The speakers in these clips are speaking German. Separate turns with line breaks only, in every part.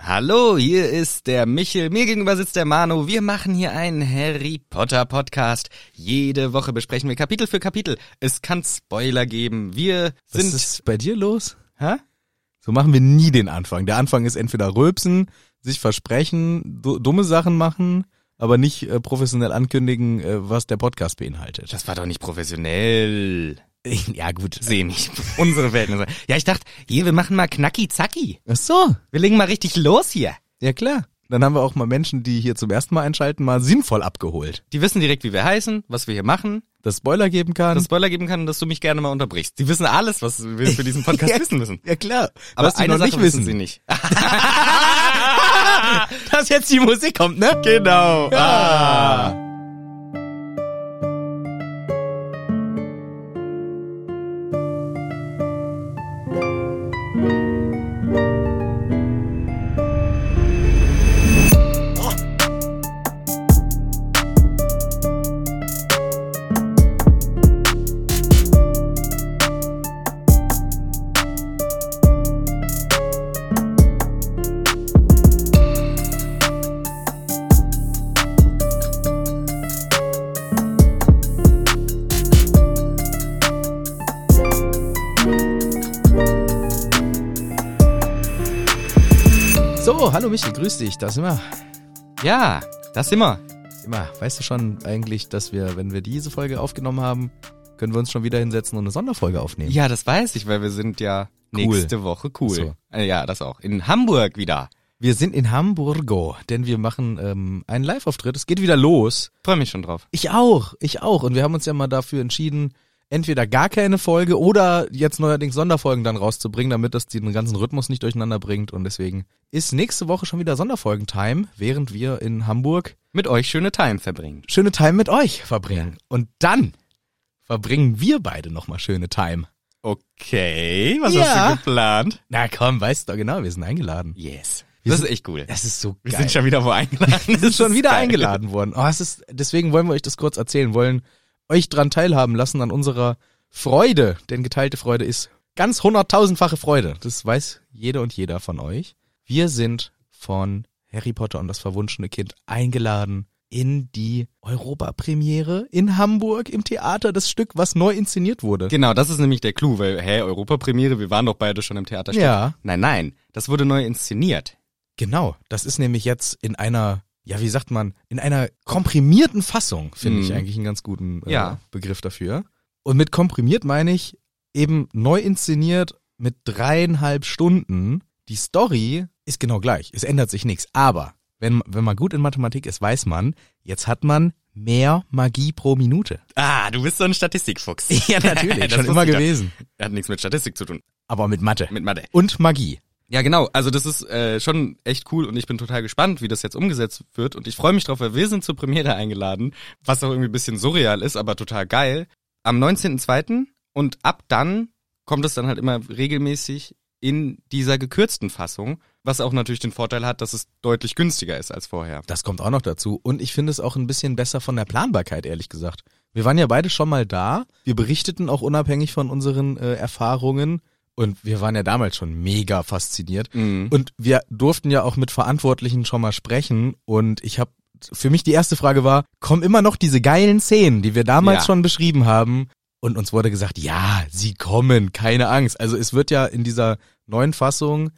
Hallo, hier ist der Michel. Mir gegenüber sitzt der Manu. Wir machen hier einen Harry Potter Podcast. Jede Woche besprechen wir Kapitel für Kapitel. Es kann Spoiler geben. Wir
Was
sind.
ist bei dir los?
Hä?
So machen wir nie den Anfang. Der Anfang ist entweder rülpsen, sich versprechen, du dumme Sachen machen, aber nicht äh, professionell ankündigen, äh, was der Podcast beinhaltet.
Das war doch nicht professionell.
ja, gut.
Seh nicht. Unsere Verhältnisse. Ja, ich dachte, hier, wir machen mal knacki-zacki.
Ach so.
Wir legen mal richtig los hier.
Ja, klar. Dann haben wir auch mal Menschen, die hier zum ersten Mal einschalten, mal sinnvoll abgeholt.
Die wissen direkt, wie wir heißen, was wir hier machen,
Das Spoiler geben kann.
dass Spoiler geben kann und dass du mich gerne mal unterbrichst. Die wissen alles, was wir für diesen Podcast
Ja.
wissen müssen.
ja, klar.
Aber
was die
eine
noch
Sache
nicht wissen.
sie nicht.
Dass jetzt die Musik kommt, ne?
Genau.
Ah. So, hallo Michi, grüß dich. Da sind wir.
Ja, das sind wir.
Immer, weißt du schon eigentlich, dass wir, wenn wir diese Folge aufgenommen haben, können wir uns schon wieder hinsetzen und eine Sonderfolge aufnehmen?
Ja, das weiß ich, weil wir sind ja
Cool.
nächste Woche cool.
So.
Äh, Ja, das auch. In Hamburg wieder.
Wir sind in Hamburgo, denn wir machen ähm, einen Live-Auftritt. Es geht wieder los.
Freue mich schon drauf.
Ich auch, ich auch. Und wir haben uns ja mal dafür entschieden, entweder gar keine Folge oder jetzt neuerdings Sonderfolgen dann rauszubringen, damit das den ganzen Rhythmus nicht durcheinander bringt. Und deswegen ist nächste Woche schon wieder Sonderfolgen-Time, während wir in Hamburg
Mit euch schöne Time verbringen.
schöne Time mit euch verbringen. Und dann verbringen wir beide nochmal schöne Time.
Okay, was
Ja.
hast du geplant?
Na komm, weißt du genau, wir sind eingeladen.
Yes.
Wir
das
sind-
ist echt cool.
Das ist so
Wir
geil.
sind schon wieder wo eingeladen. Wir
sind schon wieder eingeladen worden. Oh, es ist, deswegen wollen wir euch das kurz erzählen, wollen euch dran teilhaben lassen an unserer Freude, denn geteilte Freude ist ganz hunderttausendfache Freude. Das weiß jede und jeder von euch. Wir sind von Harry Potter und das verwunschene Kind eingeladen in die Europapremiere in Hamburg im Theater, das Stück, was neu inszeniert wurde.
Genau, das ist nämlich der Clou, weil, hä, Europapremiere, wir waren doch beide schon im Theater.
Ja.
Nein, nein, das wurde neu inszeniert.
Genau, das ist nämlich jetzt in einer, ja, wie sagt man, in einer komprimierten Fassung, finde
Mhm.
ich eigentlich einen ganz guten äh,
Ja.
Begriff dafür. Und mit komprimiert meine ich eben neu inszeniert mit dreieinhalb Stunden. Die Story ist genau gleich, es ändert sich nichts. Aber wenn, wenn man gut in Mathematik ist, weiß man, jetzt hat man mehr Magie pro Minute.
Ah, du bist so ein Statistikfuchs.
Ja, natürlich,
Das
schon
wusste
immer
ich doch.
gewesen.
Hat nichts mit Statistik zu tun.
Aber mit Mathe.
Mit Mathe.
Und Magie.
Ja, genau. Also das ist äh, schon echt cool und ich bin total gespannt, wie das jetzt umgesetzt wird. Und ich freue mich drauf, weil wir sind zur Premiere eingeladen, was auch irgendwie ein bisschen surreal ist, aber total geil. Am 19.02. und ab dann kommt es dann halt immer regelmäßig in dieser gekürzten Fassung, was auch natürlich den Vorteil hat, dass es deutlich günstiger ist als vorher.
Das kommt auch noch dazu. Und ich finde es auch ein bisschen besser von der Planbarkeit, ehrlich gesagt. Wir waren ja beide schon mal da. Wir berichteten auch unabhängig von unseren äh, Erfahrungen. Und wir waren ja damals schon mega fasziniert.
Mhm.
Und wir durften ja auch mit Verantwortlichen schon mal sprechen. Und ich habe, für mich die erste Frage war, kommen immer noch diese geilen Szenen, die wir damals
Ja.
schon beschrieben haben? Und uns wurde gesagt, ja, sie kommen, keine Angst. Also es wird ja in dieser neuen Fassung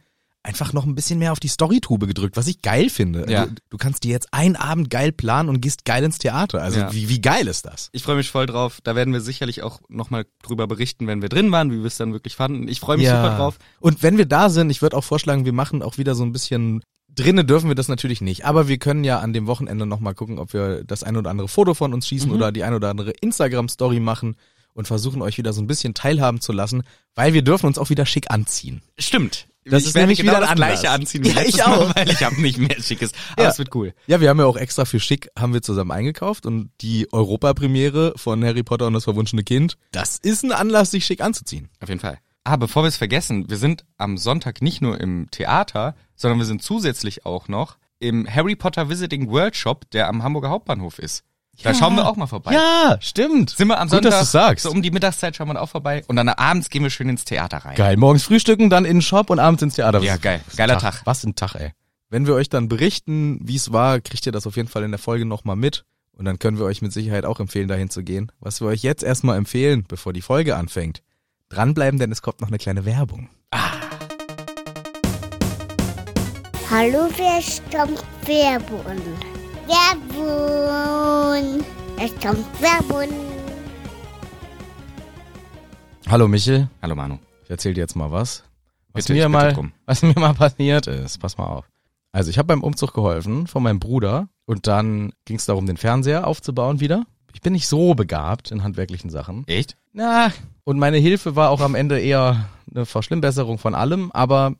einfach noch ein bisschen mehr auf die Storytube gedrückt, was ich geil finde. Also
Ja.
Du, du kannst dir jetzt einen Abend geil planen und gehst geil ins Theater. Also
Ja.
wie, wie geil ist das?
Ich freue mich voll drauf. Da werden wir sicherlich auch nochmal drüber berichten, wenn wir drin waren, wie wir es dann wirklich fanden. Ich freue mich super drauf.
Und wenn wir da sind, ich würde auch vorschlagen, wir machen auch wieder so ein bisschen Drinnen dürfen wir das natürlich nicht, aber wir können ja an dem Wochenende nochmal gucken, ob wir das ein oder andere Foto von uns schießen oder die ein oder andere Instagram-Story machen und versuchen euch wieder so ein bisschen teilhaben zu lassen, weil wir dürfen uns auch wieder schick anziehen.
Stimmt.
Das
ich
ist
werde
nämlich
genau
wieder
das
anders.
gleiche anziehen wie
Ja,
letztes
ich auch.
Mal, weil ich habe nicht mehr schickes. Aber
Ja.
es wird cool.
Ja, wir haben ja auch extra für schick, haben wir zusammen eingekauft und die Europapremiere von Harry Potter und das verwunschene Kind, das ist ein Anlass, sich schick anzuziehen.
Auf jeden Fall. Ah, bevor wir es vergessen, wir sind am Sonntag nicht nur im Theater, sondern wir sind zusätzlich auch noch im Harry Potter Visiting World Shop, der am Hamburger Hauptbahnhof ist. Da
Ja.
schauen wir auch mal vorbei.
Ja, stimmt.
Sind wir am
Gut,
Sonntag,
dass du's sagst.
so um die Mittagszeit schauen wir da auch vorbei und dann abends gehen wir schön ins Theater rein.
Geil, morgens frühstücken, dann in den Shop und abends ins Theater.
Ja,
Was-
geil.
was ein
Geiler Tag.
Was ein Tag, ey. Wenn wir euch dann berichten, wie es war, kriegt ihr das auf jeden Fall in der Folge nochmal mit. Und dann können wir euch mit Sicherheit auch empfehlen, dahin zu gehen. Was wir euch jetzt erstmal empfehlen, bevor die Folge anfängt. Dranbleiben, denn es kommt noch eine kleine Werbung.
Hallo, wer kommt Werbung? Werbung! Es kommt Werbung!
Hallo Michel,
Hallo Manu.
ich erzähl dir jetzt mal was. Was,
Bitte, ich
mir,
bitte
mal,
drum.
was mir mal passiert ist. Pass mal auf. Also ich habe beim Umzug geholfen von meinem Bruder und dann ging es darum, den Fernseher aufzubauen wieder. Ich bin nicht so begabt in handwerklichen Sachen.
Echt?
Na, und meine Hilfe war auch am Ende eher eine Verschlimmbesserung von allem, aber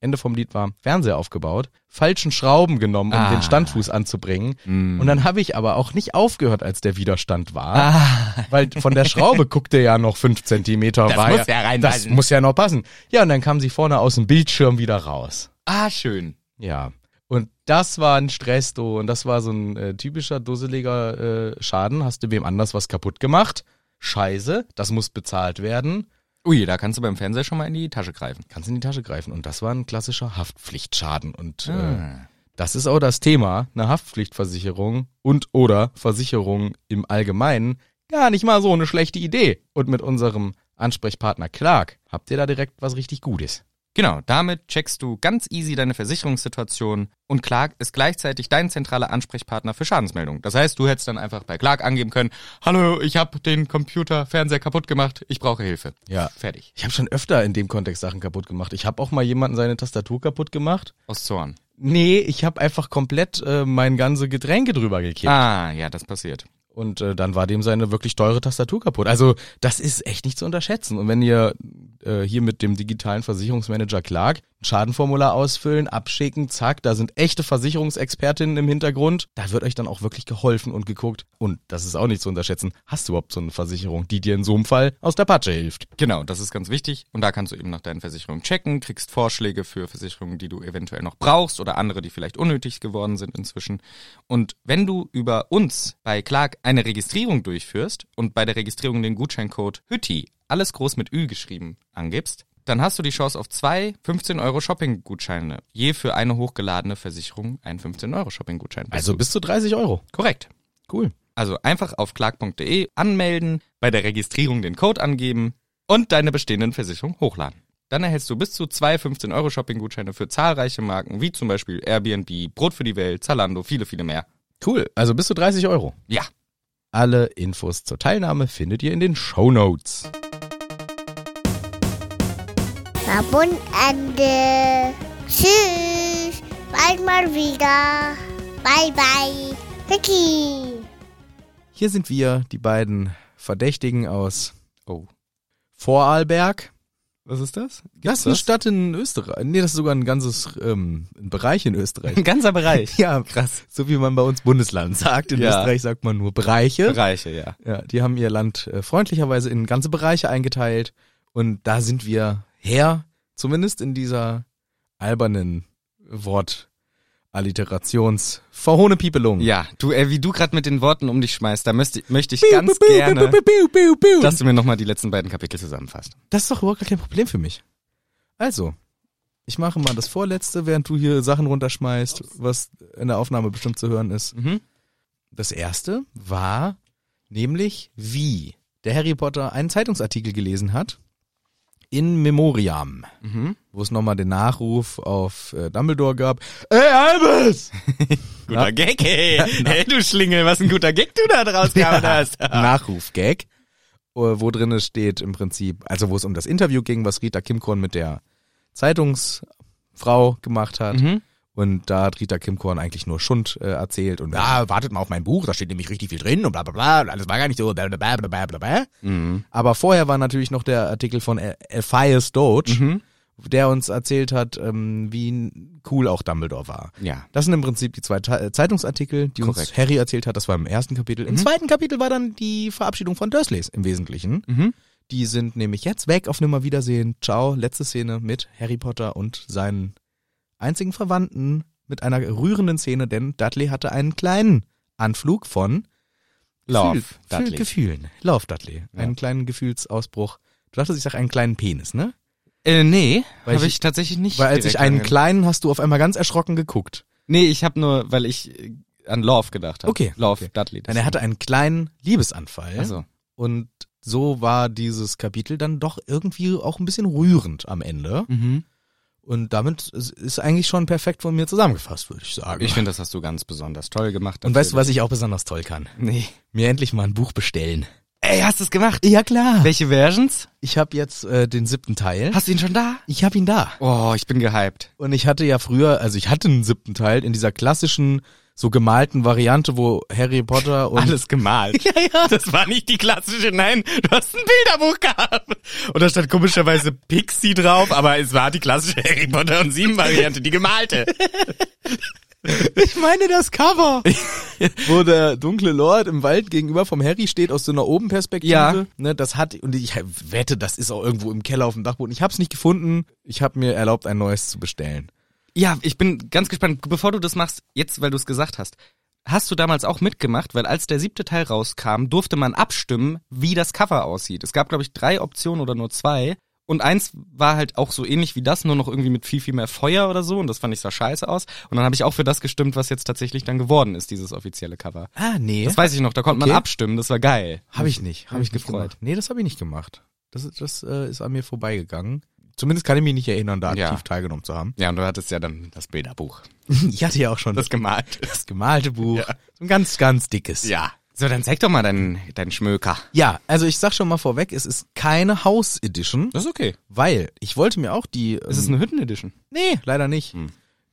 Ende vom Lied war Fernseher aufgebaut, falschen Schrauben genommen, um
Ah.
den Standfuß anzubringen.
Mm.
Und dann habe ich aber auch nicht aufgehört, als der Widerstand war,
Ah,
weil von der Schraube guckte ja noch fünf Zentimeter
Das
war
muss ja reinpassen.
Das muss ja noch passen. Ja, und dann kam sie vorne aus dem Bildschirm wieder raus.
ah schön.
Ja. Und das war ein Stress, du. Und das war so ein äh, typischer, dusseliger äh, Schaden. Hast du wem anders was kaputt gemacht? Scheiße, das muss bezahlt werden.
Ui, da kannst du beim Fernseher schon mal in die Tasche greifen.
Kannst in die Tasche greifen. Und das war ein klassischer Haftpflichtschaden. Und äh,
Ah.
das ist auch das Thema. Eine Haftpflichtversicherung und oder Versicherung im Allgemeinen. Gar nicht mal so eine schlechte Idee. Und mit unserem Ansprechpartner Clark habt ihr da direkt was richtig Gutes.
Genau, damit checkst du ganz easy deine Versicherungssituation und Clark ist gleichzeitig dein zentraler Ansprechpartner für Schadensmeldungen. Das heißt, du hättest dann einfach bei Clark angeben können, hallo, ich habe den Computer, Fernseher kaputt gemacht, ich brauche Hilfe.
Ja.
Fertig.
Ich habe schon öfter in dem Kontext Sachen kaputt gemacht. Ich habe auch mal jemanden seine Tastatur kaputt gemacht.
Aus Zorn.
Nee, ich habe einfach komplett äh, mein ganze Getränke drüber gekippt.
Ah, ja, das passiert.
Und äh, dann war dem seine wirklich teure Tastatur kaputt. Also das ist echt nicht zu unterschätzen. Und wenn ihr äh, hier mit dem digitalen Versicherungsmanager Clark ein Schadenformular ausfüllen, abschicken, zack, da sind echte Versicherungsexpertinnen im Hintergrund. Da wird euch dann auch wirklich geholfen und geguckt. Und das ist auch nicht zu unterschätzen. Hast du überhaupt so eine Versicherung, die dir in so einem Fall aus der Patsche hilft?
Genau, das ist ganz wichtig. Und da kannst du eben nach deinen Versicherungen checken, kriegst Vorschläge für Versicherungen, die du eventuell noch brauchst oder andere, die vielleicht unnötig geworden sind inzwischen. Und wenn du über uns bei Clark eine Registrierung durchführst und bei der Registrierung den Gutscheincode Hütti, alles groß mit Ü geschrieben, angibst, dann hast du die Chance auf zwei 15-Euro-Shopping-Gutscheine. Je für eine hochgeladene Versicherung ein 15-Euro-Shopping-Gutschein.
Also bis zu 30 Euro.
korrekt.
Cool.
Also einfach auf clark.de anmelden, bei der Registrierung den Code angeben und deine bestehenden Versicherungen hochladen. Dann erhältst du bis zu zwei 15-Euro-Shopping-Gutscheine für zahlreiche Marken, wie zum Beispiel Airbnb, Brot für die Welt, Zalando, viele, viele mehr.
Cool. Also bis zu 30 Euro.
Ja.
Alle Infos zur Teilnahme findet ihr in den Show Notes.
Werbung Ende! Tschüss! Bald mal wieder! Bye bye! Vicky!
Hier sind wir, die beiden Verdächtigen aus
Oh.
Vorarlberg.
Was ist das?
Das ist eine Stadt in Österreich. Nee, das ist sogar ein ganzes ähm, ein Bereich in Österreich.
Ein ganzer Bereich.
ja, krass. So wie man bei uns Bundesland sagt. In
Ja.
Österreich sagt man nur Bereiche.
Bereiche, ja.
Ja, die haben ihr Land äh, freundlicherweise in ganze Bereiche eingeteilt. Und da sind wir her, zumindest in dieser albernen Wort. Alliterations. Verhohne Piepelung.
Ja, du, ey, wie du gerade mit den Worten um dich schmeißt, da möchte, möchte ich
Biu,
ganz
biu, biu,
gerne,
biu, biu, biu, biu.
dass du mir nochmal die letzten beiden Kapitel zusammenfasst.
Das ist doch überhaupt gar kein Problem für mich. Also, ich mache mal das Vorletzte, während du hier Sachen runterschmeißt, was in der Aufnahme bestimmt zu hören ist.
Mhm.
Das erste war nämlich, wie der Harry Potter einen Zeitungsartikel gelesen hat in Memoriam,
Mhm.
wo es nochmal den Nachruf auf äh, Dumbledore gab. Ey, Albus!
Guter Gag, hey. hey, du Schlingel, was ein guter Gag du da draus gehabt hast.
Nachruf-Gag, äh, wo drinne steht im Prinzip, also wo es um das Interview ging, was Rita Kimkorn mit der Zeitungsfrau gemacht hat.
Mhm.
Und da hat Rita Kimkorn eigentlich nur Schund äh, erzählt und ja, wartet mal auf mein Buch, da steht nämlich richtig viel drin und bla bla bla, und alles war gar nicht so bla bla bla bla bla, bla bla.
Mhm.
Aber vorher war natürlich noch der Artikel von Ä- Ephias Doge,
Mhm.
der uns erzählt hat, ähm, wie cool auch Dumbledore war.
Ja.
Das sind im Prinzip die zwei Te- äh, Zeitungsartikel, die uns
Korrekt. Mhm.
Harry erzählt hat. Das war im ersten Kapitel. Im zweiten Kapitel war dann die Verabschiedung von Dursleys im Wesentlichen.
Mhm.
Die sind nämlich jetzt weg auf Nimmerwiedersehen. Ciao. Letzte Szene mit Harry Potter und seinen einzigen Verwandten mit einer rührenden Szene, denn Dudley hatte einen kleinen Anflug von
Love,
Gefühl-
Dudley.
Gefühlen. Love Dudley.
Ja.
Einen kleinen Gefühlsausbruch. Du dachtest, ich sag einen kleinen Penis, ne?
Äh, nee,
Weil
habe
ich-
ich tatsächlich nicht.
Weil als
direkt
ich einen
ange-
kleinen hast du auf einmal ganz erschrocken geguckt.
Nee, ich habe nur, weil ich äh, an Love gedacht habe.
Okay,
Love,
okay.
Dudley.
Denn er hatte einen kleinen Liebesanfall.
also.
Und so war dieses Kapitel dann doch irgendwie auch ein bisschen rührend am Ende.
Mhm.
Und damit ist- ist eigentlich schon perfekt von mir zusammengefasst, würde ich sagen.
Ich finde, das hast du ganz besonders toll gemacht.
Und weißt du, was ich auch besonders toll kann?
Nee.
Mir endlich mal ein Buch bestellen.
Ey, hast du es gemacht?
Ja klar.
Welche Versions?
Ich habe jetzt äh, den siebten Teil.
Hast du ihn schon da?
Ich habe ihn da.
Oh, ich bin gehypt.
Und ich hatte ja früher, also ich hatte einen siebten Teil in dieser klassischen, so gemalten Variante, wo Harry Potter und
Alles gemalt. Ja, ja. Das war nicht die klassische, nein, du hast ein Bilderbuch gehabt. Und da stand komischerweise Pixie drauf, aber es war die klassische Harry Potter und Sieben Variante, die gemalte.
Ich meine das Cover. Wo der dunkle Lord im Wald gegenüber vom Harry steht aus so einer Obenperspektive.
Ja.
Ne, das hat, und ich wette, das ist auch irgendwo im Keller auf dem Dachboden. Ich hab's nicht gefunden. Ich hab mir erlaubt, ein neues zu bestellen.
Ja, ich bin ganz gespannt. Bevor du das machst, jetzt, weil du es gesagt hast, hast du damals auch mitgemacht? Weil als der siebte Teil rauskam, durfte man abstimmen, wie das Cover aussieht. Es gab, glaube ich, drei Optionen oder nur zwei. Und eins war halt auch so ähnlich wie das, nur noch irgendwie mit viel, viel mehr Feuer oder so. Und das fand ich sah scheiße aus. Und dann habe ich auch für das gestimmt, was jetzt tatsächlich dann geworden ist, dieses offizielle Cover.
Ah, nee.
Das weiß ich noch, da konnte
Okay.
man abstimmen, das war geil.
Habe ich nicht. Habe
Hab
ich
ich
nicht
gefreut.
gemacht. Nee, das habe ich nicht gemacht. Das, ist- das äh, ist an mir vorbeigegangen. Zumindest kann ich mich nicht erinnern, da aktiv
Ja.
teilgenommen zu haben.
Ja, und du hattest ja dann das Bilderbuch.
ich hatte ja auch schon das,
Das gemalte.
gemalte Buch. So Ein ganz, ganz dickes.
Ja. So, dann zeig doch mal deinen, deinen Schmöker.
ja, also ich sag schon mal vorweg, es ist keine House Edition,
Das ist okay.
weil ich wollte mir auch die.
Es ist
ähm,
eine Hütten-Edition.
nee, leider nicht.
Hm.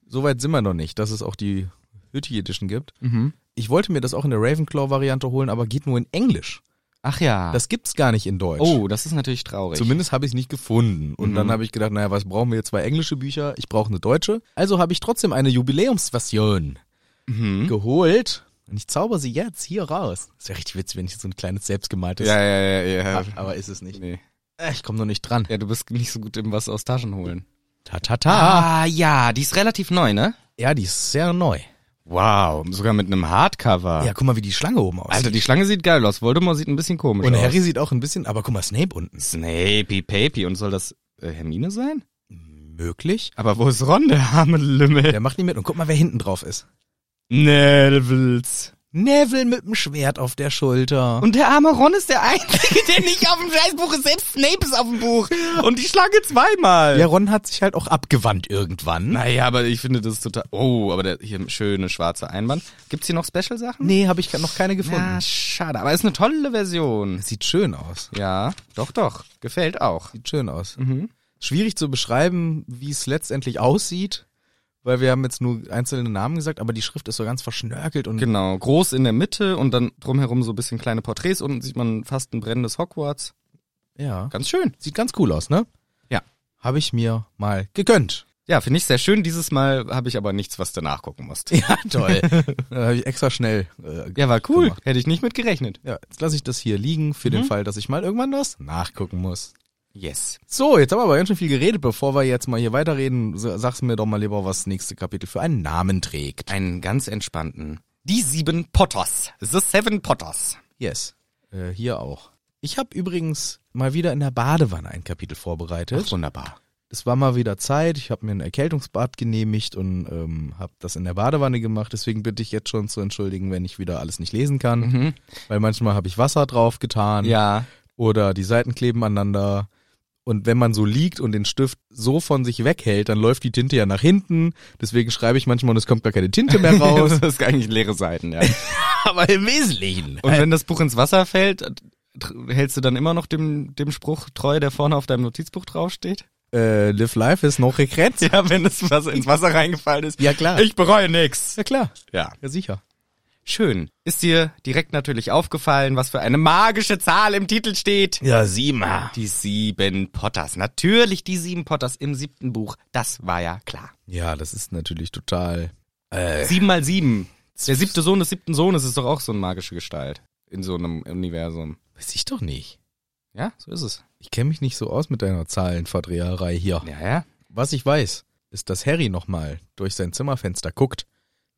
So weit sind wir noch nicht, dass es auch die Hütti Edition gibt.
Mhm.
Ich wollte mir das auch in der Ravenclaw-Variante holen, aber geht nur in Englisch.
Ach ja.
Das gibt's gar nicht in Deutsch.
Ah. oh, Mhm. das ist natürlich traurig.
Zumindest habe ich es nicht gefunden. Und dann habe ich gedacht, naja, was brauchen wir jetzt? Zwei englische Bücher, ich brauche eine deutsche. Also habe ich trotzdem eine Jubiläumsversion
Mhm.
geholt. Und ich zauber sie jetzt hier raus. Das wäre richtig witzig, wenn ich jetzt so ein kleines selbstgemaltes
ja, ja, ja, ja.
hab, aber ist es nicht.
Nee.
Äh, Ich komme noch nicht dran.
Ja, du bist nicht so gut im was aus Taschen holen.
Ta ta ta.
Ah, ja, die ist relativ neu, ne?
Ja, die ist sehr neu.
Wow, sogar mit einem Hardcover.
Ja, guck mal, wie die Schlange oben aussieht.
Ah. Alter, die Schlange sieht geil aus. Voldemort sieht ein bisschen komisch
und
aus.
Harry sieht auch ein bisschen, aber guck mal, Snape unten.
Snapey Papy. Und soll das äh, Hermine sein?
Möglich.
Aber wo ist Ron, der arme Lümmel?
Der macht nicht mit. Und guck mal, wer hinten drauf ist.
Nevils.
Neville mit dem Schwert auf der Schulter.
Und der arme Ron ist der Einzige, der nicht auf dem Scheißbuch ist. Selbst Snape ist auf dem Buch. Und die Schlange zweimal.
ja, Ron hat sich halt auch abgewandt irgendwann.
Naja, aber ich finde das ist total. Oh, aber der hier schöne schwarze Einband. Gibt's hier noch Special-Sachen?
Nee, habe ich noch keine gefunden.
Na, schade. Aber ist eine tolle Version.
Sieht schön aus.
Ja, doch, doch. Gefällt auch.
Sieht schön aus.
Mhm.
Schwierig zu beschreiben, wie es letztendlich aussieht, weil wir haben jetzt nur einzelne Namen gesagt, aber die Schrift ist so ganz verschnörkelt und
Genau. Groß in der Mitte und dann drumherum so ein bisschen kleine Porträts. Unten sieht man fast ein brennendes Hogwarts.
ja.
Ganz schön.
Sieht ganz cool aus, ne?
Ja.
Habe ich mir mal gegönnt.
Ja, finde ich sehr schön. Dieses Mal habe ich aber nichts, was du nachgucken musst.
Ja, toll. habe ich extra schnell. Äh,
Ja, war cool.
Gemacht.
Hätte ich nicht mit gerechnet.
ja, jetzt lasse ich das hier liegen für den Fall, dass ich mal irgendwann was nachgucken muss.
Yes.
So, jetzt haben wir aber ganz schön viel geredet. Bevor wir jetzt mal hier weiterreden, sa- sag's mir doch mal lieber, was das nächste Kapitel für einen Namen trägt.
Einen ganz entspannten. Die sieben Potters. The Seven Potters.
Yes. Äh, hier auch. Ich habe übrigens mal wieder in der Badewanne ein Kapitel vorbereitet.
wunderbar.
Es war mal wieder Zeit. Ich habe mir ein Erkältungsbad genehmigt und ähm, habe das in der Badewanne gemacht. Deswegen bitte ich jetzt schon zu entschuldigen, wenn ich wieder alles nicht lesen kann. Weil manchmal habe ich Wasser drauf getan
Ja.
oder die Seiten kleben aneinander. Und wenn man so liegt und den Stift so von sich weghält, dann läuft die Tinte ja nach hinten. Deswegen schreibe ich manchmal und es kommt gar keine Tinte mehr raus.
Das ist eigentlich leere Seiten, ja.
Aber im Wesentlichen.
Und wenn das Buch ins Wasser fällt, tr- hältst du dann immer noch dem, dem Spruch treu, der vorne auf deinem Notizbuch draufsteht?
Äh, live life is no regrets.
Ja, wenn das Wasser ins Wasser reingefallen ist.
Ja, klar.
Ich bereue nix.
Ja klar.
Ja.
Ja, sicher.
Schön. Ist dir direkt natürlich aufgefallen, was für eine magische Zahl im Titel steht?
Ja, sieh mal.
Die sieben Potters. Natürlich die sieben Potters im siebten Buch. Das war ja klar.
Ja, das ist natürlich total. Äh,
Sieben mal sieben. Der siebte Sohn des siebten Sohnes ist doch auch so eine magische Gestalt. In so einem Universum.
weiß ich doch nicht.
Ja, so ist es.
Ich kenne mich nicht so aus mit deiner Zahlenverdreherei hier.
Ja, ja.
Was ich weiß, ist, dass Harry nochmal durch sein Zimmerfenster guckt,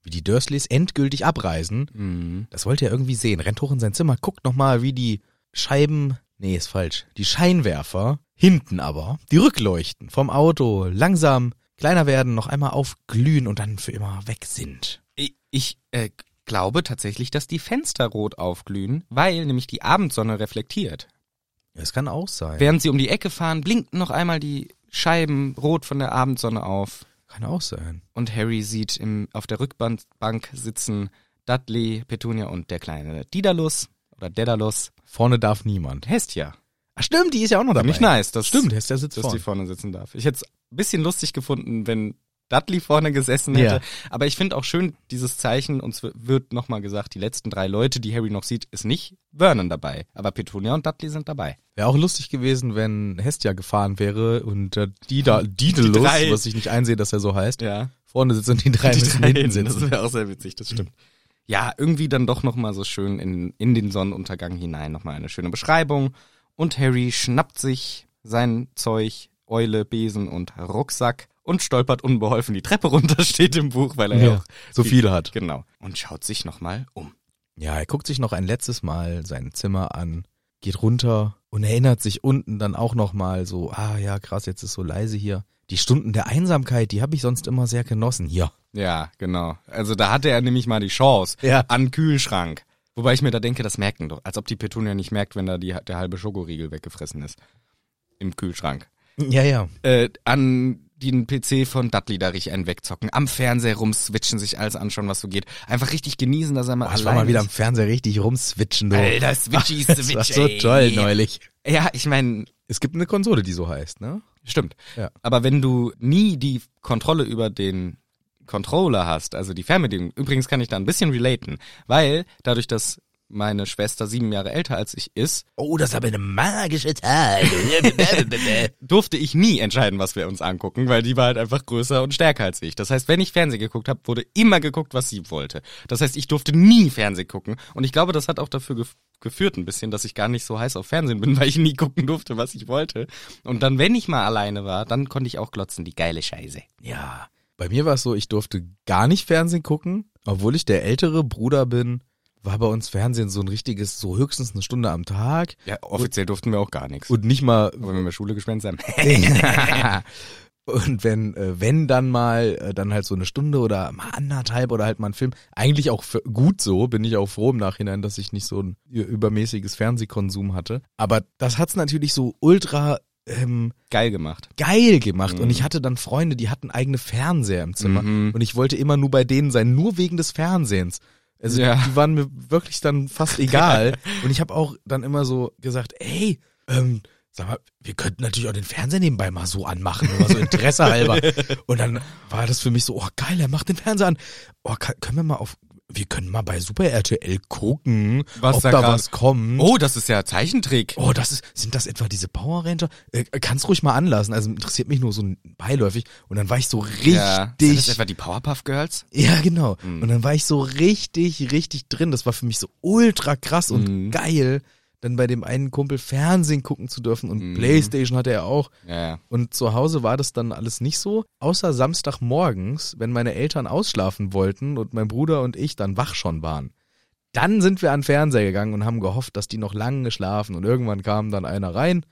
wie die Dursleys endgültig abreisen.
Mhm.
Das wollte er irgendwie sehen. Rennt hoch in sein Zimmer, guckt nochmal, wie die Scheiben Nee, ist falsch. Die Scheinwerfer hinten aber, die Rückleuchten vom Auto langsam kleiner werden, noch einmal aufglühen und dann für immer weg sind.
Ich, ich äh, glaube tatsächlich, dass die Fenster rot aufglühen, weil nämlich die Abendsonne reflektiert.
Das kann auch sein.
Während sie um die Ecke fahren, blinken noch einmal die Scheiben rot von der Abendsonne auf.
Kann auch sein.
Und Harry sieht im, auf der Rückbank Bank sitzen Dudley, Petunia und der kleine Didalus oder Dedalus.
Vorne darf niemand.
Hestia.
Ach stimmt, die ist ja auch noch dabei.
Nicht nice, das
Stimmt, der ist der Sitz
dass
vorne.
die vorne sitzen darf. Ich hätte es ein bisschen lustig gefunden, wenn Dudley vorne gesessen hätte.
Ja.
Aber ich finde auch schön dieses Zeichen, uns w- wird nochmal gesagt, die letzten drei Leute, die Harry noch sieht, ist nicht Vernon dabei. Aber Petunia und Dudley sind dabei.
Wäre auch lustig gewesen, wenn Hestia gefahren wäre und äh, Dida, Didelus,
drei.
was ich nicht einsehe, dass er so heißt,
Ja.
vorne sitzt und die drei
Die
müssen
drei
hinten
hinten,
sitzen.
das wäre auch sehr witzig, das stimmt. Ja, irgendwie dann doch nochmal so schön in, in den Sonnenuntergang hinein nochmal eine schöne Beschreibung. Und Harry schnappt sich sein Zeug, Eule, Besen und Rucksack und stolpert unbeholfen die Treppe runter, steht im Buch, weil er ja,
Ja,
auch
so viele hat.
Genau. Und schaut sich nochmal um.
Ja, er guckt sich noch ein letztes Mal sein Zimmer an, geht runter und erinnert sich unten dann auch nochmal so, ah ja, krass, jetzt ist so leise hier. Die Stunden der Einsamkeit, die habe ich sonst immer sehr genossen. Ja.
Ja, genau. Also da hatte er nämlich mal die Chance.
Ja.
An Kühlschrank. Wobei ich mir da denke, das merken doch. Als ob die Petunia nicht merkt, wenn da die, der halbe Schokoriegel weggefressen ist. Im Kühlschrank.
Ja, ja.
äh, an den PC von Dudley da richtig einen wegzocken, am Fernseher rumswitchen, sich alles anschauen, was so geht. Einfach richtig genießen, dass er mal
Boah,
allein
ich war mal wieder am
ist.
Fernseher richtig rumswitchen. du.
Alter, switchy,
das
switchy.
war so toll neulich.
Ja, ich meine,
Es gibt eine Konsole, die so heißt, ne?
stimmt.
Ja.
Aber wenn du nie die Kontrolle über den Controller hast, also die Fernbedienung, übrigens kann ich da ein bisschen relaten, weil dadurch, dass meine Schwester sieben Jahre älter als ich ist,
Oh, das ist aber eine magische Tage.
durfte ich nie entscheiden, was wir uns angucken, weil die war halt einfach größer und stärker als ich. Das heißt, wenn ich Fernsehen geguckt habe, wurde immer geguckt, was sie wollte. Das heißt, ich durfte nie Fernsehen gucken. Und ich glaube, das hat auch dafür gef geführt ein bisschen, dass ich gar nicht so heiß auf Fernsehen bin, weil ich nie gucken durfte, was ich wollte. Und dann, wenn ich mal alleine war, dann konnte ich auch glotzen, die geile Scheiße.
ja. Bei mir war es so, ich durfte gar nicht Fernsehen gucken, obwohl ich der ältere Bruder bin. War bei uns Fernsehen so ein richtiges, so höchstens eine Stunde am Tag
Ja, offiziell durften wir auch gar nichts.
und nicht mal
Aber wenn wir Schule gespenst haben.
und wenn äh, wenn dann mal äh, dann halt so eine Stunde oder mal anderthalb oder halt mal ein Film eigentlich auch für, gut so bin ich auch froh im Nachhinein dass ich nicht so ein ü- übermäßiges Fernsehkonsum hatte aber das hat's natürlich so ultra ähm,
Geil gemacht.
geil gemacht
Mhm.
und ich hatte dann Freunde die hatten eigene Fernseher im Zimmer
Mhm.
und ich wollte immer nur bei denen sein nur wegen des Fernsehens also
Ja.
die waren mir wirklich dann fast egal und ich habe auch dann immer so gesagt ey ähm, sag mal, wir könnten natürlich auch den Fernseher nebenbei mal so anmachen, oder so Interesse halber. Und dann war das für mich so, oh geil, er macht den Fernseher an. Oh, kann, können wir mal auf, wir können mal bei Super RTL gucken,
Was
ob
da
da,
grad-
was kommt.
Oh, das ist ja Zeichentrick.
Oh, das ist, sind das etwa diese Power Ranger? Äh, kannst ruhig mal anlassen, also interessiert mich nur so ein beiläufig. Und dann war ich so richtig,
Ja. Sind das etwa die Powerpuff Girls?
ja, genau.
Mhm.
Und dann war ich so richtig, richtig drin. Das war für mich so ultra krass und
Mhm.
geil, dann bei dem einen Kumpel Fernsehen gucken zu dürfen und
Mhm.
Playstation hatte er auch.
Ja, ja.
Und zu Hause war das dann alles nicht so, außer Samstagmorgens, wenn meine Eltern ausschlafen wollten und mein Bruder und ich dann wach schon waren. Dann sind wir an den Fernseher gegangen und haben gehofft, dass die noch lange schlafen und irgendwann kam dann einer rein.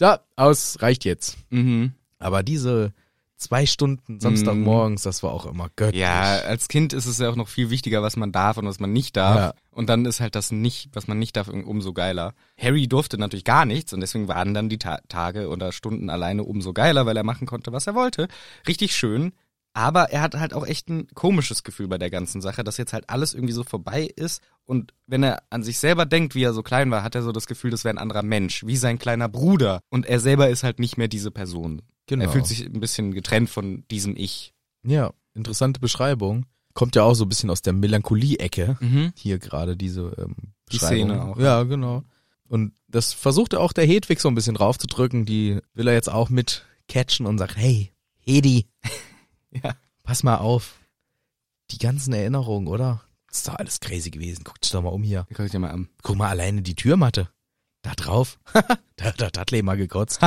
Ja, aus, reicht jetzt.
Mhm.
Aber diese zwei Stunden Samstagmorgens, das war auch immer göttlich.
Ja, äh, als Kind ist es ja auch noch viel wichtiger, was man darf und was man nicht darf.
Ja.
Und dann ist halt das nicht, was man nicht darf, irgendwie umso geiler. Harry durfte natürlich gar nichts und deswegen waren dann die Ta Tage oder Stunden alleine umso geiler, weil er machen konnte, was er wollte. Richtig schön. Aber er hat halt auch echt ein komisches Gefühl bei der ganzen Sache, dass jetzt halt alles irgendwie so vorbei ist. Und wenn er an sich selber denkt, wie er so klein war, hat er so das Gefühl, das wäre ein anderer Mensch, wie sein kleiner Bruder. Und er selber ist halt nicht mehr diese Person.
Genau.
Er fühlt sich ein bisschen getrennt von diesem Ich.
Ja, interessante Beschreibung. Kommt ja auch so ein bisschen aus der Melancholie-Ecke.
Mhm.
Hier gerade diese ähm,
Die
Beschreibung.
Szene auch.
Ja, genau. Und das versucht auch der Hedwig so ein bisschen raufzudrücken. Die will er jetzt auch mit catchen und sagt, hey, Hedi,
Ja.
pass mal auf. Die ganzen Erinnerungen, oder? Das ist doch alles crazy gewesen. Guck dich doch mal um hier.
Guck ich dir mal an.
Guck mal alleine die Türmatte. Da drauf. da hat der Dudley mal gekotzt.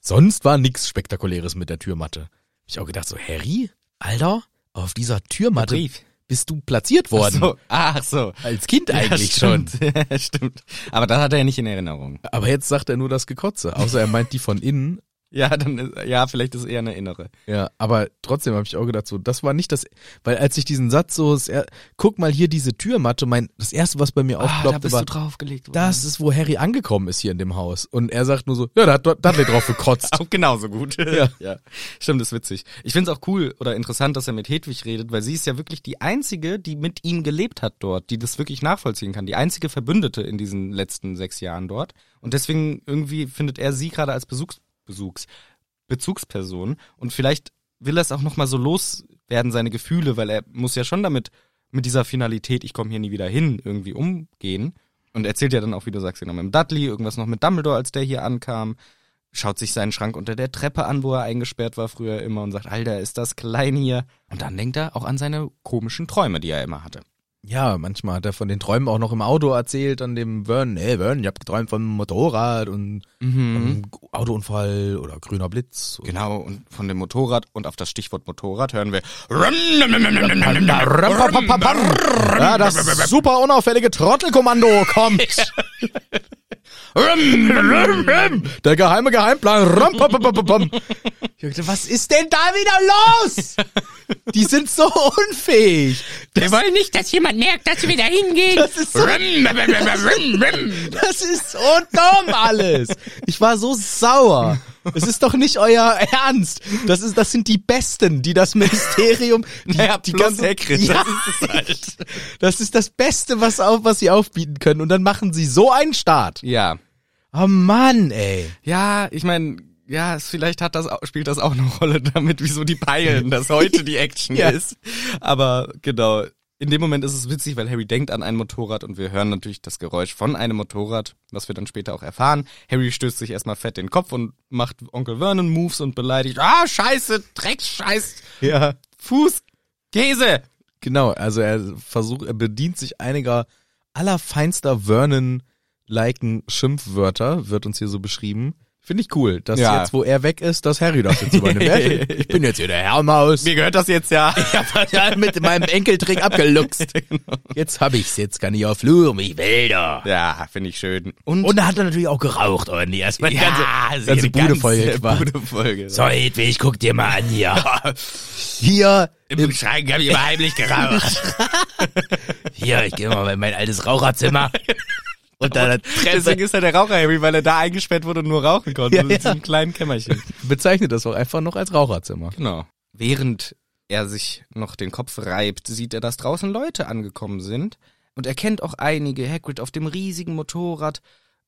Sonst war nix Spektakuläres mit der Türmatte. Hab Ich auch gedacht so, Harry, Alter, auf dieser Türmatte
Brief.
bist du platziert
Ach
worden.
so. Ach so.
Als Kind eigentlich
ja,
schon.
stimmt. Ja, stimmt. Aber das hat er ja nicht in Erinnerung.
Aber jetzt sagt er nur das Gekotze. Außer er meint die von innen.
Ja, dann ist, ja, vielleicht ist eher eine innere.
Ja, aber trotzdem habe ich auch gedacht, so, das war nicht das, weil als ich diesen Satz so, das er, guck mal hier diese Türmatte, mein, das erste, was bei
Ah,
mir aufploppte, war,
draufgelegt worden.
das ist, wo Harry angekommen ist hier in dem Haus. Und er sagt nur so, ja, da hat, da hat er drauf gekotzt.
Auch genauso gut.
Ja.
Stimmt, ist witzig. Ich find's auch cool oder interessant, dass er mit Hedwig redet, weil sie ist ja wirklich die einzige, die mit ihm gelebt hat dort, die das wirklich nachvollziehen kann. Die einzige Verbündete in diesen letzten sechs Jahren dort. Und deswegen irgendwie findet er sie gerade als Besuchs Besuchs Bezugsperson. Und vielleicht will er es auch nochmal so loswerden, seine Gefühle, weil er muss ja schon damit, mit dieser Finalität, ich komme hier nie wieder hin, irgendwie umgehen. Und erzählt ja dann auch, wie du sagst, genau mit dem Dudley, irgendwas noch mit Dumbledore, als der hier ankam schaut sich seinen Schrank unter der Treppe an, wo er eingesperrt war früher immer und sagt, Alter, ist das klein hier. Und dann denkt er auch an seine komischen Träume, die er immer hatte.
Ja, manchmal hat er von den Träumen auch noch im Auto erzählt, an dem Vern, hey Vern, ich hab geträumt vom Motorrad und
Mhm.
vom Autounfall oder grüner Blitz. Und
Genau, und von dem Motorrad und auf das Stichwort Motorrad hören wir.
ja, das super unauffällige Trottelkommando kommt. Der geheime Geheimplan. Rum, pam, pam, pam, pam. Ich dachte, was ist denn da wieder los? Die sind so unfähig.
Wir wollen nicht, dass jemand merkt, dass wir da hingehen.
Das ist so Das ist so dumm alles. Ich war so sauer. Es ist doch nicht euer Ernst. Das ist, das sind die Besten, die das Ministerium, die,
Naja,
die
bloß
ganzen-
Hagrid,
ja,
halt.
das ist das Beste, was auf, was sie aufbieten können. Und dann machen sie so einen Start.
Ja.
Oh Mann, ey.
Ja, ich meine, ja, es- vielleicht hat das, au- spielt das auch eine Rolle damit, wieso die peilen, dass heute die Action
Ja.
ist. Aber genau, in dem Moment ist es witzig, weil Harry denkt an ein Motorrad und wir hören natürlich das Geräusch von einem Motorrad, was wir dann später auch erfahren. Harry stößt sich erstmal fett den Kopf und macht Onkel Vernon Moves und beleidigt, ah, scheiße, Dreckscheiß,
Ja.
Fuß, Käse.
Genau, also er versucht, er bedient sich einiger allerfeinster Vernon-liken Schimpfwörter, wird uns hier so beschrieben. Finde ich cool, dass
Ja.
jetzt, wo er weg ist, dass Harry das jetzt übernimmt. ich bin jetzt hier der Herr im Haus.
Mir gehört das jetzt ja. genau.
total mit meinem Enkeltrick abgeluchst. Jetzt hab ich's, jetzt kann ich auf Flur mich Wälder.
Ja, finde ich schön.
Und da hat er natürlich auch geraucht, oder nicht? Erstmal ja, ganze, ganze Bude voll gemacht.
äh, Bude voll.
So, Hedwig, guck dir mal an hier. Hier,
Im Schrank habe ich immer heimlich geraucht.
hier, ich gehe mal in mein altes Raucherzimmer. Und dann
Deswegen ist er der Raucher Harry, weil er da eingesperrt wurde und nur rauchen konnte.
Ja,
in
ja.
diesem kleinen Kämmerchen.
bezeichnet das auch einfach noch als Raucherzimmer.
Genau. Während er sich noch den Kopf reibt, sieht er, dass draußen Leute angekommen sind und erkennt auch einige. Hagrid auf dem riesigen Motorrad,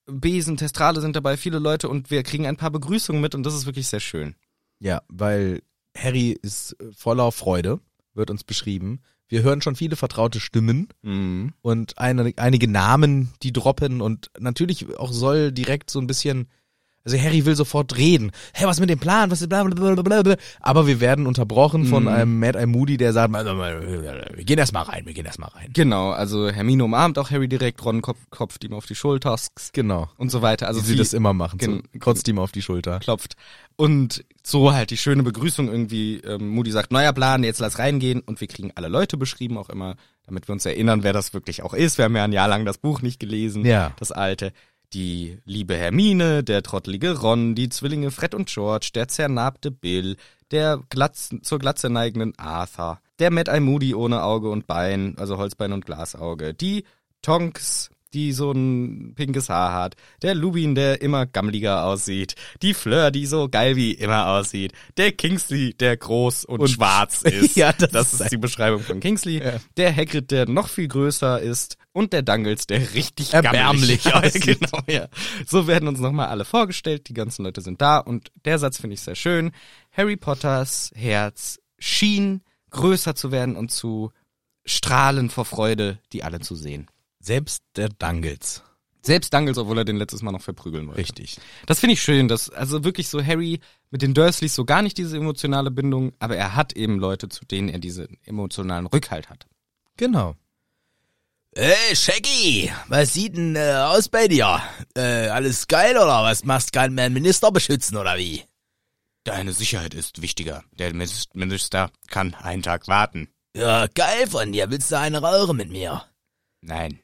Besen, Testrale sind dabei, viele Leute und wir kriegen ein paar Begrüßungen mit und das ist wirklich sehr schön.
Ja, weil Harry ist voller Freude, wird uns beschrieben. Wir hören schon viele vertraute Stimmen.
Mhm.
und eine, einige Namen, die droppen und natürlich auch soll direkt so ein bisschen, also Harry will sofort reden. Hey, was mit dem Plan? Was ist bla bla bla bla bla. Aber wir werden unterbrochen von einem Mad Eye Moody, der sagt, wir gehen erstmal rein, wir gehen erstmal rein.
Genau, also Hermine umarmt auch Harry direkt, Ron kopf, kopft ihm auf die Schulter
Genau.
und so weiter. Also
Also wie sie
viel-
das immer machen. So,
Gen-
kotzt ihm auf die Schulter.
klopft. Und so halt die schöne Begrüßung irgendwie. Ähm, Moody sagt, neuer Plan, jetzt lass reingehen. Und wir kriegen alle Leute beschrieben auch immer, damit wir uns erinnern, wer das wirklich auch ist. Wir haben ja ein Jahr lang das Buch nicht gelesen,
Ja.
das alte. Die liebe Hermine, der trottelige Ron, die Zwillinge Fred und George, der zernarbte Bill, der Glatz, zur Glatze neigenden Arthur, der Mad Eye Moody ohne Auge und Bein, also Holzbein und Glasauge, die Tonks, die so ein pinkes Haar hat, der Lubin, der immer gammeliger aussieht, die Fleur, die so geil wie immer aussieht, der Kingsley, der groß und, schwarz ist.
Ja, das ist
ist die Beschreibung von Kingsley. Der Hagrid, der noch viel größer ist und der Dangles, der richtig
Erbärmlich
gammelig
aussieht.
Genau, ja. So werden uns nochmal alle vorgestellt, die ganzen Leute sind da und der Satz finde ich sehr schön. Harry Potters Herz schien größer zu werden und zu strahlen vor Freude, die alle zu sehen.
Selbst der Dangles.
Selbst Dangles, obwohl er den letztes Mal noch verprügeln wollte.
Richtig.
Das finde ich schön, dass also wirklich so Harry mit den Dursleys so gar nicht diese emotionale Bindung, aber er hat eben Leute, zu denen er diesen emotionalen Rückhalt hat.
Genau. Ey, Shaggy, was sieht denn äh, aus bei dir? Äh, alles geil oder was? Machst keinen Minister beschützen oder wie?
Deine Sicherheit ist wichtiger. Der Minister kann einen Tag warten.
Ja, geil von dir. Willst du eine Röhre mit mir?
Nein.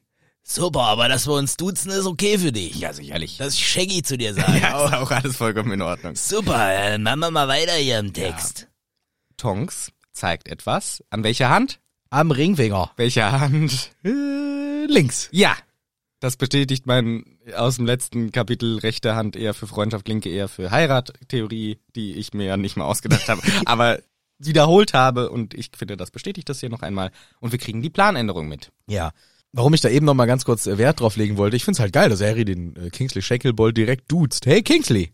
Super, aber dass wir uns duzen, ist okay für dich.
Ja, sicherlich.
Dass ich Shaggy zu dir sage.
ist auch alles vollkommen in Ordnung.
Super, äh, machen wir mal weiter hier im Text.
Tonks zeigt etwas. An welcher Hand?
Am Ringfinger.
Welcher Hand?
Äh, links.
Ja. Das bestätigt mein aus dem letzten Kapitel rechte Hand eher für Freundschaft, linke eher für Heirat Theorie, die ich mir ja nicht mal ausgedacht habe, aber wiederholt habe und ich finde, das bestätigt das hier noch einmal und wir kriegen die Planänderung mit.
Ja. Warum ich da eben noch mal ganz kurz äh, Wert drauf legen wollte, ich find's halt geil, dass Harry den äh, Kingsley Shacklebolt direkt duzt. Hey Kingsley!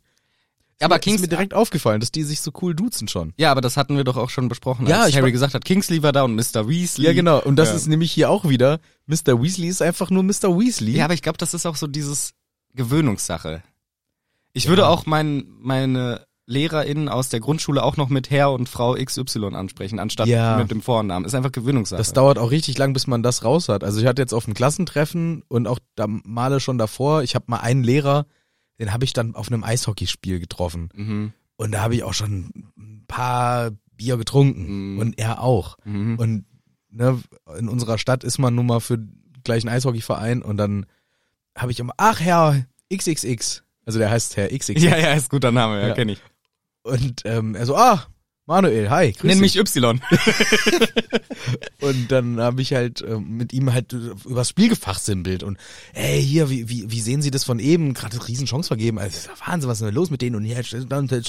Aber
Kingsley ist mir
Kingsley,
direkt aufgefallen, dass die sich so cool duzen schon.
ja, aber das hatten wir doch auch schon besprochen,
Ja,
als
ich
Harry
war-
gesagt hat, Kingsley war da und Mr. Weasley.
Ja, genau. Und das
Ja.
ist nämlich hier auch wieder, Mr. Weasley ist einfach nur Mr. Weasley.
Ja, aber ich glaube, das ist auch so dieses Gewöhnungssache. Ich würde auch mein, meine LehrerInnen aus der Grundschule auch noch mit Herr und Frau XY ansprechen, anstatt
Ja.
mit dem Vornamen. Ist einfach Gewöhnungssache.
Das dauert auch richtig lang, bis man das raus hat. Also ich hatte jetzt auf dem Klassentreffen und auch da Male schon davor, ich habe mal einen Lehrer, den habe ich dann auf einem Eishockeyspiel getroffen.
mhm.
Und da habe ich auch schon ein paar Bier getrunken.
Mhm.
Und er auch.
Mhm.
Und ne, in unserer Stadt ist man nun mal für gleich einen Eishockeyverein und dann habe ich immer, ach Herr XXX. Also der heißt Herr XXX.
Ja, ja, ist guter Name, ja,
Ja.
kenn ich.
Und ähm, er so, ah, Manuel, hi, grüß
Nenn
dich.
mich Y.
Und dann habe ich halt ähm, mit ihm halt äh, übers Spiel gefachsimpelt und ey, hier, wie, wie, wie sehen Sie das von eben? Gerade eine riesen Chance vergeben. Also, Wahnsinn, was ist denn los mit denen? Und hier, dann, dann,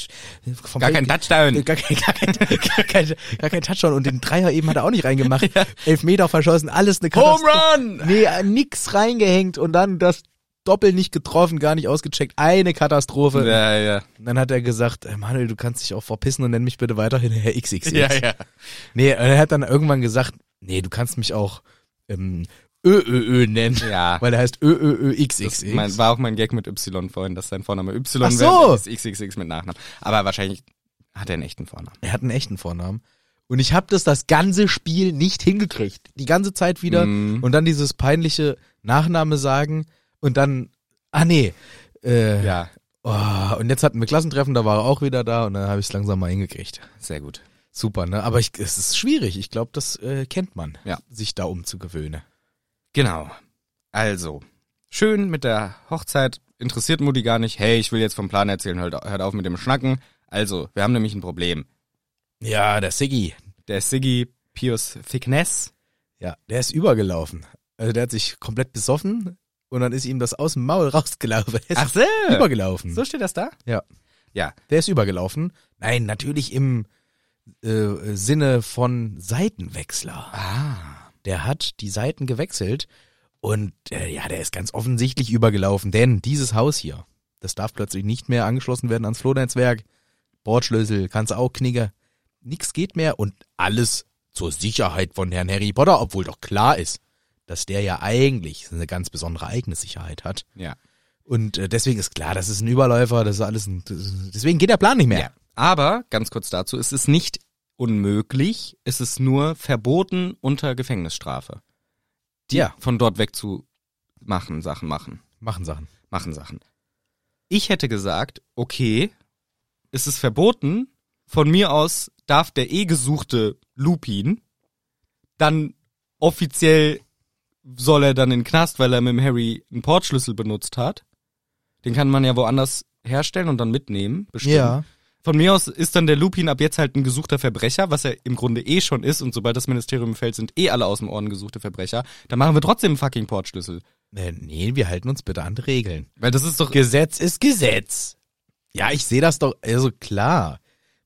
vom
Gar kein Touchdown.
Gar kein, gar, kein, gar, kein, gar kein Touchdown und den Dreier eben hat er auch nicht reingemacht. Elf Meter verschossen, alles eine
Home
Katastrophe.
Run!
Nee, äh, nix reingehängt und dann das Doppel nicht getroffen, gar nicht ausgecheckt. Eine Katastrophe.
Ja, ja.
Und dann hat er gesagt, äh, Manuel, du kannst dich auch verpissen und nenn mich bitte weiterhin Herr XXX.
Ja, ja.
Nee, er hat dann irgendwann gesagt, nee, du kannst mich auch ähm, ÖÖÖ nennen,
Ja.
weil er heißt
Das
ÖÖÖXXX.
mein, war auch mein Gag mit Y vorhin, dass sein Vorname Y
Ach
wäre,
so.
das ist XXX mit Nachnamen. Aber wahrscheinlich hat er einen echten Vornamen.
Er hat einen echten Vornamen. Und ich habe das das ganze Spiel nicht hingekriegt. Die ganze Zeit wieder.
Mhm.
Und dann dieses peinliche Nachname sagen. Und dann, ah nee. Äh,
Ja,
oh, und jetzt hatten wir Klassentreffen, da war er auch wieder da. Und dann habe ich es langsam mal hingekriegt.
sehr gut.
Super, ne? Aber ich, es ist schwierig. Ich glaube, das äh, kennt man,
Ja.
sich da umzugewöhnen.
Genau. Also, schön mit der Hochzeit, interessiert Mutti gar nicht. Hey, ich will jetzt vom Plan erzählen, hört, hört auf mit dem Schnacken. Also, wir haben nämlich ein Problem.
Ja, der Siggi,
Der Siggi Pius Thickness.
Ja, der ist übergelaufen. Also der hat sich komplett besoffen und dann ist ihm das aus dem Maul rausgelaufen. Er ist
Ach so.
übergelaufen.
So steht das da?
Ja.
Ja.
Der ist übergelaufen. Nein, natürlich im äh, Sinne von Seitenwechsler.
Ah.
Der hat die Seiten gewechselt und äh, ja, der ist ganz offensichtlich übergelaufen, denn dieses Haus hier, das darf plötzlich nicht mehr angeschlossen werden ans Flohnetzwerk. Bordschlüssel, kannst du auch knicken. Nix geht mehr und alles zur Sicherheit von Herrn Harry Potter, obwohl doch klar ist, dass der ja eigentlich eine ganz besondere eigene Sicherheit hat.
Ja.
Und äh, deswegen ist klar, das ist ein Überläufer, das ist alles ein, das- deswegen geht der Plan nicht mehr.
ja. Aber, ganz kurz dazu, es ist nicht unmöglich, es ist nur verboten unter Gefängnisstrafe. Die
Ja.
von dort weg zu machen, Sachen machen.
Machen Sachen.
machen Sachen. Ich hätte gesagt, okay, es ist verboten. Von mir aus darf der eh gesuchte Lupin dann offiziell soll er dann in den Knast, weil er mit dem Harry einen Portschlüssel benutzt hat. Den kann man ja woanders herstellen und dann mitnehmen, bestimmt. Von mir aus ist dann der Lupin ab jetzt halt ein gesuchter Verbrecher, was er im Grunde eh schon ist. Und sobald das Ministerium fällt, sind eh alle aus dem Orden gesuchte Verbrecher. Dann machen wir trotzdem einen fucking Portschlüssel.
Äh, nee, wir halten uns bitte an die Regeln.
Weil das ist doch
Gesetz ist Gesetz. Ja, ich sehe das doch, also klar.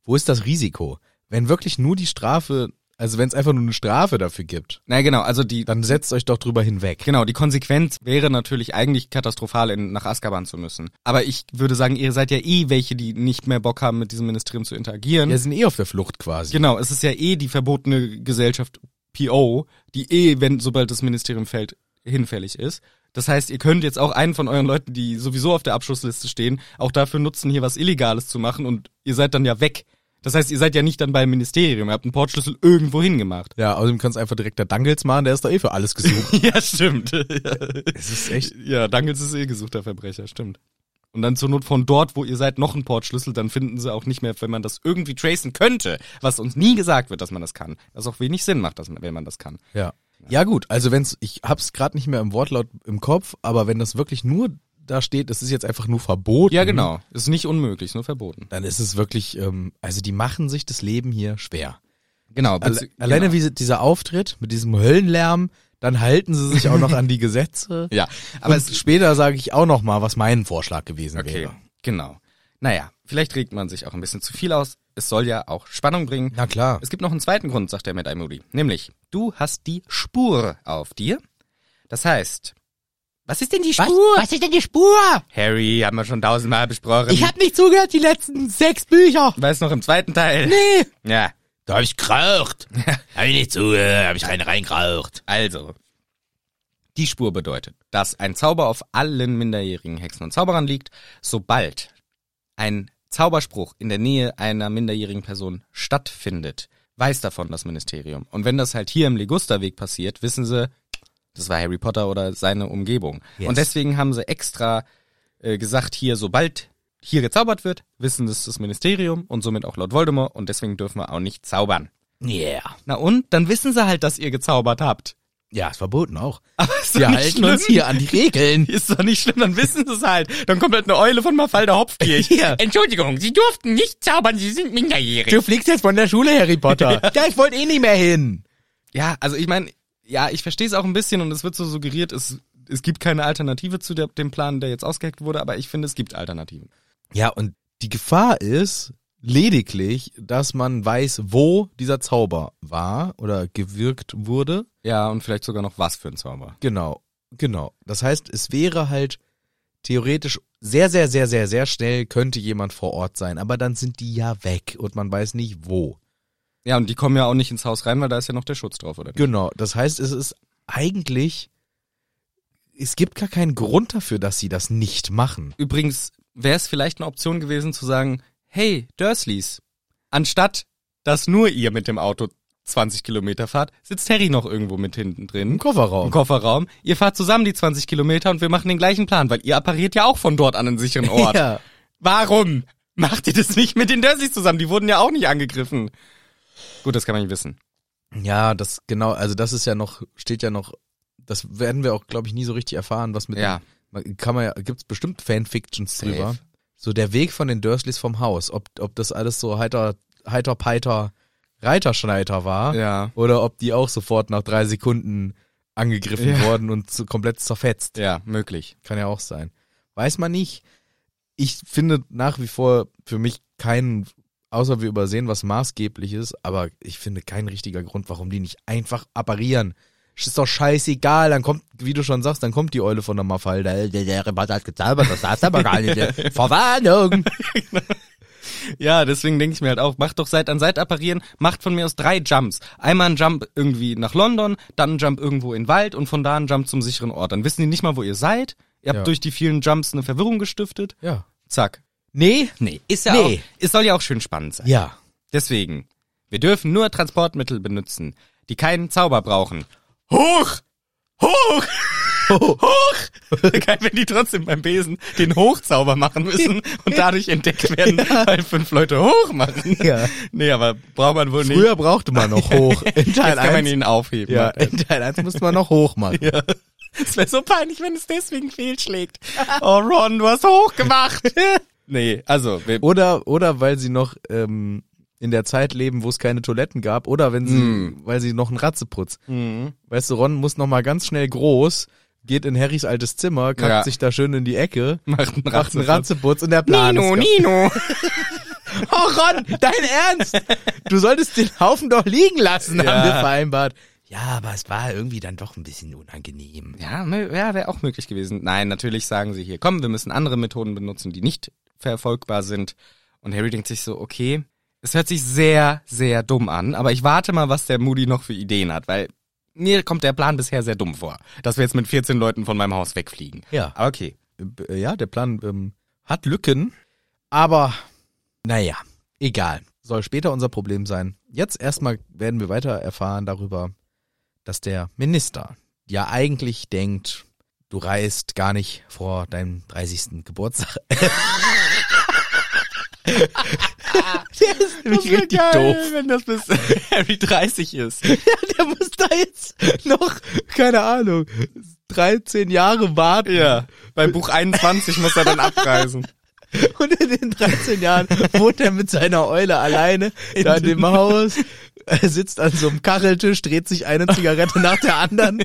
Wo ist das Risiko? Wenn wirklich nur die Strafe, also wenn es einfach nur eine Strafe dafür gibt,
Na genau, also die
dann setzt euch doch drüber hinweg.
genau, die Konsequenz wäre natürlich eigentlich katastrophal in, nach Azkaban zu müssen. Aber ich würde sagen, ihr seid ja eh welche, die nicht mehr Bock haben mit diesem Ministerium zu interagieren.
Wir sind eh auf der Flucht quasi.
Genau, es ist ja eh die verbotene Gesellschaft PO, die eh wenn sobald das Ministerium fällt hinfällig ist. Das heißt, ihr könnt jetzt auch einen von euren Leuten, die sowieso auf der Abschlussliste stehen, auch dafür nutzen, hier was Illegales zu machen und ihr seid dann ja weg. Das heißt, ihr seid ja nicht dann beim Ministerium, ihr habt einen Portschlüssel irgendwo hingemacht.
Ja, außerdem kannst du einfach direkt der Dangels machen, der ist da eh für alles gesucht.
Ja, stimmt.
Es ist echt,
Ja, Dangels ist eh gesuchter Verbrecher, stimmt. Und dann zur Not von dort, wo ihr seid, noch einen Portschlüssel, dann finden sie auch nicht mehr, wenn man das irgendwie tracen könnte, was uns nie gesagt wird, dass man das kann. Was auch wenig Sinn macht, dass man, wenn man das kann.
Ja. Ja gut, also wenn's ich hab's gerade nicht mehr im Wortlaut im Kopf, aber wenn das wirklich nur da steht, das ist jetzt einfach nur verboten.
Ja, genau. Ist nicht unmöglich, ist nur verboten.
Dann ist es wirklich, ähm, also die machen sich das Leben hier schwer.
Genau.
Also,
Alle, Alleine wie sie- dieser Auftritt mit diesem Höllenlärm, dann halten sie sich auch noch an die Gesetze.
Ja,
Aber es, später sage ich auch noch mal, was mein Vorschlag gewesen
Okay,
wäre.
genau. Naja, vielleicht regt man sich auch ein bisschen zu viel aus. Es soll ja auch Spannung bringen.
Na klar.
Es gibt noch einen zweiten Grund, sagt der Mad Eye Moody. Nämlich, du hast die Spur auf dir. Das heißt, was ist denn die Spur?
Was ist denn die Spur?
Harry, haben wir schon tausendmal besprochen.
Ich hab nicht zugehört, die letzten sechs Bücher.
Weiß noch im zweiten Teil.
Nee.
Ja,
Da hab ich geraucht. hab ich nicht zugehört, hab ich rein reingeraucht.
also. Die Spur bedeutet, dass ein Zauber auf allen minderjährigen Hexen und Zauberern liegt, sobald ein Zauberspruch in der Nähe einer minderjährigen Person stattfindet, weiß davon das Ministerium. Und wenn das halt hier im Legusterweg passiert, wissen sie, das war Harry Potter oder seine Umgebung.
Yes.
Und deswegen haben sie extra äh, gesagt, hier, sobald hier gezaubert wird, wissen es das Ministerium und somit auch Lord Voldemort und deswegen dürfen wir auch nicht zaubern.
Yeah.
Na und? Dann wissen sie halt, dass ihr gezaubert habt.
Ja, ist verboten auch.
Ist doch
Wir
nicht
halten
schlimm.
uns hier an die Regeln.
Ist doch nicht schlimm, dann wissen sie es halt. Dann kommt halt eine Eule von Mafalda Hopfkirch.
Hier.
Entschuldigung, Sie durften nicht zaubern, Sie sind minderjährig.
Du fliegst jetzt von der Schule, Harry Potter. ja, ich wollte eh nicht mehr hin.
Ja, also ich meine, ja, ich verstehe es auch ein bisschen und es wird so suggeriert, es, es gibt keine Alternative zu der, dem Plan, der jetzt ausgeheckt wurde, aber ich finde, es gibt Alternativen.
Ja, und die Gefahr ist lediglich, dass man weiß, wo dieser Zauber war oder gewirkt wurde.
Ja, und vielleicht sogar noch was für ein Zauber.
Genau, genau. Das heißt, es wäre halt theoretisch sehr, sehr, sehr, sehr, sehr schnell könnte jemand vor Ort sein, aber dann sind die ja weg und man weiß nicht wo.
Ja, und die kommen ja auch nicht ins Haus rein, weil da ist ja noch der Schutz drauf, oder? nicht?
Genau, das heißt, es ist eigentlich, es gibt gar keinen Grund dafür, dass sie das nicht machen.
Übrigens wäre es vielleicht eine Option gewesen zu sagen, hey, Dursleys, anstatt dass nur ihr mit dem Auto 20 Kilometer fahrt, sitzt Harry noch irgendwo mit hinten drin.
Im Kofferraum.
im Kofferraum. Ihr fahrt zusammen die 20 Kilometer und wir machen den gleichen Plan, weil ihr appariert ja auch von dort an einen sicheren Ort.
Ja.
Warum macht ihr das nicht mit den Dursleys zusammen? Die wurden ja auch nicht angegriffen. Gut, das kann man nicht wissen.
Ja, das genau, also das ist ja noch, steht ja noch, das werden wir auch, glaube ich, nie so richtig erfahren, was mit
Ja.
dem, man- kann man ja, gibt's bestimmt Fanfictions
Safe.
drüber. So der Weg von den Dursleys vom Haus, ob, ob das alles so heiter, heiter, peiter, Reiterschneiter war,
Ja.
oder ob die auch sofort nach drei Sekunden angegriffen
Ja.
wurden und zu, komplett zerfetzt.
Ja, möglich.
Kann ja auch sein. Weiß man nicht. Ich finde nach wie vor für mich keinen, außer wir übersehen, was maßgeblich ist, aber ich finde keinen richtiger Grund, warum die nicht einfach apparieren. Ist doch scheißegal, dann kommt, wie du schon sagst, dann kommt die Eule von der Mafalda. Der, der Reporter hat gezaubert, das darfst du aber gar nicht. Verwarnung!
Ja, deswegen denke ich mir halt auch, macht doch Seite an Seite apparieren, macht von mir aus drei Jumps. Einmal einen Jump irgendwie nach London, dann einen Jump irgendwo in den Wald und von da einen Jump zum sicheren Ort. Dann wissen die nicht mal, wo ihr seid. Ihr habt
Ja.
durch die vielen Jumps eine Verwirrung gestiftet.
Ja.
Zack.
Nee?
Nee, ist ja
Nee.
auch, es soll ja auch schön spannend sein.
Ja.
Deswegen, wir dürfen nur Transportmittel benutzen, die keinen Zauber brauchen. Hoch! Hoch! Hoch! Geil, wenn die trotzdem beim Besen den Hochzauber machen müssen und dadurch entdeckt werden, weil fünf Leute hoch machen.
Ja.
Nee, aber braucht man wohl nicht.
Früher brauchte man noch hoch. In
Jetzt
Teil
kann man
1.
ihn aufheben. ne?
Ja, in Teil 1 musste man noch hoch machen.
Es wäre so peinlich, wenn es deswegen fehlschlägt. Oh Ron, du hast hoch gemacht. nee, also, wir,
Oder, oder weil sie noch ähm, in der Zeit leben, wo es keine Toiletten gab, oder wenn sie,
Mhm.
weil sie noch einen Ratzeputz. Weißt du, Ron muss noch mal ganz schnell groß, geht in Harrys altes Zimmer, kackt
Ja.
sich da schön in die Ecke,
macht einen
macht einen
Ratzen.
Ratzeputz und der Plan
Nino,
ist
Nino.
Oh Ron, dein Ernst? Du solltest den Haufen doch liegen lassen, haben
Ja.
wir vereinbart.
Ja, aber es war irgendwie dann doch ein bisschen unangenehm.
Ja, mö- ja wäre auch möglich gewesen. Nein, natürlich sagen sie hier, komm, wir müssen andere Methoden benutzen, die nicht verfolgbar sind. Und Harry denkt sich so, okay, es hört sich sehr, sehr dumm an, aber ich warte mal, was der Moody noch für Ideen hat, weil mir kommt der Plan bisher sehr dumm vor, dass wir jetzt mit 14 Leuten von meinem Haus wegfliegen.
Ja.
Aber okay.
B- ja, der Plan ähm, hat Lücken, aber naja, egal. Soll später unser Problem sein. Jetzt erstmal werden wir weiter erfahren darüber, dass der Minister ja eigentlich denkt, du reist gar nicht vor deinem 30. Geburtstag. Der ist
Das
nämlich
wär
richtig
geil,
doof.
wenn das bis Harry 30 ist.
Der muss da jetzt noch, keine Ahnung, 13 Jahre warten.
Ja, bei Buch 21 muss er dann abreisen.
Und in den 13 Jahren wohnt er mit seiner Eule alleine da in dem Haus, äh, sitzt an so einem Kacheltisch, dreht sich eine Zigarette nach der anderen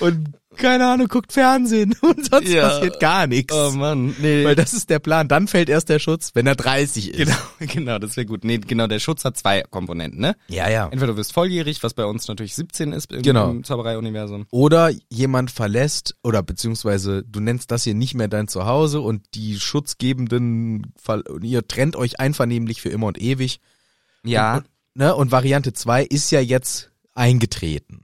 und keine Ahnung, guckt Fernsehen und sonst
Ja.
passiert gar nichts.
Oh Mann, nee.
Weil das ist der Plan. Dann fällt erst der Schutz, wenn er 30 ist.
genau, genau, das wäre gut. Nee, genau, der Schutz hat zwei Komponenten, ne?
Ja, ja.
Entweder du wirst volljährig, was bei uns natürlich 17 ist im,
Genau.
im Zauberei-Universum.
Oder jemand verlässt oder beziehungsweise du nennst das hier nicht mehr dein Zuhause und die Schutzgebenden, ver- und ihr trennt euch einvernehmlich für immer und ewig.
Ja.
Und, ne? und Variante 2 ist ja jetzt eingetreten.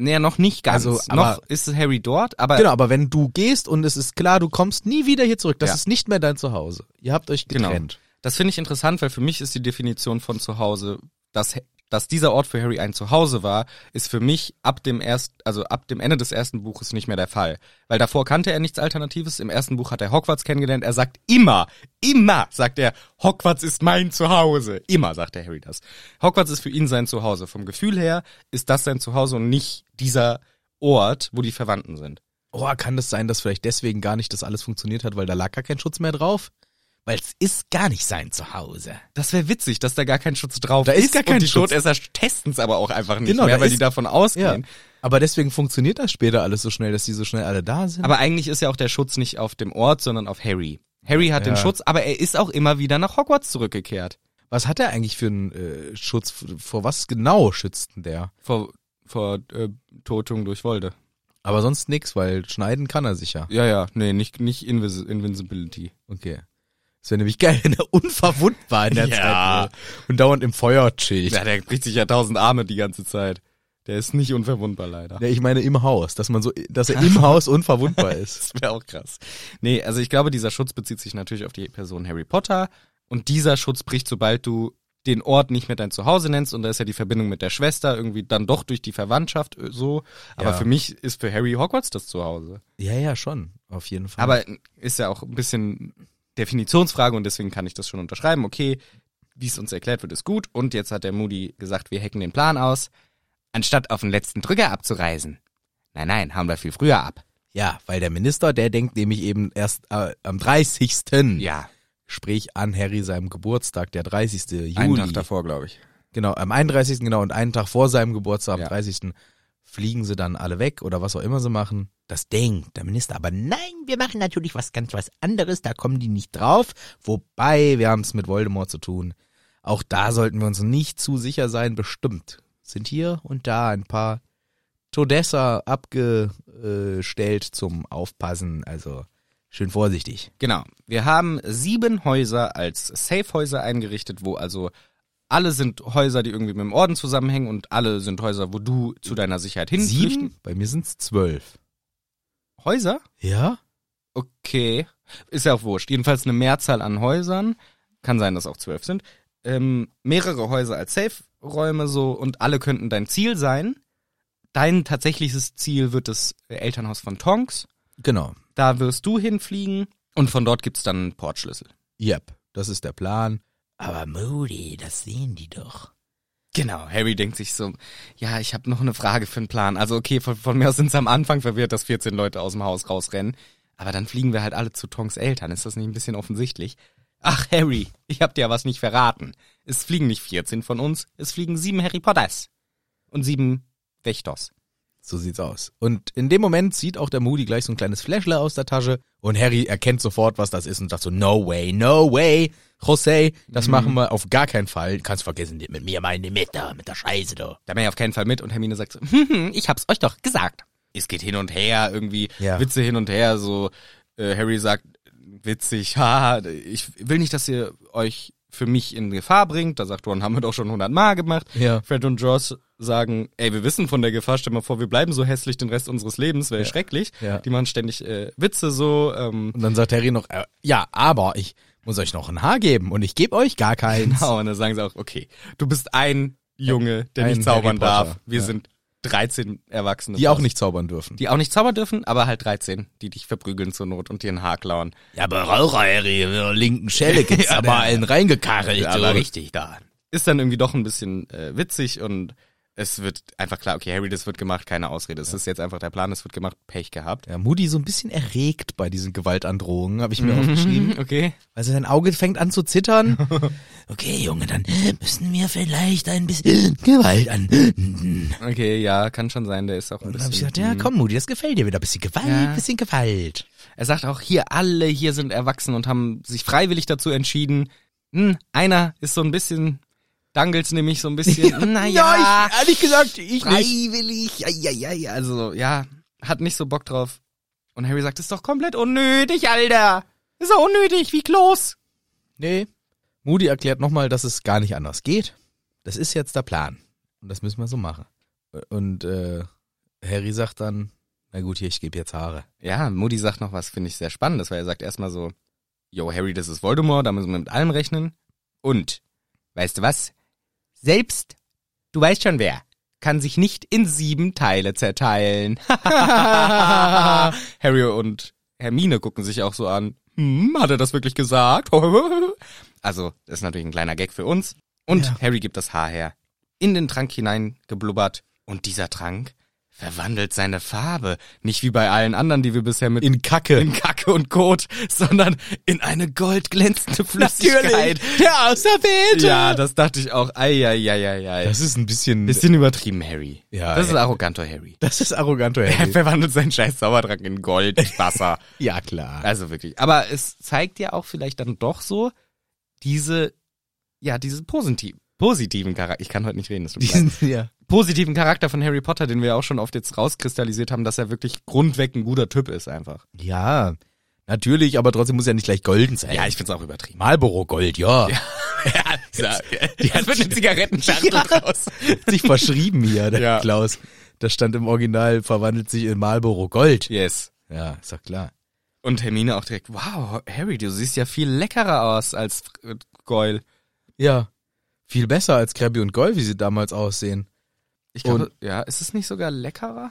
Naja, noch nicht ganz.
Also,
noch
aber-
ist Harry dort, aber
Genau, aber wenn du gehst und es ist klar, du kommst nie wieder hier zurück, das
Ja.
ist nicht mehr dein Zuhause. Ihr habt euch
Genau.
getrennt.
das finde ich interessant, weil für mich ist die Definition von Zuhause, dass, Ha- dass dieser Ort für Harry ein Zuhause war, ist für mich ab dem erst, also ab dem Ende des ersten Buches nicht mehr der Fall. Weil davor kannte er nichts Alternatives. Im ersten Buch hat er Hogwarts kennengelernt. Er sagt immer, immer sagt er, Hogwarts ist mein Zuhause. Immer sagt der Harry das. Hogwarts ist für ihn sein Zuhause. Vom Gefühl her ist das sein Zuhause und nicht dieser Ort, wo die Verwandten sind.
Oh, kann das sein, dass vielleicht deswegen gar nicht das alles funktioniert hat, weil da lag gar kein Schutz mehr drauf? Weil es ist gar nicht sein Zuhause.
Das wäre witzig, dass da gar kein Schutz drauf
Da ist gar kein
und die
Schutz.
Todesser testen es aber auch einfach nicht
Genau,
mehr,
da
weil
ist-
die davon ausgehen.
Aber deswegen funktioniert das später alles so schnell, dass die so schnell alle da sind.
Aber eigentlich ist ja auch der Schutz nicht auf dem Ort, sondern auf Harry. Harry hat den
Ja.
Schutz, aber er ist auch immer wieder nach Hogwarts zurückgekehrt.
Was hat er eigentlich für einen äh, Schutz? Vor was genau schützt denn der?
Vor, vor äh, Totung durch Wolde.
Aber sonst nix, weil schneiden kann er sicher.
Ja, ja, nee, nicht, nicht Invis Invincibility.
Okay. Das wäre nämlich geil, wenn er unverwundbar war in der
Ja.
Zeit wäre und dauernd im Feuer chillt.
Ja, der bricht sich ja tausend Arme die ganze Zeit. Der ist nicht unverwundbar leider.
Ja, Ich meine im Haus, dass man so, dass er im Haus unverwundbar ist.
Das wäre auch krass. Nee, also ich glaube, dieser Schutz bezieht sich natürlich auf die Person Harry Potter. Und dieser Schutz bricht, sobald du den Ort nicht mehr dein Zuhause nennst. Und da ist ja die Verbindung mit der Schwester irgendwie dann doch durch die Verwandtschaft äh, so. Aber
Ja.
für mich ist für Harry Hogwarts das Zuhause.
Ja, ja, schon, auf jeden Fall.
Aber ist ja auch ein bisschen Definitionsfrage und deswegen kann ich das schon unterschreiben. Okay, wie es uns erklärt wird, ist gut. Und jetzt hat der Moody gesagt, wir hacken den Plan aus, anstatt auf den letzten Drücker abzureisen. Nein, nein, haben wir viel früher ab.
ja, weil der Minister, der denkt nämlich eben erst äh, am 30.
Ja,
Sprich an Harry seinem Geburtstag, der 30. Juli.
einen Tag davor, glaube ich.
Genau, am 31. genau und einen Tag vor seinem Geburtstag, am
Ja.
30. fliegen sie dann alle weg oder was auch immer sie machen. Das denkt der Minister. Aber nein, wir machen natürlich was ganz was anderes, da kommen die nicht drauf. Wobei, wir haben es mit Voldemort zu tun. Auch da sollten wir uns nicht zu sicher sein, bestimmt. Sind hier und da ein paar Todesser abgestellt zum Aufpassen, also schön vorsichtig.
Genau. Wir haben sieben Häuser als Safe-Häuser eingerichtet, wo also alle sind Häuser, die irgendwie mit dem Orden zusammenhängen und alle sind Häuser, wo du zu deiner Sicherheit hin flüchten-
Bei mir sind es zwölf.
Häuser?
Ja?
Okay. Ist ja auch wurscht. Jedenfalls eine Mehrzahl an Häusern. Kann sein, dass auch zwölf sind. Ähm, mehrere Häuser als Safe-Räume so und alle könnten dein Ziel sein. Dein tatsächliches Ziel wird das Elternhaus von Tonks.
Genau.
Da wirst du hinfliegen und von dort gibt's dann einen Portschlüssel.
Yep, das ist der Plan. Aber Moody, das sehen die doch.
Genau, Harry denkt sich so, ja, ich habe noch eine Frage für den Plan. Also okay, von, von mir aus sind am Anfang verwirrt, dass 14 Leute aus dem Haus rausrennen. Aber dann fliegen wir halt alle zu Tonks Eltern. Ist das nicht ein bisschen offensichtlich? Ach, Harry, ich hab dir ja was nicht verraten. Es fliegen nicht 14 von uns, es fliegen sieben Harry Potters. Und sieben Wächters.
So sieht's aus. Und in dem Moment sieht auch der Moody gleich so ein kleines Fläschle aus der Tasche und Harry erkennt sofort, was das ist und sagt so, no way, no way, Jose, das
Mhm.
machen wir auf gar keinen Fall. Kannst vergessen, mit mir meine mit da, mit der Scheiße da.
Da wäre ja auf keinen Fall mit und Hermine sagt so, hm, hm, ich hab's euch doch gesagt. Es geht hin und her, irgendwie
Ja.
Witze hin und her, so äh, Harry sagt, witzig, haha, ich will nicht, dass ihr euch für mich in Gefahr bringt. Da sagt Ron, haben wir doch schon hundertmal gemacht.
Ja.
Fred und Josh sagen, ey, wir wissen von der Gefahr, stell mal vor, wir bleiben so hässlich den Rest unseres Lebens, wäre schrecklich.
Ja.
Die machen ständig äh, Witze so. Ähm,
Und dann sagt Harry noch, äh, ja, aber ich muss euch noch ein Haar geben und ich gebe euch gar keins.
genau, und dann sagen sie auch, okay, du bist ein Junge, der
Ein
nicht zaubern
Harry Potter,
darf. Wir
ja.
sind 13 Erwachsene.
Die auch
brauchst.
nicht zaubern dürfen.
Die auch nicht zaubern dürfen, aber halt 13, die dich verprügeln zur Not und dir einen Haar klauen.
Ja, aber Raucher, Harry, mit der linken Schelle gibt's aber einen reingekarrelt.
Ja,
so
aber-
richtig da.
Ist dann irgendwie doch ein bisschen äh, witzig und es wird einfach klar, okay, Harry, das wird gemacht, keine Ausrede. Es ist jetzt einfach der Plan, es wird gemacht, Pech gehabt.
Ja, Moody so ein bisschen erregt bei diesen Gewaltandrohungen, habe ich
Mhm.
mir aufgeschrieben.
Okay.
Also sein Auge fängt an zu zittern.
Okay, Junge, dann müssen wir vielleicht ein bisschen Gewalt an.
Okay, ja, kann schon sein, der ist auch ein
Dann habe ich
bisschen.
gedacht, ja komm Moody, das gefällt dir wieder. Bisschen Gewalt,
Ja.
bisschen Gewalt.
Er sagt auch, hier alle hier sind erwachsen und haben sich freiwillig dazu entschieden. Hm, einer ist so ein bisschen, dangels nämlich so ein bisschen. naja,
ich, ehrlich gesagt, ich nicht.
freiwillig, ja, ja, ja, ja, also ja, hat nicht so Bock drauf. Und Harry sagt, ist doch komplett unnötig, Alter. Ist doch unnötig, wie Klos.
Nee. Moody erklärt nochmal, dass es gar nicht anders geht. Das ist jetzt der Plan. Und das müssen wir so machen. Und äh, Harry sagt dann, na gut, hier, ich gebe jetzt Haare.
Ja, Moody sagt noch was, finde ich sehr spannendes, weil er sagt erstmal so, yo, Harry, das ist Voldemort, da müssen wir mit allem rechnen. Und, weißt du was? Selbst, du weißt schon wer, kann sich nicht in sieben Teile zerteilen. Harry und Hermine gucken sich auch so an. Hm, hat er das wirklich gesagt? also, das ist natürlich ein kleiner Gag für uns. Und Harry gibt das Haar her. In den Trank hinein geblubbert. Und dieser Trank verwandelt seine Farbe. Nicht wie bei allen anderen, die wir bisher mit
In Kacke.
in Kacke und Kot, sondern in eine goldglänzende Flüssigkeit.
der Auserwählte.
Ja, das dachte ich auch. Eieieiei.
Das ist ein bisschen,
Bisschen übertrieben, Harry.
Ja,
das ist
ey.
arroganter Harry.
das ist arroganter
Er
Harry.
verwandelt seinen scheiß Zaubertrank in Gold, Wasser.
Ja, klar.
also wirklich. Aber es zeigt ja auch vielleicht dann doch so diese, ja, diesen positiven, positiven Charakter. Ich kann heute nicht reden, das tut mir leid.
Diesen, ja.
positiven Charakter von Harry Potter, den wir auch schon oft jetzt rauskristallisiert haben, dass er wirklich grundweg ein guter Typ ist einfach.
ja, natürlich, aber trotzdem muss er nicht gleleich golden sein.
Ja, ich find's auch übertrieben.
Marlboro Gold, ja.
Ja, die hat mit einer Zigarettenschachtel raus.
Hat sich verschrieben hier, der
Ja.
Klaus. Da stand im Original, verwandelt sich in Marlboro Gold.
Yes.
Ja, ist doch klar.
Und Hermine auch direkt, wow, Harry, du siehst ja viel leckerer aus als äh, Goyle.
Ja. Viel besser als Krabby und Gold, wie sie damals aussehen.
Ich glaube, ja, ist es nicht sogar leckerer?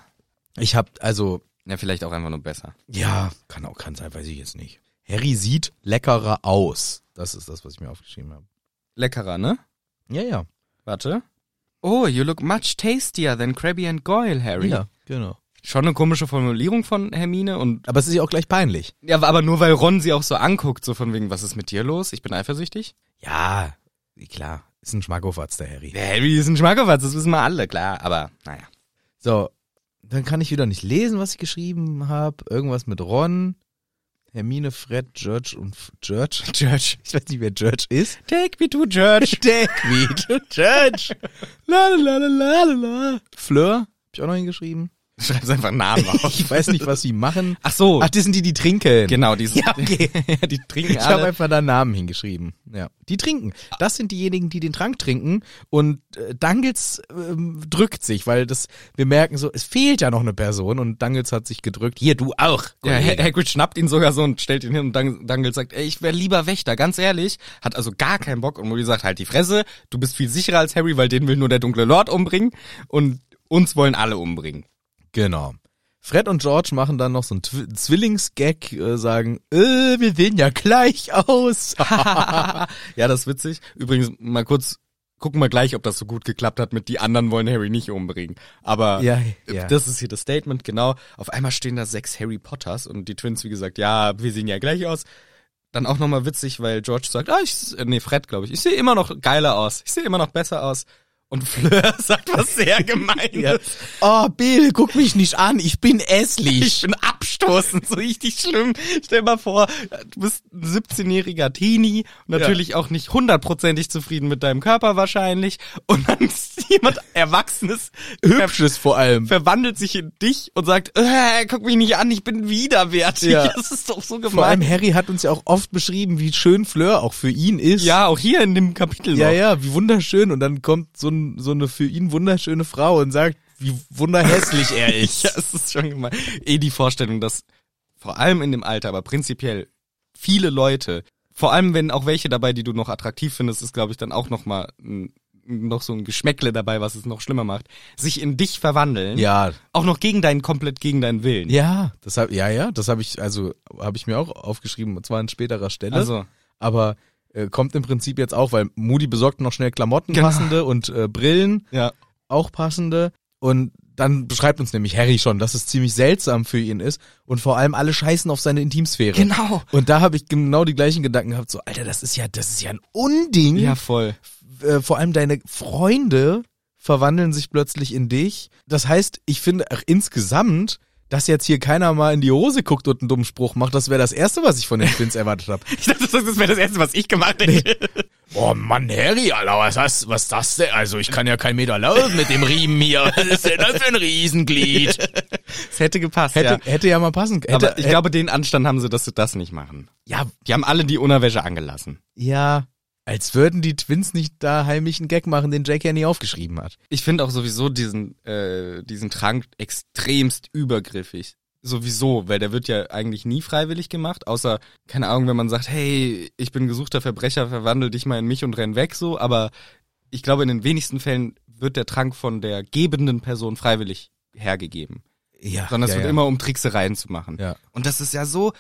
Ich hab, also,
Ja, vielleicht auch einfach nur besser.
ja, kann auch, kann sein, weiß ich jetzt nicht. Harry sieht leckerer aus. Das ist das, was ich mir aufgeschrieben habe.
Leckerer, ne?
Ja, ja.
Warte. Oh, you look much tastier than Krabby and Goyle, Harry.
Ja, genau.
Schon eine komische Formulierung von Hermine und
Aber es ist ja auch gleich peinlich.
ja, aber nur weil Ron sie auch so anguckt, so von wegen, was ist mit dir los? Ich bin eifersüchtig.
Ja, klar. Ist ein Schmackofatz, der Harry.
Der Harry ist ein Schmackofatz, das wissen wir alle, klar, aber naja.
So, dann kann ich wieder nicht lesen, was ich geschrieben habe. Irgendwas mit Ron, Hermine, Fred, George und F George. George. Ich weiß nicht, wer George ist.
Take me to church.
Take me to George. la la la la la la. Fleur, hab ich auch noch hingeschrieben.
Schreib's einfach Namen auf.
Ich weiß nicht, was sie machen.
Ach so.
Ach, das sind die, die trinken.
Genau, die sind,
Ja, okay.
die trinken
Ich habe
alle.
einfach da Namen hingeschrieben. Ja. Die trinken. Das sind diejenigen, die den Trank trinken. Und äh, Dangles ähm, drückt sich, weil das, wir merken so, es fehlt ja noch eine Person und Dangles hat sich gedrückt. Hier, du auch.
Ja,
Kollege.
Ha- Hagrid schnappt ihn sogar so und stellt ihn hin und Dung- Dungle sagt, ey, ich wäre lieber Wächter, ganz ehrlich. Hat also gar keinen Bock und Moody sagt, halt die Fresse, du bist viel sicherer als Harry, weil den will nur der dunkle Lord umbringen und uns wollen alle umbringen.
Genau. Fred und George machen dann noch so einen Tw Zwillingsgag, äh, sagen, äh, wir sehen ja gleich aus.
ja, das ist witzig. Übrigens, mal kurz, gucken wir gleich, ob das so gut geklappt hat mit die anderen wollen Harry nicht umbringen. Aber
Ja,
äh,
ja.
das ist hier das Statement, genau. Auf einmal stehen da sechs Harry Potters und die Twins, wie gesagt, ja, wir sehen ja gleich aus. Dann auch nochmal witzig, weil George sagt, ah, ich, s- äh, nee, Fred, glaube ich, ich sehe immer noch geiler aus. Ich sehe immer noch besser aus. Und Fleur sagt was sehr gemeines.
Oh, Bill, guck mich nicht an, ich bin
Ich,
hässlich.
bin abstoßend, so richtig schlimm. Stell mal vor, du bist ein 17-jähriger Teenie, natürlich auch nicht hundertprozentig zufrieden mit deinem Körper wahrscheinlich. Und dann ist jemand Erwachsenes,
Hübsches vor allem.
verwandelt sich in dich und sagt, äh, guck mich nicht an, ich bin widerwärtig.
Ja.
Das ist doch so
Vor allem
gemein.
Harry hat uns ja auch oft beschrieben, wie schön Fleur auch für ihn ist.
Ja, auch hier in dem Kapitel
Ja,
noch.
ja, wie wunderschön. Und dann kommt so, ein, so eine für ihn wunderschöne Frau und sagt, wie wunderhässlich er ist.
Ja, es ist schon gemein. Eh die Vorstellung, dass vor allem in dem Alter, aber prinzipiell viele Leute, vor allem wenn auch welche dabei, die du noch attraktiv findest, ist glaube ich dann auch nochmal ein, noch so ein Geschmäckle dabei, was es noch schlimmer macht, sich in dich verwandeln.
Ja,
Auch noch gegen deinen, komplett gegen deinen Willen.
ja, das hab, ja, ja, das habe ich, also habe ich mir auch aufgeschrieben, und zwar an späterer Stelle.
Also,
aber äh, kommt im Prinzip jetzt auch, weil Moody besorgt noch schnell Klamotten
Genau.
passende und äh, Brillen
ja.
auch passende und dann beschreibt uns nämlich Harry schon, dass es ziemlich seltsam für ihn ist und vor allem alle scheißen auf seine Intimsphäre.
Genau.
Und da habe ich genau die gleichen Gedanken gehabt, so Alter, das ist ja, das ist ja ein Unding.
Ja, voll.
Äh, vor allem deine Freunde verwandeln sich plötzlich in dich. Das heißt, ich finde ach, insgesamt, dass jetzt hier keiner mal in die Hose guckt und einen dummen Spruch macht, das wäre das erste, was ich von den Twins erwartet habe.
Ich dachte, das wäre das Erste, was ich gemacht hätte.
Oh Mann, Harry, Alter, was hast, was das denn? Also ich kann ja keinen Meter laufen mit dem Riemen hier. Was ist denn das für ein Riesenglied?
Es hätte gepasst,
Hätte, hätte ja mal passen können.
Aber ich glaube, den Anstand haben sie, dass sie das nicht machen.
ja,
Die haben alle die Unterwäsche angelassen.
ja, als würden die Twins nicht da heimlich einen Gag machen, den Jack ja nie aufgeschrieben hat.
Ich finde auch sowieso diesen, äh, diesen Trank extremst übergriffig. Sowieso, weil der wird ja eigentlich nie freiwillig gemacht, außer, keine Ahnung, wenn man sagt, hey, ich bin gesuchter Verbrecher, verwandel dich mal in mich und renn weg so, aber ich glaube, in den wenigsten Fällen wird der Trank von der gebenden Person freiwillig hergegeben.
Ja,
sondern es
ja,
wird
ja.
immer um Tricksereien zu machen.
Ja.
Und das ist ja so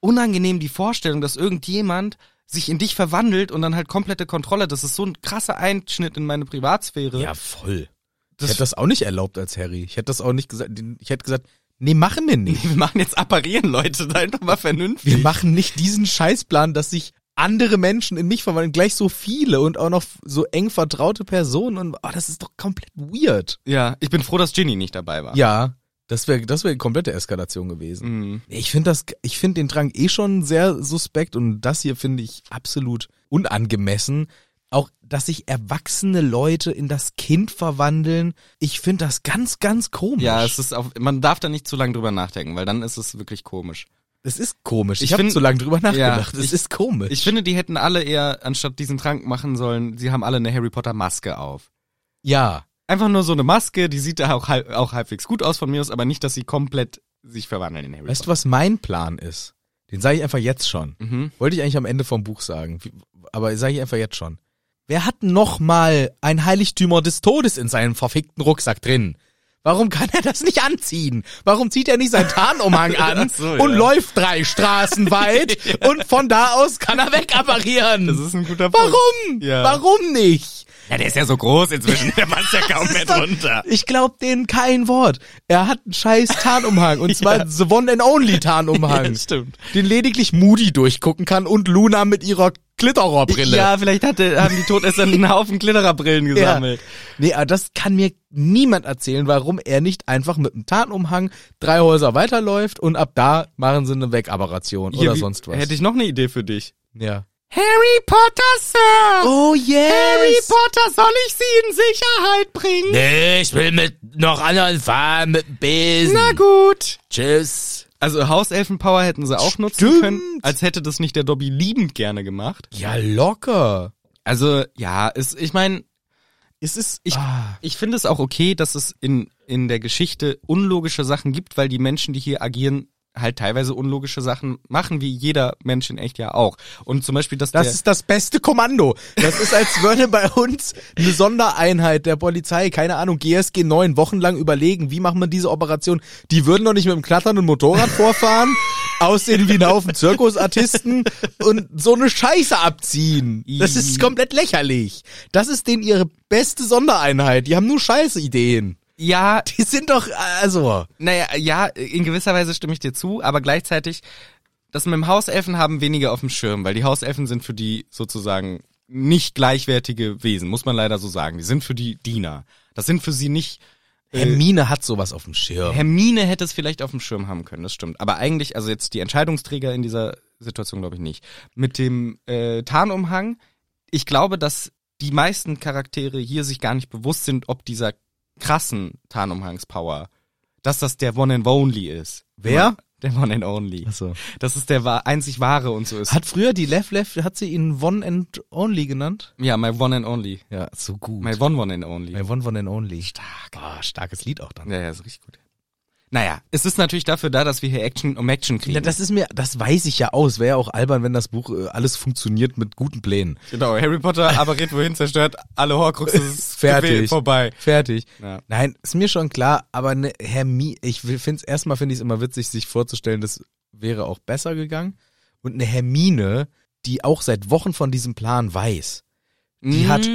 unangenehm, die Vorstellung, dass irgendjemand sich in dich verwandelt und dann halt komplette Kontrolle. Das ist so ein krasser Einschnitt in meine Privatsphäre.
Ja, voll.
Ne? Das-
ich hätte das auch nicht erlaubt als Harry. Ich hätte das auch nicht gesagt. Ich hätte gesagt, nee, machen wir nicht.
Wir machen jetzt apparieren, Leute, seid doch mal vernünftig.
Wir machen nicht diesen Scheißplan, dass sich andere Menschen in mich verwandeln, gleich so viele und auch noch so eng vertraute Personen und oh, das ist doch komplett weird.
ja, ich bin froh, dass Ginny nicht dabei war.
Ja, das wäre das wäre eine komplette Eskalation gewesen.
Mhm.
Ich finde das ich finde den Drang eh schon sehr suspekt und das hier finde ich absolut unangemessen. Auch dass sich erwachsene Leute in das Kind verwandeln, ich finde das ganz ganz komisch.
Ja, es ist auf, man darf da nicht zu lange drüber nachdenken, weil dann ist es wirklich komisch.
das ist komisch. Ich,
Ich
hab habe
find-
zu lange drüber nachgedacht.
Ja,
es
ich-
ist komisch.
Ich finde, die hätten alle eher, anstatt diesen Trank machen sollen, sie haben alle eine Harry Potter Maske auf.
ja.
einfach nur so eine Maske, die sieht da auch, halb, auch halbwegs gut aus von mir aus, aber nicht, dass sie komplett sich verwandeln in Harry
Weißt du,
Potter.
was mein Plan ist? Den sage ich einfach jetzt schon.
Mhm.
Wollte ich eigentlich am Ende vom Buch sagen, wie- aber sage ich einfach jetzt schon. Wer hat noch mal ein Heiligtümer des Todes in seinem verfickten Rucksack drin? Warum kann er das nicht anziehen? Warum zieht er nicht seinen Tarnumhang an
Ach so,
und
ja.
läuft drei Straßen weit und von da aus kann er wegapparieren?
Das ist ein guter Punkt.
Warum?
Ja.
Warum nicht?
Ja, der ist ja so groß inzwischen, der passt ja kaum mehr drunter.
Ich glaub denen kein Wort. Er hat einen scheiß Tarnumhang und zwar the one and only Tarnumhang.
Ja, stimmt.
Den lediglich Moody durchgucken kann und Luna mit ihrer Glittererbrille.
Ja, vielleicht hatte, haben die Todesser einen Haufen Glittererbrillen gesammelt.
Nee, aber das kann mir niemand erzählen, warum er nicht einfach mit einem Tarnumhang drei Häuser weiterläuft und ab da machen sie eine Wegaberration
Hier,
oder
wie-
sonst was.
Hätte ich noch eine Idee für dich.
ja.
Harry Potter, Sir!
Oh yes!
Harry Potter, soll ich sie in Sicherheit bringen?
Nee, ich will mit noch anderen fahren, mit dem Besen.
Na gut.
Tschüss.
Also Hauselfenpower hätten sie auch nutzen
Stimmt.
können, als hätte das nicht der Dobby liebend gerne gemacht.
Ja, locker.
Also ja, es, ich meine,
Es ist.
Ich-
ah.
Ich finde es auch okay, dass es in, in der Geschichte unlogische Sachen gibt, weil die Menschen, die hier agieren, halt teilweise unlogische Sachen machen, wie jeder Mensch in echt ja auch. Und zum Beispiel, dass
Das
der,
ist das beste Kommando. Das ist, als würde bei uns eine Sondereinheit der Polizei, keine Ahnung, GSG 9, wochenlang überlegen, wie machen wir diese Operation. Die würden doch nicht mit einem knatternden Motorrad vorfahren, aussehen wie ein Haufen Zirkusartisten und so eine Scheiße abziehen. Das ist komplett lächerlich. Das ist denen ihre beste Sondereinheit. Die haben nur Scheißideen.
ja,
Die sind doch, also,
naja, ja, in gewisser Weise stimme ich dir zu, aber gleichzeitig, das mit dem Hauselfen haben weniger auf dem Schirm, weil die Hauselfen sind für die sozusagen nicht gleichwertige Wesen, muss man leider so sagen. Die sind für die Diener. Das sind für sie nicht
Äh, Hermine hat sowas auf dem Schirm.
Hermine hätte es vielleicht auf dem Schirm haben können, das stimmt. Aber eigentlich, also jetzt die Entscheidungsträger in dieser Situation glaube ich nicht. Mit dem äh, Tarnumhang, ich glaube, dass die meisten Charaktere hier sich gar nicht bewusst sind, ob dieser krassen Tarnumhangspower, dass das der One and Only ist.
Wer?
Der One and Only.
Achso.
Das ist der wa- einzig wahre und so ist.
Hat früher die Left Left, hat sie ihn One and Only genannt?
ja, my One and Only.
Ja, so gut.
My One One and Only.
My One One and Only. Stark. Ah, starkes Lied auch dann.
Ja, ja, ist richtig gut. Naja, es ist natürlich dafür da, dass wir hier Action um Action kriegen.
Ja, das ist mir, das weiß ich ja aus. Wäre ja auch albern, wenn das Buch äh, alles funktioniert mit guten Plänen.
genau, Harry Potter appariert wohin, zerstört alle Horcruxes,
Fertig.
vorbei.
Fertig.
Ja.
Nein, ist mir schon klar, aber ne, Hermine, ich finde es erstmal finde ich es immer witzig, sich vorzustellen, das wäre auch besser gegangen. Und eine Hermine, die auch seit Wochen von diesem Plan weiß, die hat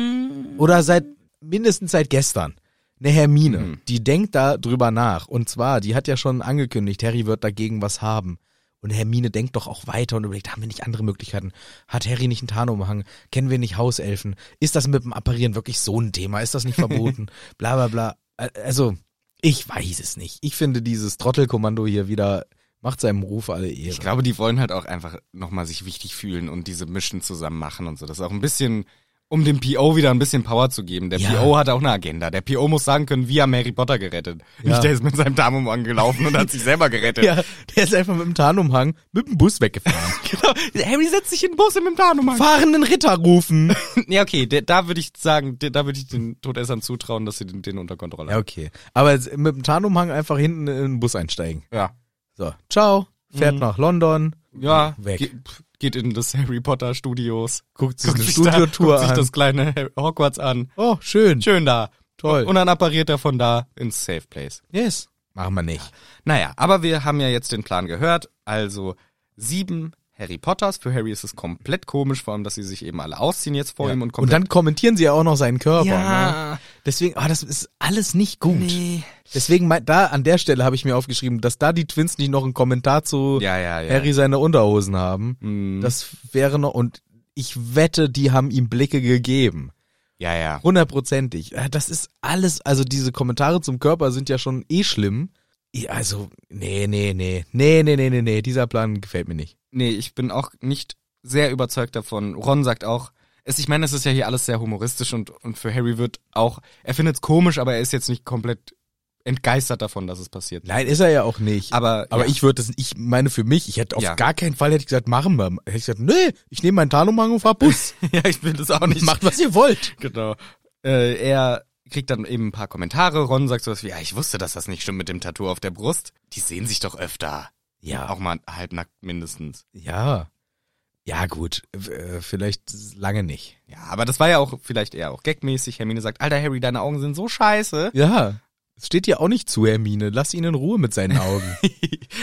oder seit mindestens seit gestern eine Hermine, die denkt da drüber nach. Und zwar, die hat ja schon angekündigt, Harry wird dagegen was haben. Und Hermine denkt doch auch weiter und überlegt, haben wir nicht andere Möglichkeiten? Hat Harry nicht einen Tarnumhang? Kennen wir nicht Hauselfen? Ist das mit dem Apparieren wirklich so ein Thema? Ist das nicht verboten? bla bla bla. Ä- Also, ich weiß es nicht. Ich finde dieses Trottelkommando hier wieder macht seinem Ruf alle Ehre.
Ich glaube, die wollen halt auch einfach nochmal sich wichtig fühlen und diese Mission zusammen machen und so. Das ist auch ein bisschen, um dem PO wieder ein bisschen Power zu geben. Der
Ja.
PO hat auch eine Agenda. Der PO muss sagen können, wir haben Harry Potter gerettet. Nicht der ist mit seinem Darm angelaufen und hat sich selber gerettet.
ja, der ist einfach mit dem Tarnumhang mit dem Bus weggefahren.
Genau. Harry setzt sich in den Bus mit dem Tarnumhang.
Fahrenden Ritter rufen.
Ja, okay, der, da würde ich sagen, der, da würde ich den Todessern zutrauen, dass sie den, den unter Kontrolle
Ja,
haben.
okay. Aber jetzt mit dem Tarnumhang einfach hinten in den Bus einsteigen.
Ja.
So, ciao,
Mhm.
fährt nach London,
Ja,
Weg.
Ge pf, geht in das Harry Potter Studios.
guckt sich eine
da-
Studiotour
guckt sich
an.
das kleine Harry- Hogwarts an.
Oh, schön.
Schön da.
Toll.
Und dann appariert er von da ins Safe Place.
Yes. Machen wir nicht.
Naja, aber wir haben ja jetzt den Plan gehört. Also sieben Harry Potters. Für Harry ist es komplett komisch, vor allem, dass sie sich eben alle ausziehen jetzt vor ihm und
Und
komplett
dann kommentieren sie ja auch noch seinen Körper.
Ja.
Ne? Deswegen, ah, das ist alles nicht gut. Deswegen, mein, da an der Stelle habe ich mir aufgeschrieben, dass da die Twins nicht noch einen Kommentar zu
Ja, ja, ja. Mhm.
Harry seine Unterhosen haben. Das wäre noch, und ich wette, die haben ihm Blicke gegeben.
ja, ja.
Hundertprozentig. Äh, Das ist alles, also diese Kommentare zum Körper sind ja schon eh schlimm. Eh, Also, nee, nee, nee. Nee, nee, nee, nee, nee. Dieser Plan gefällt mir nicht.
Nee, ich bin auch nicht sehr überzeugt davon. Ron sagt auch, es, ich meine, es ist ja hier alles sehr humoristisch und, und für Harry wird auch, er findet es komisch, aber er ist jetzt nicht komplett entgeistert davon, dass es passiert.
Nein, ist er ja auch nicht.
Aber,
aber
ja.
ich würde das, ich meine für mich, ich hätte auf
Ja.
gar keinen Fall hätte ich gesagt, machen wir. Hätte ich gesagt, nee, ich nehme meinen Tarnumhang und fahr Bus.
ja, ich will das auch nicht.
Macht, was ihr wollt.
Genau. Äh, er kriegt dann eben ein paar Kommentare. Ron sagt sowas wie, ja, ich wusste, dass das nicht stimmt mit dem Tattoo auf der Brust. Die sehen sich doch öfter.
Ja.
Auch mal halbnackt mindestens.
Ja. Ja, gut. Äh, Vielleicht lange nicht.
Ja, aber das war ja auch vielleicht eher auch gagmäßig. Hermine sagt, alter Harry, deine Augen sind so scheiße.
Ja. Es steht dir auch nicht zu, Hermine. Lass ihn in Ruhe mit seinen Augen.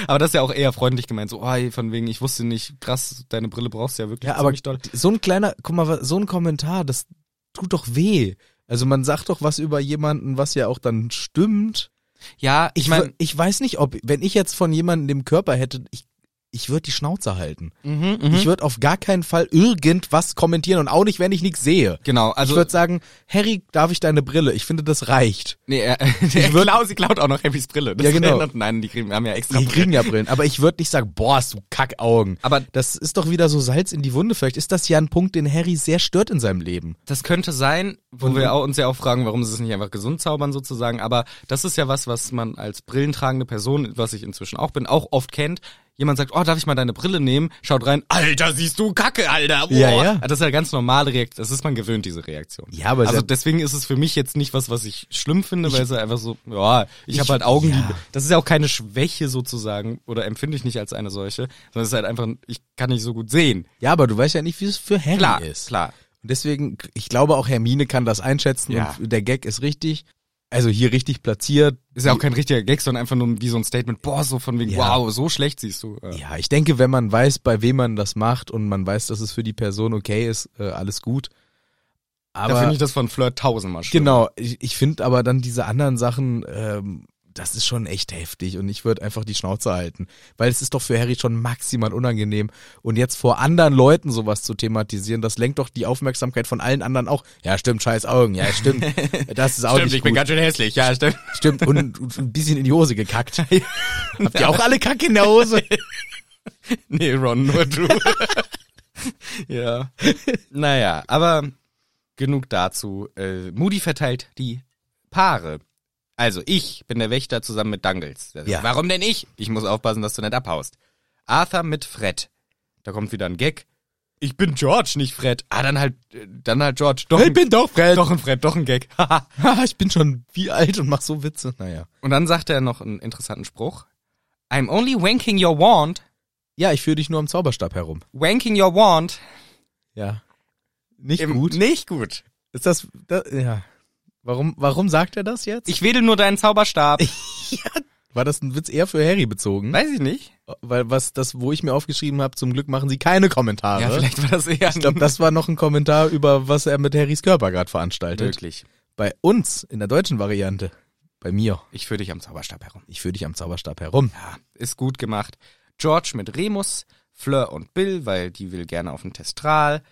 aber das ist ja auch eher freundlich gemeint. So, oh, von wegen, ich wusste nicht, krass, deine Brille brauchst du ja wirklich
Ja, aber
ziemlich doll.
so ein kleiner, guck mal, wa- so ein Kommentar, das tut doch weh. Also man sagt doch was über jemanden, was ja auch dann stimmt.
Ja, ich
Ich,
meine,
mein, ich weiß nicht, ob, wenn ich jetzt von jemandem im Körper hätte, ich, ich würde die Schnauze halten. Ich würde auf gar keinen Fall irgendwas kommentieren und auch nicht, wenn ich nichts sehe.
genau,
ich
also,
würde sagen, Harry, darf ich deine Brille? Ich finde, das reicht.
nee, er, ich würd, sie klaut auch noch Harrys Brille. Das
Ja, genau.
erinnert- Nein, die kriegen, wir haben ja extra
Die
Brillen.
kriegen ja Brillen, aber ich würde nicht sagen, boah, hast du Kackaugen.
Aber
Das ist doch wieder so Salz in die Wunde. Vielleicht ist das ja ein Punkt, den Harry sehr stört in seinem Leben.
Das könnte sein, wo wir auch, uns ja auch fragen, warum sie es nicht einfach gesund zaubern sozusagen. Aber das ist ja was, was man als brillentragende Person, was ich inzwischen auch bin, auch oft kennt. Jemand sagt, oh, darf ich mal deine Brille nehmen? Schaut rein, Alter, siehst du Kacke, Alter. Boah.
Ja, ja.
Das ist ja ganz normale Reaktion. Das ist man gewöhnt, diese Reaktion.
Ja, aber es
also
ist ja-
deswegen ist es für mich jetzt nicht was, was ich schlimm finde, weil es ja einfach so, ja, ich, hab habe halt Augenliebe.
ja.
Das ist ja auch keine Schwäche sozusagen oder empfinde ich nicht als eine solche, sondern es ist halt einfach, ich kann nicht so gut sehen.
Ja, aber du weißt ja nicht, wie es für Harry
Klar,
ist.
klar.
Und deswegen, ich glaube auch Hermine kann das einschätzen
Ja.
und der Gag ist richtig. Also hier richtig platziert.
Ist ja auch kein richtiger Gag, sondern einfach nur wie so ein Statement, boah, so von wegen,
Ja.
wow, so schlecht siehst du. Ja.
Ja, ich denke, wenn man weiß, bei wem man das macht und man weiß, dass es für die Person okay ist, äh, alles gut.
Da
Aber
finde ich das von Flirt tausendmal schön.
genau, ich, ich finde aber dann diese anderen Sachen, ähm, das ist schon echt heftig und ich würde einfach die Schnauze halten, weil es ist doch für Harry schon maximal unangenehm und jetzt vor anderen Leuten sowas zu thematisieren, das lenkt doch die Aufmerksamkeit von allen anderen auch. Ja, stimmt, scheiß Augen, ja, stimmt. Das ist auch nicht gut.
schön hässlich, ja, stimmt.
Stimmt, und, und ein bisschen in die Hose gekackt. Habt ihr auch alle Kacke in der Hose?
Nee, Ron, nur du. ja. Naja, aber genug dazu. Äh, Moody verteilt die Paare. Also ich bin der Wächter zusammen mit Dangles. Der sagt,
Ja.
Warum denn ich? Ich muss aufpassen, dass du nicht abhaust. Arthur mit Fred. Da kommt wieder ein Gag. Ich bin George, nicht Fred. Ah, dann halt, äh, dann halt George. Doch
Ich
ein-
bin doch Fred.
Doch ein Fred, doch ein Gag. Haha.
Haha, ich bin schon wie alt und mach so Witze. Naja.
und dann sagt er noch einen interessanten Spruch. I'm only wanking your wand,
Ja, ich führe dich nur am Zauberstab herum.
wanking your wand.
Ja. Nicht
Im-
gut.
Nicht gut.
Ist das, da- ja. Warum, warum sagt er das jetzt?
Ich wedel nur deinen Zauberstab.
War das ein Witz eher für Harry bezogen?
Weiß ich nicht.
Weil was das, wo ich mir aufgeschrieben habe, zum Glück machen sie keine Kommentare.
Ja, ne? vielleicht war das eher
Ich glaube, das war noch ein Kommentar über was er mit Harrys Körper gerade veranstaltet.
möglich.
Bei uns in der deutschen Variante, bei mir,
Ich führe dich am Zauberstab herum.
ich führe dich am Zauberstab herum.
Ja, ist gut gemacht. George mit Remus, Fleur und Bill, weil die will gerne auf den Testral.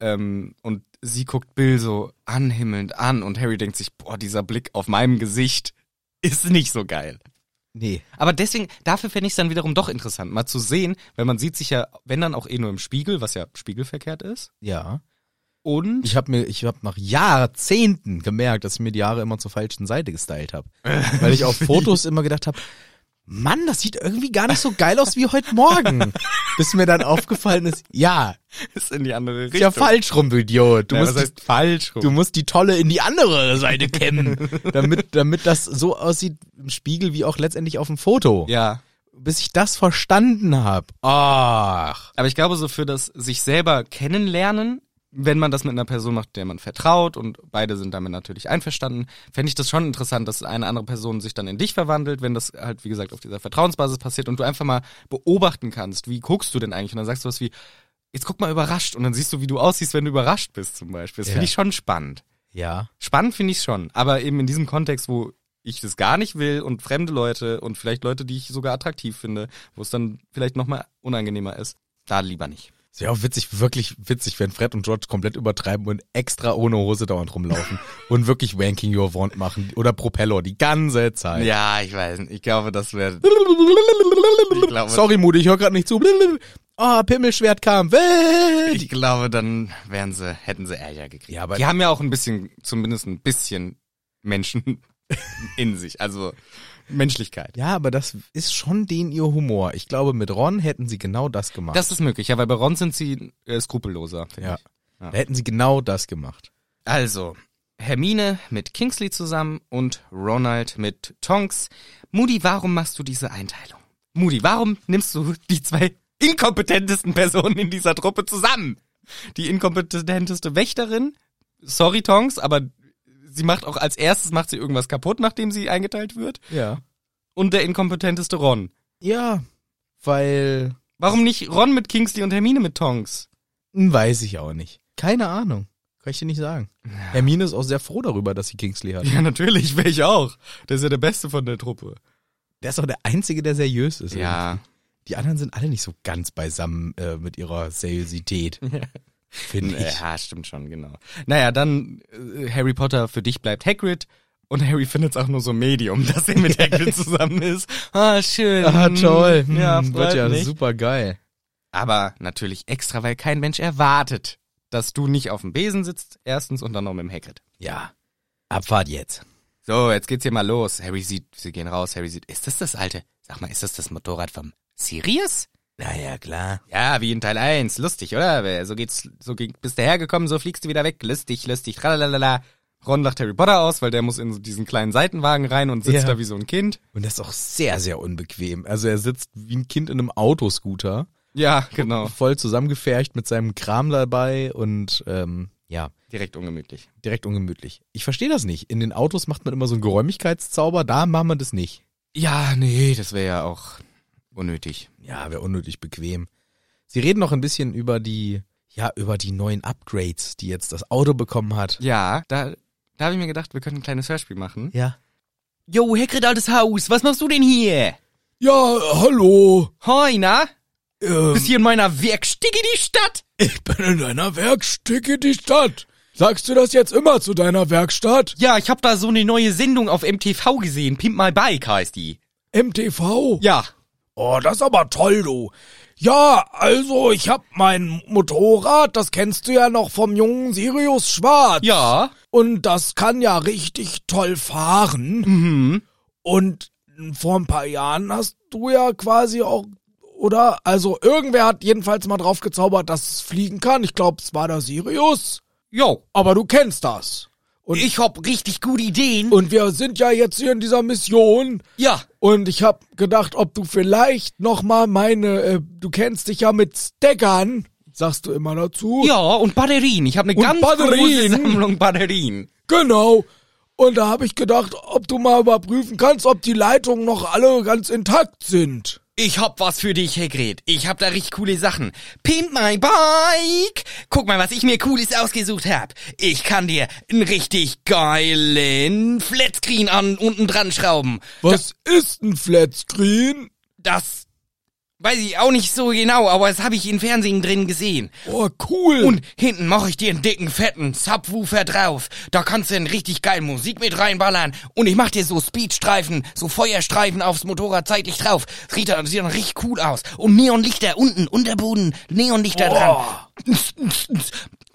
Ähm, und sie guckt Bill so anhimmelnd an und Harry denkt sich, boah, dieser Blick auf meinem Gesicht ist nicht so geil.
Nee.
Aber deswegen, dafür fände ich es dann wiederum doch interessant, mal zu sehen, weil man sieht sich ja, wenn dann auch eh nur im Spiegel, was ja spiegelverkehrt ist.
Ja.
Und
Ich habe mir, ich habe nach Jahrzehnten gemerkt, dass ich mir die Haare immer zur falschen Seite gestylt habe, weil ich auf Fotos immer gedacht habe, Mann, das sieht irgendwie gar nicht so geil aus wie heute Morgen. Bis mir dann aufgefallen ist, ja,
ist in die andere
ist
Richtung.
ja falsch rum, du Idiot. Du
Ja,
musst,
was heißt falsch rum?
du musst die Tolle in die andere Seite kämmen, damit, damit das so aussieht im Spiegel wie auch letztendlich auf dem Foto.
ja.
Bis ich das verstanden habe. Ach.
Aber ich glaube, so für das sich selber kennenlernen, wenn man das mit einer Person macht, der man vertraut und beide sind damit natürlich einverstanden, fände ich das schon interessant, dass eine andere Person sich dann in dich verwandelt, wenn das halt, wie gesagt, auf dieser Vertrauensbasis passiert und du einfach mal beobachten kannst, wie guckst du denn eigentlich? Und dann sagst du was wie, jetzt guck mal überrascht und dann siehst du, wie du aussiehst, wenn du überrascht bist zum Beispiel. Das
Ja.
finde ich schon spannend.
Ja.
Spannend finde ich schon, aber eben in diesem Kontext, wo ich das gar nicht will und fremde Leute und vielleicht Leute, die ich sogar attraktiv finde, wo es dann vielleicht nochmal unangenehmer ist, da lieber nicht.
Ist ja auch witzig, wirklich witzig, wenn Fred und George komplett übertreiben und extra ohne Hose dauernd rumlaufen und wirklich Wanking Your Wand machen oder Propeller die ganze Zeit.
Ja, ich weiß nicht. Ich glaube, das wäre. glaube-
Sorry, Mude, ich höre gerade nicht zu. Ah, Pimmelschwert kam. Welt.
Ich glaube, dann wären sie, hätten sie Ärger gekriegt.
Ja, aber-
die haben ja auch ein bisschen, zumindest ein bisschen Menschen in sich. Also Menschlichkeit.
Ja, aber das ist schon den ihr Humor. Ich glaube, mit Ron hätten sie genau das gemacht.
Das ist möglich, ja, weil bei Ron sind sie äh, skrupelloser. finde
ja.
ich.
Da hätten sie genau das gemacht.
Also, Hermine mit Kingsley zusammen und Ronald mit Tonks. Moody, warum machst du diese Einteilung? Moody, warum nimmst du die zwei inkompetentesten Personen in dieser Truppe zusammen? Die inkompetenteste Wächterin, sorry Tonks, aber sie macht auch als erstes macht sie irgendwas kaputt, nachdem sie eingeteilt wird.
Ja.
Und der inkompetenteste Ron.
Ja, weil
Warum nicht Ron mit Kingsley und Hermine mit Tonks?
Hm, Weiß ich auch nicht. Keine Ahnung. Kann ich dir nicht sagen. Hermine ist auch sehr froh darüber, dass sie Kingsley hat.
Ja, natürlich, wäre ich auch. Der ist ja der Beste von der Truppe.
Der ist auch der Einzige, der seriös ist.
Ja.
Die anderen sind alle nicht so ganz beisammen äh, mit ihrer Seriosität. Finde ich.
Äh, Ja, stimmt schon, genau. Naja, dann äh, Harry Potter, für dich bleibt Hagrid. Und Harry findet es auch nur so Medium, dass er mit Hagrid zusammen ist. Ah, schön.
Ah, toll. Hm,
Ja,
wird
freut
ja
mich.
super geil.
Aber natürlich extra, weil kein Mensch erwartet, dass du nicht auf dem Besen sitzt, erstens, und dann noch mit dem Hagrid.
Ja. Abfahrt jetzt.
So, jetzt geht's hier mal los. Harry sieht, sie gehen raus, Harry sieht, ist das das alte? Sag mal, ist das das Motorrad vom Sirius?
Naja, klar.
Ja, wie in Teil 1. Lustig, oder? So geht's, so ging, bist du hergekommen, so fliegst du wieder weg. Lustig, lustig, tralalala. Ron lacht Harry Potter aus, weil der muss in so diesen kleinen Seitenwagen rein und sitzt
Ja.
da wie so ein Kind.
Und das ist auch sehr, sehr unbequem. Also er sitzt wie ein Kind in einem Autoscooter,
Ja, genau.
voll zusammengefercht mit seinem Kram dabei und ähm, ja.
Direkt ungemütlich.
direkt ungemütlich. Ich verstehe das nicht. In den Autos macht man immer so einen Geräumigkeitszauber, da machen wir das nicht.
Ja, nee, das wäre ja auch unnötig.
Ja, wäre unnötig bequem. Sie reden noch ein bisschen über die, ja, über die neuen Upgrades, die jetzt das Auto bekommen hat.
Ja, da, da habe ich mir gedacht, wir können ein kleines Hörspiel machen.
Ja.
Yo, Hagrid, altes Haus, was machst du denn hier?
Ja, hallo.
Hoi, na?
Ähm,
Bist hier in meiner Werkstücke die Stadt?
ich bin in deiner Werkstücke die Stadt. Sagst du das jetzt immer zu deiner Werkstatt?
Ja, ich hab da so eine neue Sendung auf MTV gesehen. Pimp My Bike heißt die.
MTV?
Ja,
Oh, das ist aber toll, du. Ja, also ich hab mein Motorrad, das kennst du ja noch vom jungen Sirius Schwarz.
ja.
Und das kann ja richtig toll fahren.
Mhm.
Und vor ein paar Jahren hast du ja quasi auch Oder? Also irgendwer hat jedenfalls mal drauf gezaubert, dass es fliegen kann. Ich glaube, es war der Sirius.
Jo,
Aber du kennst das. Und,
ich hab richtig gute Ideen.
und wir sind ja jetzt hier in dieser Mission.
Ja,
Und ich habe gedacht, ob du vielleicht noch mal meine, äh, du kennst dich ja mit Steckern, sagst du immer dazu.
ja, und Batterien. Ich habe eine
Und
ganz große
Batterien.
Sammlung Batterien.
Genau. Und da habe ich gedacht, ob du mal überprüfen kannst, ob die Leitungen noch alle ganz intakt sind.
Ich hab was für dich, Hagrid. Ich hab da richtig coole Sachen. Pimp my Bike! Guck mal, was ich mir Cooles ausgesucht hab. Ich kann dir einen richtig geilen Flatscreen an unten dran schrauben.
Was ist ein Flatscreen?
Das weiß ich auch nicht so genau, aber das habe ich im Fernsehen drin gesehen.
Oh, cool.
Und hinten mache ich dir einen dicken, fetten Subwoofer drauf. Da kannst du dann richtig geil Musik mit reinballern. Und ich mach dir so Speedstreifen, so Feuerstreifen aufs Motorrad zeitlich drauf. Das sieht dann, sieht dann richtig cool aus. Und Neonlichter unten, Unterboden, Neonlichter dran.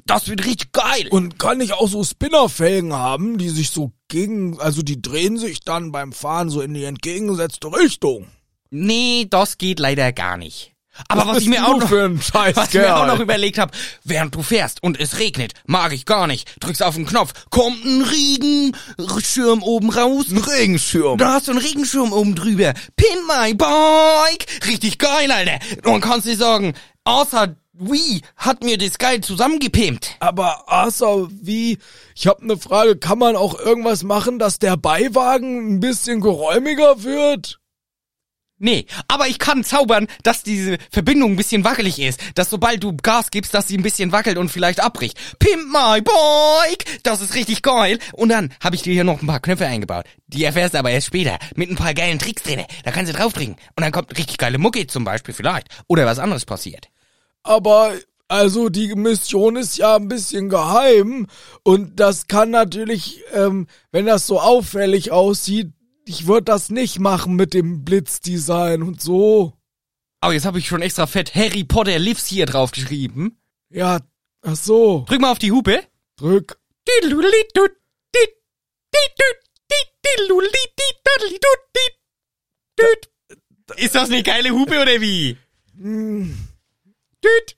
Das wird richtig geil.
Und kann ich auch so Spinnerfelgen haben, die sich so gegen, also die drehen sich dann beim Fahren so in die entgegengesetzte Richtung.
nee, das geht leider gar nicht. Aber was ich mir
bist
auch
du
noch...
für ein Scheiß,
Was ich
Kerl?
mir auch noch überlegt habe, während du fährst und es regnet, mag ich gar nicht. Drückst auf den Knopf, kommt ein Regenschirm oben raus. Ein Regenschirm. Da hast du einen Regenschirm oben drüber. Pin my bike. Richtig geil, Alter. Und kannst dir sagen, außer Wii hat mir das geil zusammengepimpt.
Aber Arthur, wie? Ich habe eine Frage. Kann man auch irgendwas machen, dass der Beiwagen ein bisschen geräumiger wird?
Nee, aber ich kann zaubern, dass diese Verbindung ein bisschen wackelig ist. Dass sobald du Gas gibst, dass sie ein bisschen wackelt und vielleicht abbricht. Pimp my bike! Das ist richtig geil. Und dann habe ich dir hier noch ein paar Knöpfe eingebaut. Die erfährst du aber erst später. Mit ein paar geilen Tricks drin. Da kannst du draufdrücken. Und dann kommt richtig geile Mucke zum Beispiel vielleicht. Oder was anderes passiert.
Aber also die Mission ist ja ein bisschen geheim und das kann natürlich, ähm, wenn das so auffällig aussieht, ich würde das nicht machen mit dem Blitzdesign und so.
Aber Oh, jetzt habe ich schon extra fett Harry Potter lives hier draufgeschrieben.
Ja, ach so.
Drück mal auf die Hupe.
Drück.
Ist das eine geile Hupe oder wie?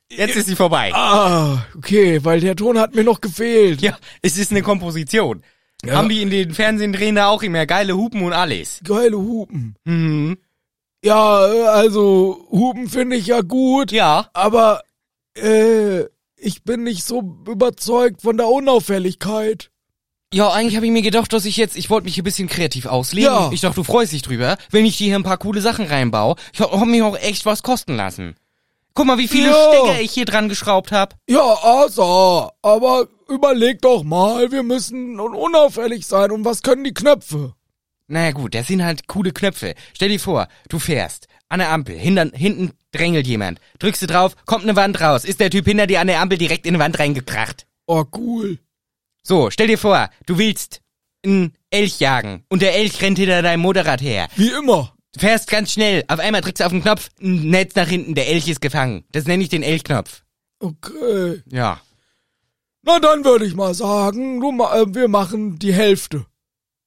Jetzt ist sie vorbei.
Ah, okay, weil der Ton hat mir noch gefehlt.
Ja, es ist eine Komposition. Haben die in den Fernsehdrehen da auch immer geile Hupen und alles?
Geile Hupen.
Mhm.
Ja, äh, also Hupen finde ich ja gut.
Ja.
Aber äh, ich bin nicht so überzeugt von der Unauffälligkeit.
Ja, eigentlich habe ich mir gedacht, dass ich jetzt, ich wollte mich hier ein bisschen kreativ ausleben.
Ja.
Ich dachte, du freust dich drüber, wenn ich dir hier ein paar coole Sachen reinbaue. Ich habe hab mich auch echt was kosten lassen. Guck mal, wie viele
Ja.
Stecker ich hier dran geschraubt habe.
Ja, also, aber überleg doch mal, wir müssen un- unauffällig sein und was können die Knöpfe?
Na gut, das sind halt coole Knöpfe. Stell dir vor, du fährst an der Ampel, hintern, hinten drängelt jemand. Drückst du drauf, kommt eine Wand raus. Ist der Typ hinter dir an der Ampel direkt in die Wand reingekracht.
Oh, cool.
So, stell dir vor, du willst einen Elch jagen und der Elch rennt hinter deinem Motorrad her.
Wie immer.
Fährst ganz schnell, auf einmal drückst du auf den Knopf, ein Netz nach hinten, der Elch ist gefangen. Das nenne ich den Elchknopf.
Okay.
Ja.
Na, dann würde ich mal sagen, du, ma- äh, wir machen die Hälfte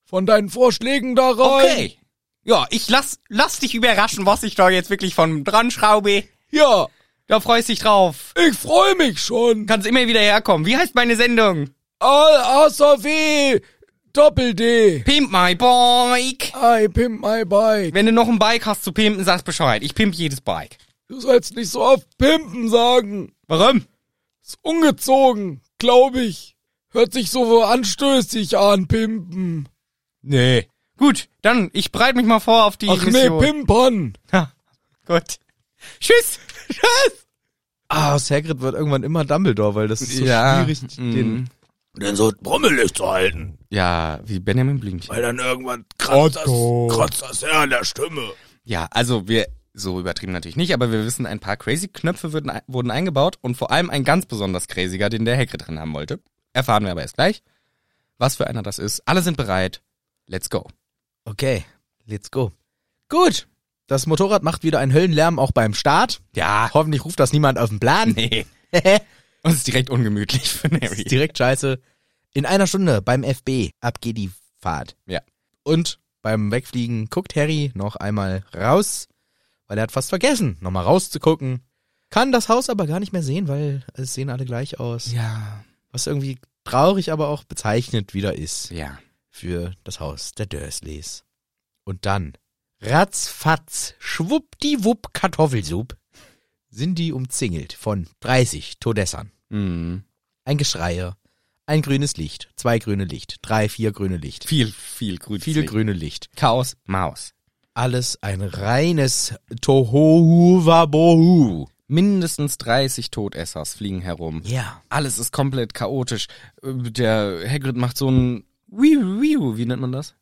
von deinen Vorschlägen da rein.
Okay. Ja, ich lass, lass dich überraschen, was ich da jetzt wirklich von dran schraube.
Ja,
Da freust dich drauf.
ich freue mich schon.
Kannst immer wieder herkommen. Wie heißt meine Sendung?
Al-Asafi, Doppel-D.
Pimp my bike.
I pimp my bike.
Wenn du noch ein Bike hast zu pimpen, sagst Bescheid. Ich pimp jedes Bike.
Du sollst nicht so oft pimpen sagen.
Warum?
Ist ungezogen, glaube ich. Hört sich so anstößig an, pimpen.
Nee. Gut, dann, ich bereite mich mal vor auf die
Ach nee,
Mission.
pimpern.
Ha, Gut. Tschüss. Tschüss.
Ah, aus Hagrid wird irgendwann immer Dumbledore, weil das ist so
Ja.
schwierig,
Mhm.
den...
Dann so brummelig zu halten,
Ja, wie Benjamin Blümchen.
weil dann irgendwann kratzt das, kratzt das her an der Stimme.
Ja, also wir so übertrieben natürlich nicht, aber wir wissen, ein paar crazy Knöpfe würden, wurden eingebaut und vor allem ein ganz besonders craziger, den der Hagrid drin haben wollte. Erfahren wir aber erst gleich, was für einer das ist. Alle sind bereit. Let's go.
Okay, let's go. Gut, das Motorrad macht wieder einen Höllenlärm auch beim Start.
Ja.
Hoffentlich ruft das niemand auf den Plan.
Nee. Und es ist direkt ungemütlich für
Das
Mary.
ist direkt scheiße. In einer Stunde beim FB, ab geht die Fahrt.
Ja.
Und beim Wegfliegen guckt Harry noch einmal raus,
weil er hat fast vergessen, nochmal rauszugucken. Kann das Haus aber gar nicht mehr sehen, weil es sehen alle gleich aus.
Ja,
Was irgendwie traurig, aber auch bezeichnend wieder ist
ja.
für das Haus der Dursleys. Und dann, ratzfatz, schwuppdiwupp Kartoffelsup, sind die umzingelt von 30 Todessern.
Mhm.
Ein Geschreie, ein grünes Licht, zwei grüne Licht, drei, vier grüne Licht,
Viel, viel grün.
viel grüne Licht.
Chaos, Maus.
Alles ein reines Tohu Wabohu.
Mindestens 30 Todessers fliegen herum.
Ja.
Alles ist komplett chaotisch. Äh, Der Hagrid macht so ein Wiu, wiu, wie nennt man das?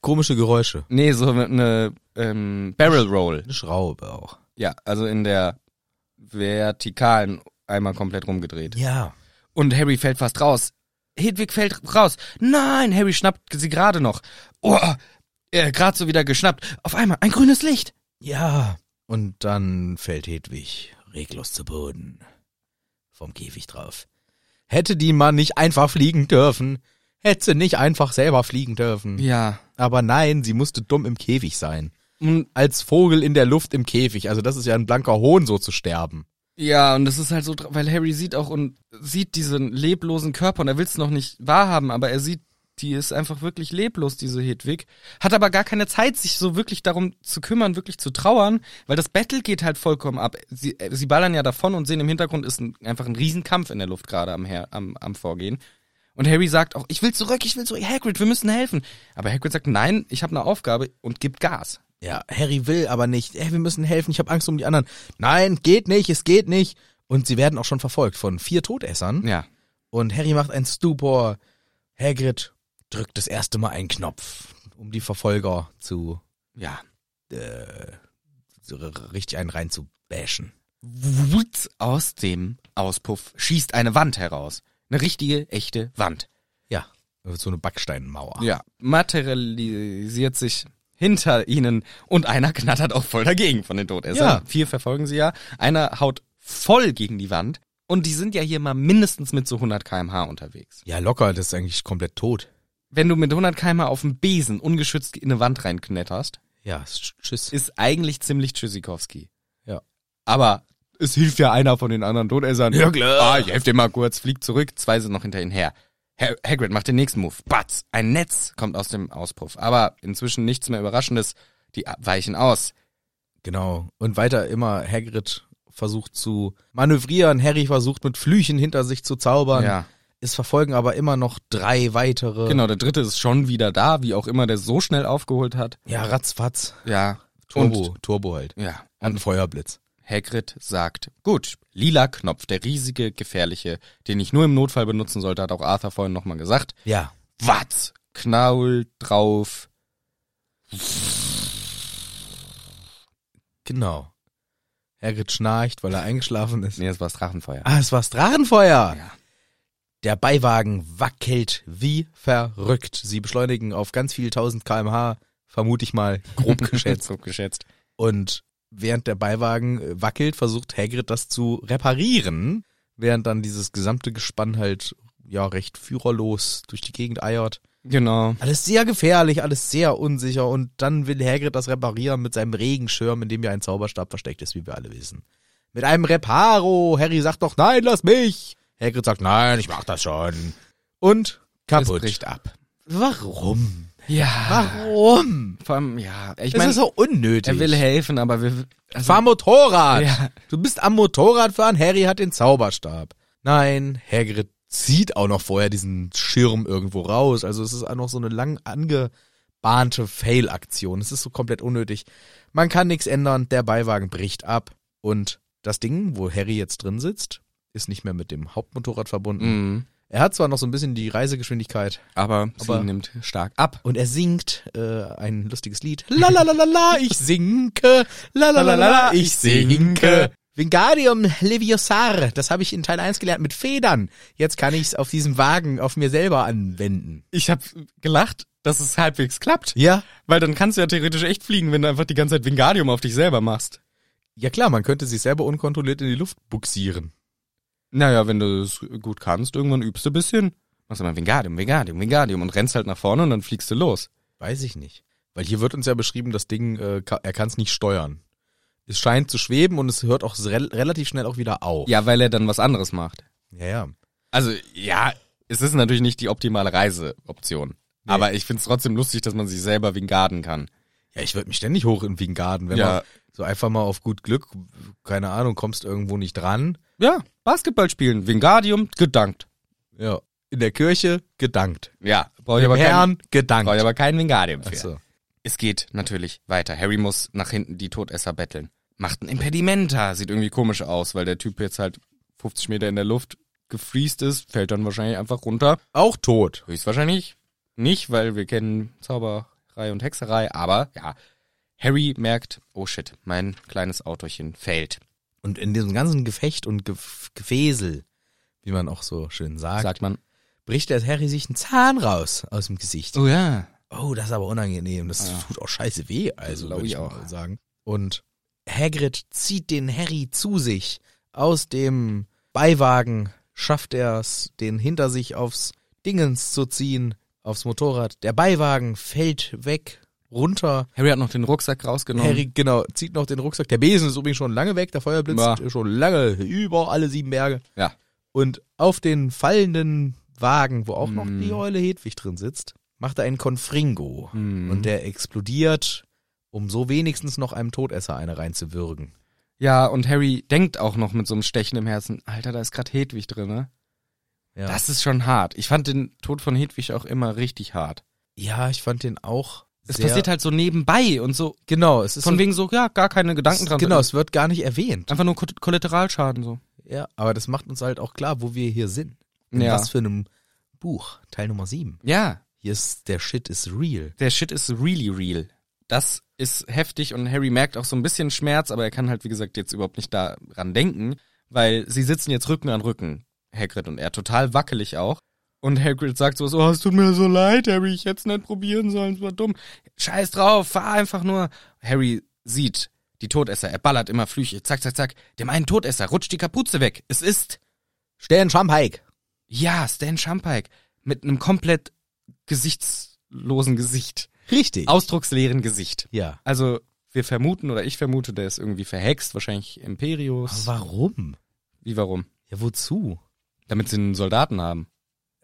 Komische Geräusche.
Nee, so eine ähm, Barrel Roll.
Eine Schraube auch.
Ja, also in der vertikalen einmal komplett rumgedreht.
Ja.
Und Harry fällt fast raus. Hedwig fällt raus. Nein, Harry schnappt sie gerade noch. Oh, äh, gerade so wieder geschnappt. Auf einmal ein grünes Licht.
Ja. Und dann fällt Hedwig reglos zu Boden. Vom Käfig drauf. Hätte die Mann nicht einfach fliegen dürfen. Hätte sie nicht einfach selber fliegen dürfen.
Ja.
Aber nein, sie musste dumm im Käfig sein.
Und
Als Vogel in der Luft im Käfig. Also das ist ja ein blanker Hohn, so zu sterben.
Ja, und das ist halt so, dra- weil Harry sieht auch und sieht diesen leblosen Körper und er will es noch nicht wahrhaben, aber er sieht, die ist einfach wirklich leblos, diese Hedwig. Hat aber gar keine Zeit, sich so wirklich darum zu kümmern, wirklich zu trauern, weil das Battle geht halt vollkommen ab. Sie, äh, sie ballern ja davon und sehen im Hintergrund ist ein, einfach ein Riesenkampf in der Luft gerade am, Her am, am Vorgehen. Und Harry sagt auch, ich will zurück, ich will zurück, Hagrid, wir müssen helfen. Aber Hagrid sagt, nein, ich habe eine Aufgabe und gibt Gas.
Ja, Harry will aber nicht. Ey, wir müssen helfen, ich habe Angst um die anderen. Nein, geht nicht, es geht nicht. Und sie werden auch schon verfolgt von vier Todessern.
Ja.
Und Harry macht einen Stupor. Hagrid drückt das erste Mal einen Knopf, um die Verfolger zu,
Ja.
zu r- richtig einen reinzubashen.
Wutz aus dem Auspuff schießt eine Wand heraus. Eine richtige, echte Wand.
Ja, so eine Backsteinmauer.
Ja. Materialisiert sich hinter ihnen und einer knattert auch voll dagegen von den Todessern.
Ja.
Vier verfolgen sie ja. Einer haut voll gegen die Wand und die sind ja hier mal mindestens mit so 100 kmh unterwegs.
Ja, locker, das ist eigentlich komplett tot.
Wenn du mit 100 kmh auf dem Besen ungeschützt in eine Wand reinknetterst,
Ja, sch- tschüss.
ist eigentlich ziemlich Tschüssikowski.
Ja.
Aber es hilft ja einer von den anderen Todessern. Ja, klar. Ah, ich helf dir mal kurz, fliegt zurück, zwei sind noch hinter ihn her. Ha Hagrid macht den nächsten Move. Batz, ein Netz kommt aus dem Auspuff. Aber inzwischen nichts mehr Überraschendes. Die a- weichen aus.
Genau. Und weiter immer Hagrid versucht zu manövrieren. Harry versucht mit Flüchen hinter sich zu zaubern.
Ja.
Es verfolgen aber immer noch drei weitere.
Genau, der dritte ist schon wieder da, wie auch immer der so schnell aufgeholt hat.
Ja, ratzfatz.
Ja.
Turbo, Turbo halt.
Und, ja.
Und ein Feuerblitz.
Hagrid sagt, gut, lila Knopf, der riesige, gefährliche, den ich nur im Notfall benutzen sollte, hat auch Arthur vorhin nochmal gesagt.
Ja.
Watz, Knaul drauf.
Genau. Hagrid schnarcht, weil er eingeschlafen ist.
Nee, das war das Drachenfeuer.
Ah, es war's Drachenfeuer. Der Beiwagen wackelt wie verrückt. Sie beschleunigen auf ganz viel 1000 kmh, vermute ich mal, grob geschätzt.
Grob geschätzt.
Und während der Beiwagen äh, wackelt, versucht Hagrid das zu reparieren, während dann dieses gesamte Gespann halt ja recht führerlos durch die Gegend eiert.
Genau.
Alles sehr gefährlich, alles sehr unsicher und dann will Hagrid das reparieren mit seinem Regenschirm, in dem ja ein Zauberstab versteckt ist, wie wir alle wissen. Mit einem Reparo. Harry sagt doch, nein, lass mich. Hagrid sagt, nein, ich mach das schon. Und
Es
kaputt.
bricht ab.
Warum?
Ja.
Warum?
Ah, Vor allem, ja. Ich
Ich mein, es ist
meine,
so unnötig.
er will helfen, aber wir. Also,
Fahr Motorrad.
Ja.
Du bist am Motorrad fahren. Harry hat den Zauberstab. Nein, Hagrid zieht auch noch vorher diesen Schirm irgendwo raus. Also es ist auch noch so eine lang angebahnte Fail-Aktion. Es ist so komplett unnötig. Man kann nichts ändern. Der Beiwagen bricht ab. Und das Ding, wo Harry jetzt drin sitzt, ist nicht mehr mit dem Hauptmotorrad verbunden.
Mhm.
Er hat zwar noch so ein bisschen die Reisegeschwindigkeit,
aber,
Aber-
sie nimmt stark ab.
und er singt äh, ein lustiges Lied. La la la la la, ich sinke. La la la la, la ich sinke. Vingadium Leviosar, das habe ich in Teil 1 gelernt mit Federn. Jetzt kann ich es auf diesem Wagen auf mir selber anwenden.
Ich habe gelacht, dass es halbwegs klappt.
Ja?
Weil dann kannst du ja theoretisch echt fliegen, wenn du einfach die ganze Zeit Wingardium auf dich selber machst.
Ja klar, man könnte sich selber unkontrolliert in die Luft buxieren.
Naja, wenn du es gut kannst, irgendwann übst du ein bisschen. Machst du mal Wingardium, Wingardium, Wingardium und rennst halt nach vorne und dann fliegst du los.
Weiß ich nicht. Weil hier wird uns ja beschrieben, das Ding, äh, ka- er kann es nicht steuern. es scheint zu schweben und es hört auch rel relativ schnell auch wieder auf.
Ja, weil er dann was anderes macht.
ja. ja.
Also, ja, es ist natürlich nicht die optimale Reiseoption. Aber ich find's trotzdem lustig, dass man sich selber wingarden kann.
Ja, ich würde mich ständig hoch in Wiegengarten, wenn
Ja.
man so einfach mal auf gut Glück, keine Ahnung, kommst irgendwo nicht dran.
Ja, Basketball spielen, Wingardium, gedankt.
Ja. In der Kirche gedankt.
Ja, brauche ich,
Im
aber keinen-
Herrn gedankt.
brauch ich aber keinen Wingardium für.
Ach so.
Es geht natürlich weiter. Harry muss nach hinten die Todesser betteln. Macht ein Impedimenta. Sieht irgendwie komisch aus, weil der Typ jetzt halt 50 Meter in der Luft gefriest ist, fällt dann wahrscheinlich einfach runter.
Auch tot.
Höchstwahrscheinlich nicht, weil wir kennen Zauberei und Hexerei, aber ja. Harry merkt, oh shit, mein kleines Autochen fällt.
Und in diesem ganzen Gefecht und Gef Gefesel, wie man auch so schön sagt,
Sagt man.
bricht der Harry sich einen Zahn raus aus dem Gesicht.
Oh ja.
Oh, das ist aber unangenehm. Das tut auch scheiße weh, also
Glaub
würde
ich
ich auch
auch.
mal sagen. Und Hagrid zieht den Harry zu sich. Aus dem Beiwagen schafft er es, den hinter sich aufs Dingens zu ziehen, aufs Motorrad. Der Beiwagen fällt weg, runter.
Harry hat noch den Rucksack rausgenommen.
Harry, genau, zieht noch den Rucksack. Der Besen ist übrigens schon lange weg, der Feuerblitz
Ja.
ist schon lange über alle sieben Berge.
Ja.
Und auf den fallenden Wagen, wo auch noch
Mhm.
die Eule Hedwig drin sitzt, macht er einen Konfringo.
Mhm.
Und der explodiert, um so wenigstens noch einem Todesser eine reinzuwürgen.
Ja, und Harry denkt auch noch mit so einem Stechen im Herzen, Alter, da ist grad Hedwig drin, ne?
Ja.
Das ist schon hart. Ich fand den Tod von Hedwig auch immer richtig hart.
ja, ich fand den auch
Es
sehr...
passiert halt so nebenbei und so,
Genau, es ist
von
so,
wegen so, ja, gar keine Gedanken dran.
Genau, es wird gar nicht erwähnt.
Einfach nur Ko- Kollateralschaden so.
Ja, aber das macht uns halt auch klar, wo wir hier sind. In
Ja.
was für einem Buch, Teil Nummer 7.
Ja,
Hier ist, der Shit ist real.
der Shit ist really real. Das ist heftig und Harry merkt auch so ein bisschen Schmerz, aber er kann halt, wie gesagt, jetzt überhaupt nicht daran denken, weil sie sitzen jetzt Rücken an Rücken, Hagrid und er, total wackelig auch. Und Hagrid sagt sowas, oh, es tut mir so leid, Harry, ich hätte es nicht probieren sollen, es war dumm. Scheiß drauf, fahr einfach nur. Harry sieht die Todesser, er ballert immer Flüche, zack, zack, zack. Dem einen Todesser rutscht die Kapuze weg. Es ist
Stern Schampeik.
Ja, Stan Schampeik. Mit einem komplett gesichtslosen Gesicht.
Richtig.
Ausdrucksleeren Gesicht.
ja.
Also, wir vermuten oder ich vermute, der ist irgendwie verhext, wahrscheinlich Imperius.
warum?
Wie warum?
Ja, wozu?
Damit sie einen Soldaten haben.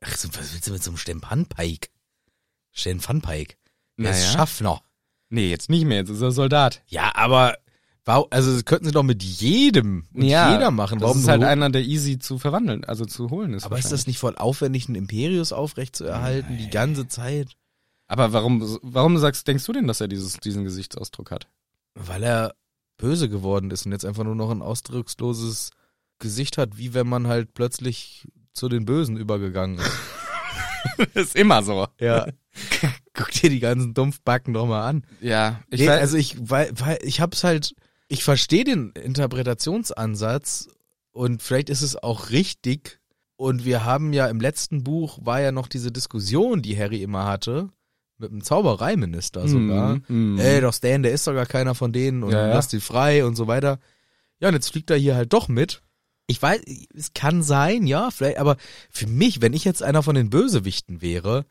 Ach, so, was willst du mit so einem Stempanpeik? Stempanpeik. Der ist
Naja.
Schaffner.
Nee, jetzt nicht mehr, jetzt ist er Soldat.
Ja, aber wow, also das könnten sie doch mit jedem und jeder machen.
Das ist halt
nur-
einer, der easy zu verwandeln, also zu holen ist.
aber ist
wahrscheinlich.
das nicht voll aufwendig, einen Imperius aufrechtzuerhalten die ganze Zeit?
aber warum, warum sagst, denkst du denn, dass er dieses, diesen Gesichtsausdruck hat?
Weil er böse geworden ist und jetzt einfach nur noch ein ausdrucksloses Gesicht hat, wie wenn man halt plötzlich zu den Bösen übergegangen ist.
ist immer so.
Ja. Guck dir die ganzen Dumpfbacken doch mal an.
Ja, ich
nee,
weiß.
also ich weil, weil ich hab's halt ich verstehe den Interpretationsansatz und vielleicht ist es auch richtig und wir haben ja im letzten Buch war ja noch diese Diskussion, die Harry immer hatte mit dem Zaubereiminister sogar.
Mm, mm.
Ey, doch Stan, der ist doch gar keiner von denen und
Ja, ja.
lass die frei und so weiter. Ja, und jetzt fliegt er hier halt doch mit. Ich weiß, es kann sein, ja, vielleicht, aber für mich, wenn ich jetzt einer von den Bösewichten wäre,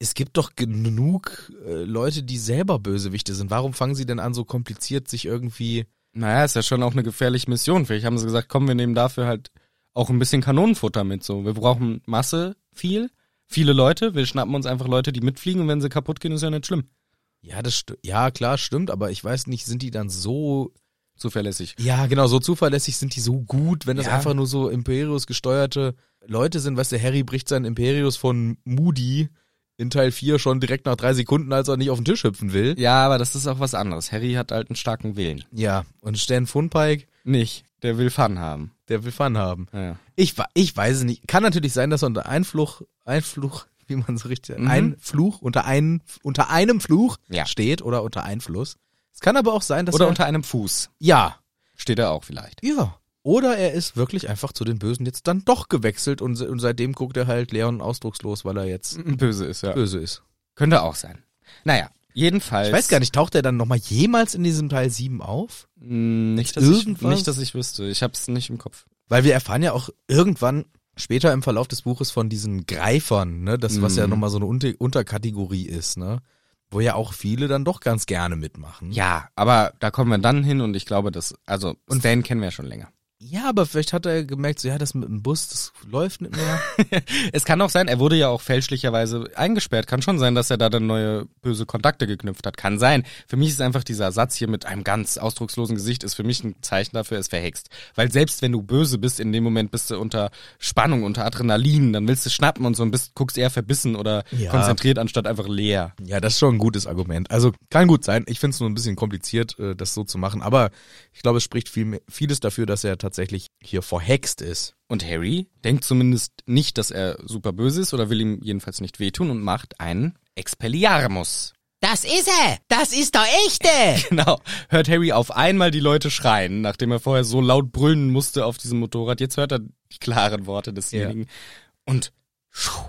es gibt doch genug äh, Leute, die selber Bösewichte sind. Warum fangen sie denn an, so kompliziert sich irgendwie.
Naja, ist ja schon auch eine gefährliche Mission. Vielleicht haben sie gesagt, komm, wir nehmen dafür halt auch ein bisschen Kanonenfutter mit. So, wir brauchen Masse, viel, viele Leute. Wir schnappen uns einfach Leute, die mitfliegen und wenn sie kaputt gehen, ist ja nicht schlimm.
Ja, das sti- ja, klar, stimmt, aber ich weiß nicht, sind die dann so.
Zuverlässig.
Ja, genau, so zuverlässig sind die so gut, wenn das
Ja.
einfach nur so Imperius gesteuerte Leute sind, weißt du, Harry bricht seinen Imperius von Moody in Teil 4 schon direkt nach drei Sekunden, als er nicht auf den Tisch hüpfen will.
Ja, aber das ist auch was anderes. Harry hat halt einen starken Willen.
Ja, und Stan Funpike,
Nicht. Der will Fun haben.
der will Fun haben.
Ja.
Ich, wa- ich weiß es nicht. Kann natürlich sein, dass er unter Einfluch, Einfluch, wie man so richtig,
Mhm.
ein Fluch, unter, ein, unter einem Fluch
Ja.
steht oder unter Einfluss. Es kann aber auch sein, dass
Oder
er,
unter einem Fuß.
ja,
Steht er auch vielleicht.
ja. Oder er ist wirklich einfach zu den Bösen jetzt dann doch gewechselt und, se- und seitdem guckt er halt Leon ausdruckslos, weil er jetzt
Mhm. Böse ist, ja.
böse ist.
Könnte auch sein. Naja, jedenfalls.
Ich weiß gar nicht, taucht er dann nochmal jemals in diesem Teil 7 auf?
Mm, Nicht, dass ich,
Irgendwas?
nicht, dass ich wüsste. Ich hab's nicht im Kopf.
Weil wir erfahren ja auch irgendwann später im Verlauf des Buches von diesen Greifern, ne, das was ja
Mhm.
nochmal so eine Unter Unterkategorie ist, ne, Wo ja auch viele dann doch ganz gerne mitmachen.
Ja, aber da kommen wir dann hin und ich glaube, das, also Stan kennen wir ja schon länger.
ja aber vielleicht hat er gemerkt, so ja, das mit dem Bus, das läuft nicht mehr.
Es kann auch sein, er wurde ja auch fälschlicherweise eingesperrt. Kann schon sein, dass er da dann neue böse Kontakte geknüpft hat. Kann sein. Für mich ist einfach dieser Satz hier mit einem ganz ausdruckslosen Gesicht ist für mich ein Zeichen dafür, es verhext. Weil selbst wenn du böse bist, in dem Moment bist du unter Spannung, unter Adrenalin, dann willst du schnappen und so und bist, guckst eher verbissen oder
Ja.
konzentriert anstatt einfach leer.
Ja, das ist schon ein gutes Argument. Also kann gut sein. Ich finde es nur ein bisschen kompliziert, äh, das so zu machen. Aber ich glaube, es spricht viel, mehr- vieles dafür, dass er tatsächlich hier verhext ist.
Und Harry denkt zumindest nicht, dass er super böse ist oder will ihm jedenfalls nicht wehtun und macht einen Expelliarmus.
Das ist er! Das ist der echte!
Genau. Hört Harry auf einmal die Leute schreien, nachdem er vorher so laut brüllen musste auf diesem Motorrad. Jetzt hört er die klaren Worte desjenigen. Und schuh,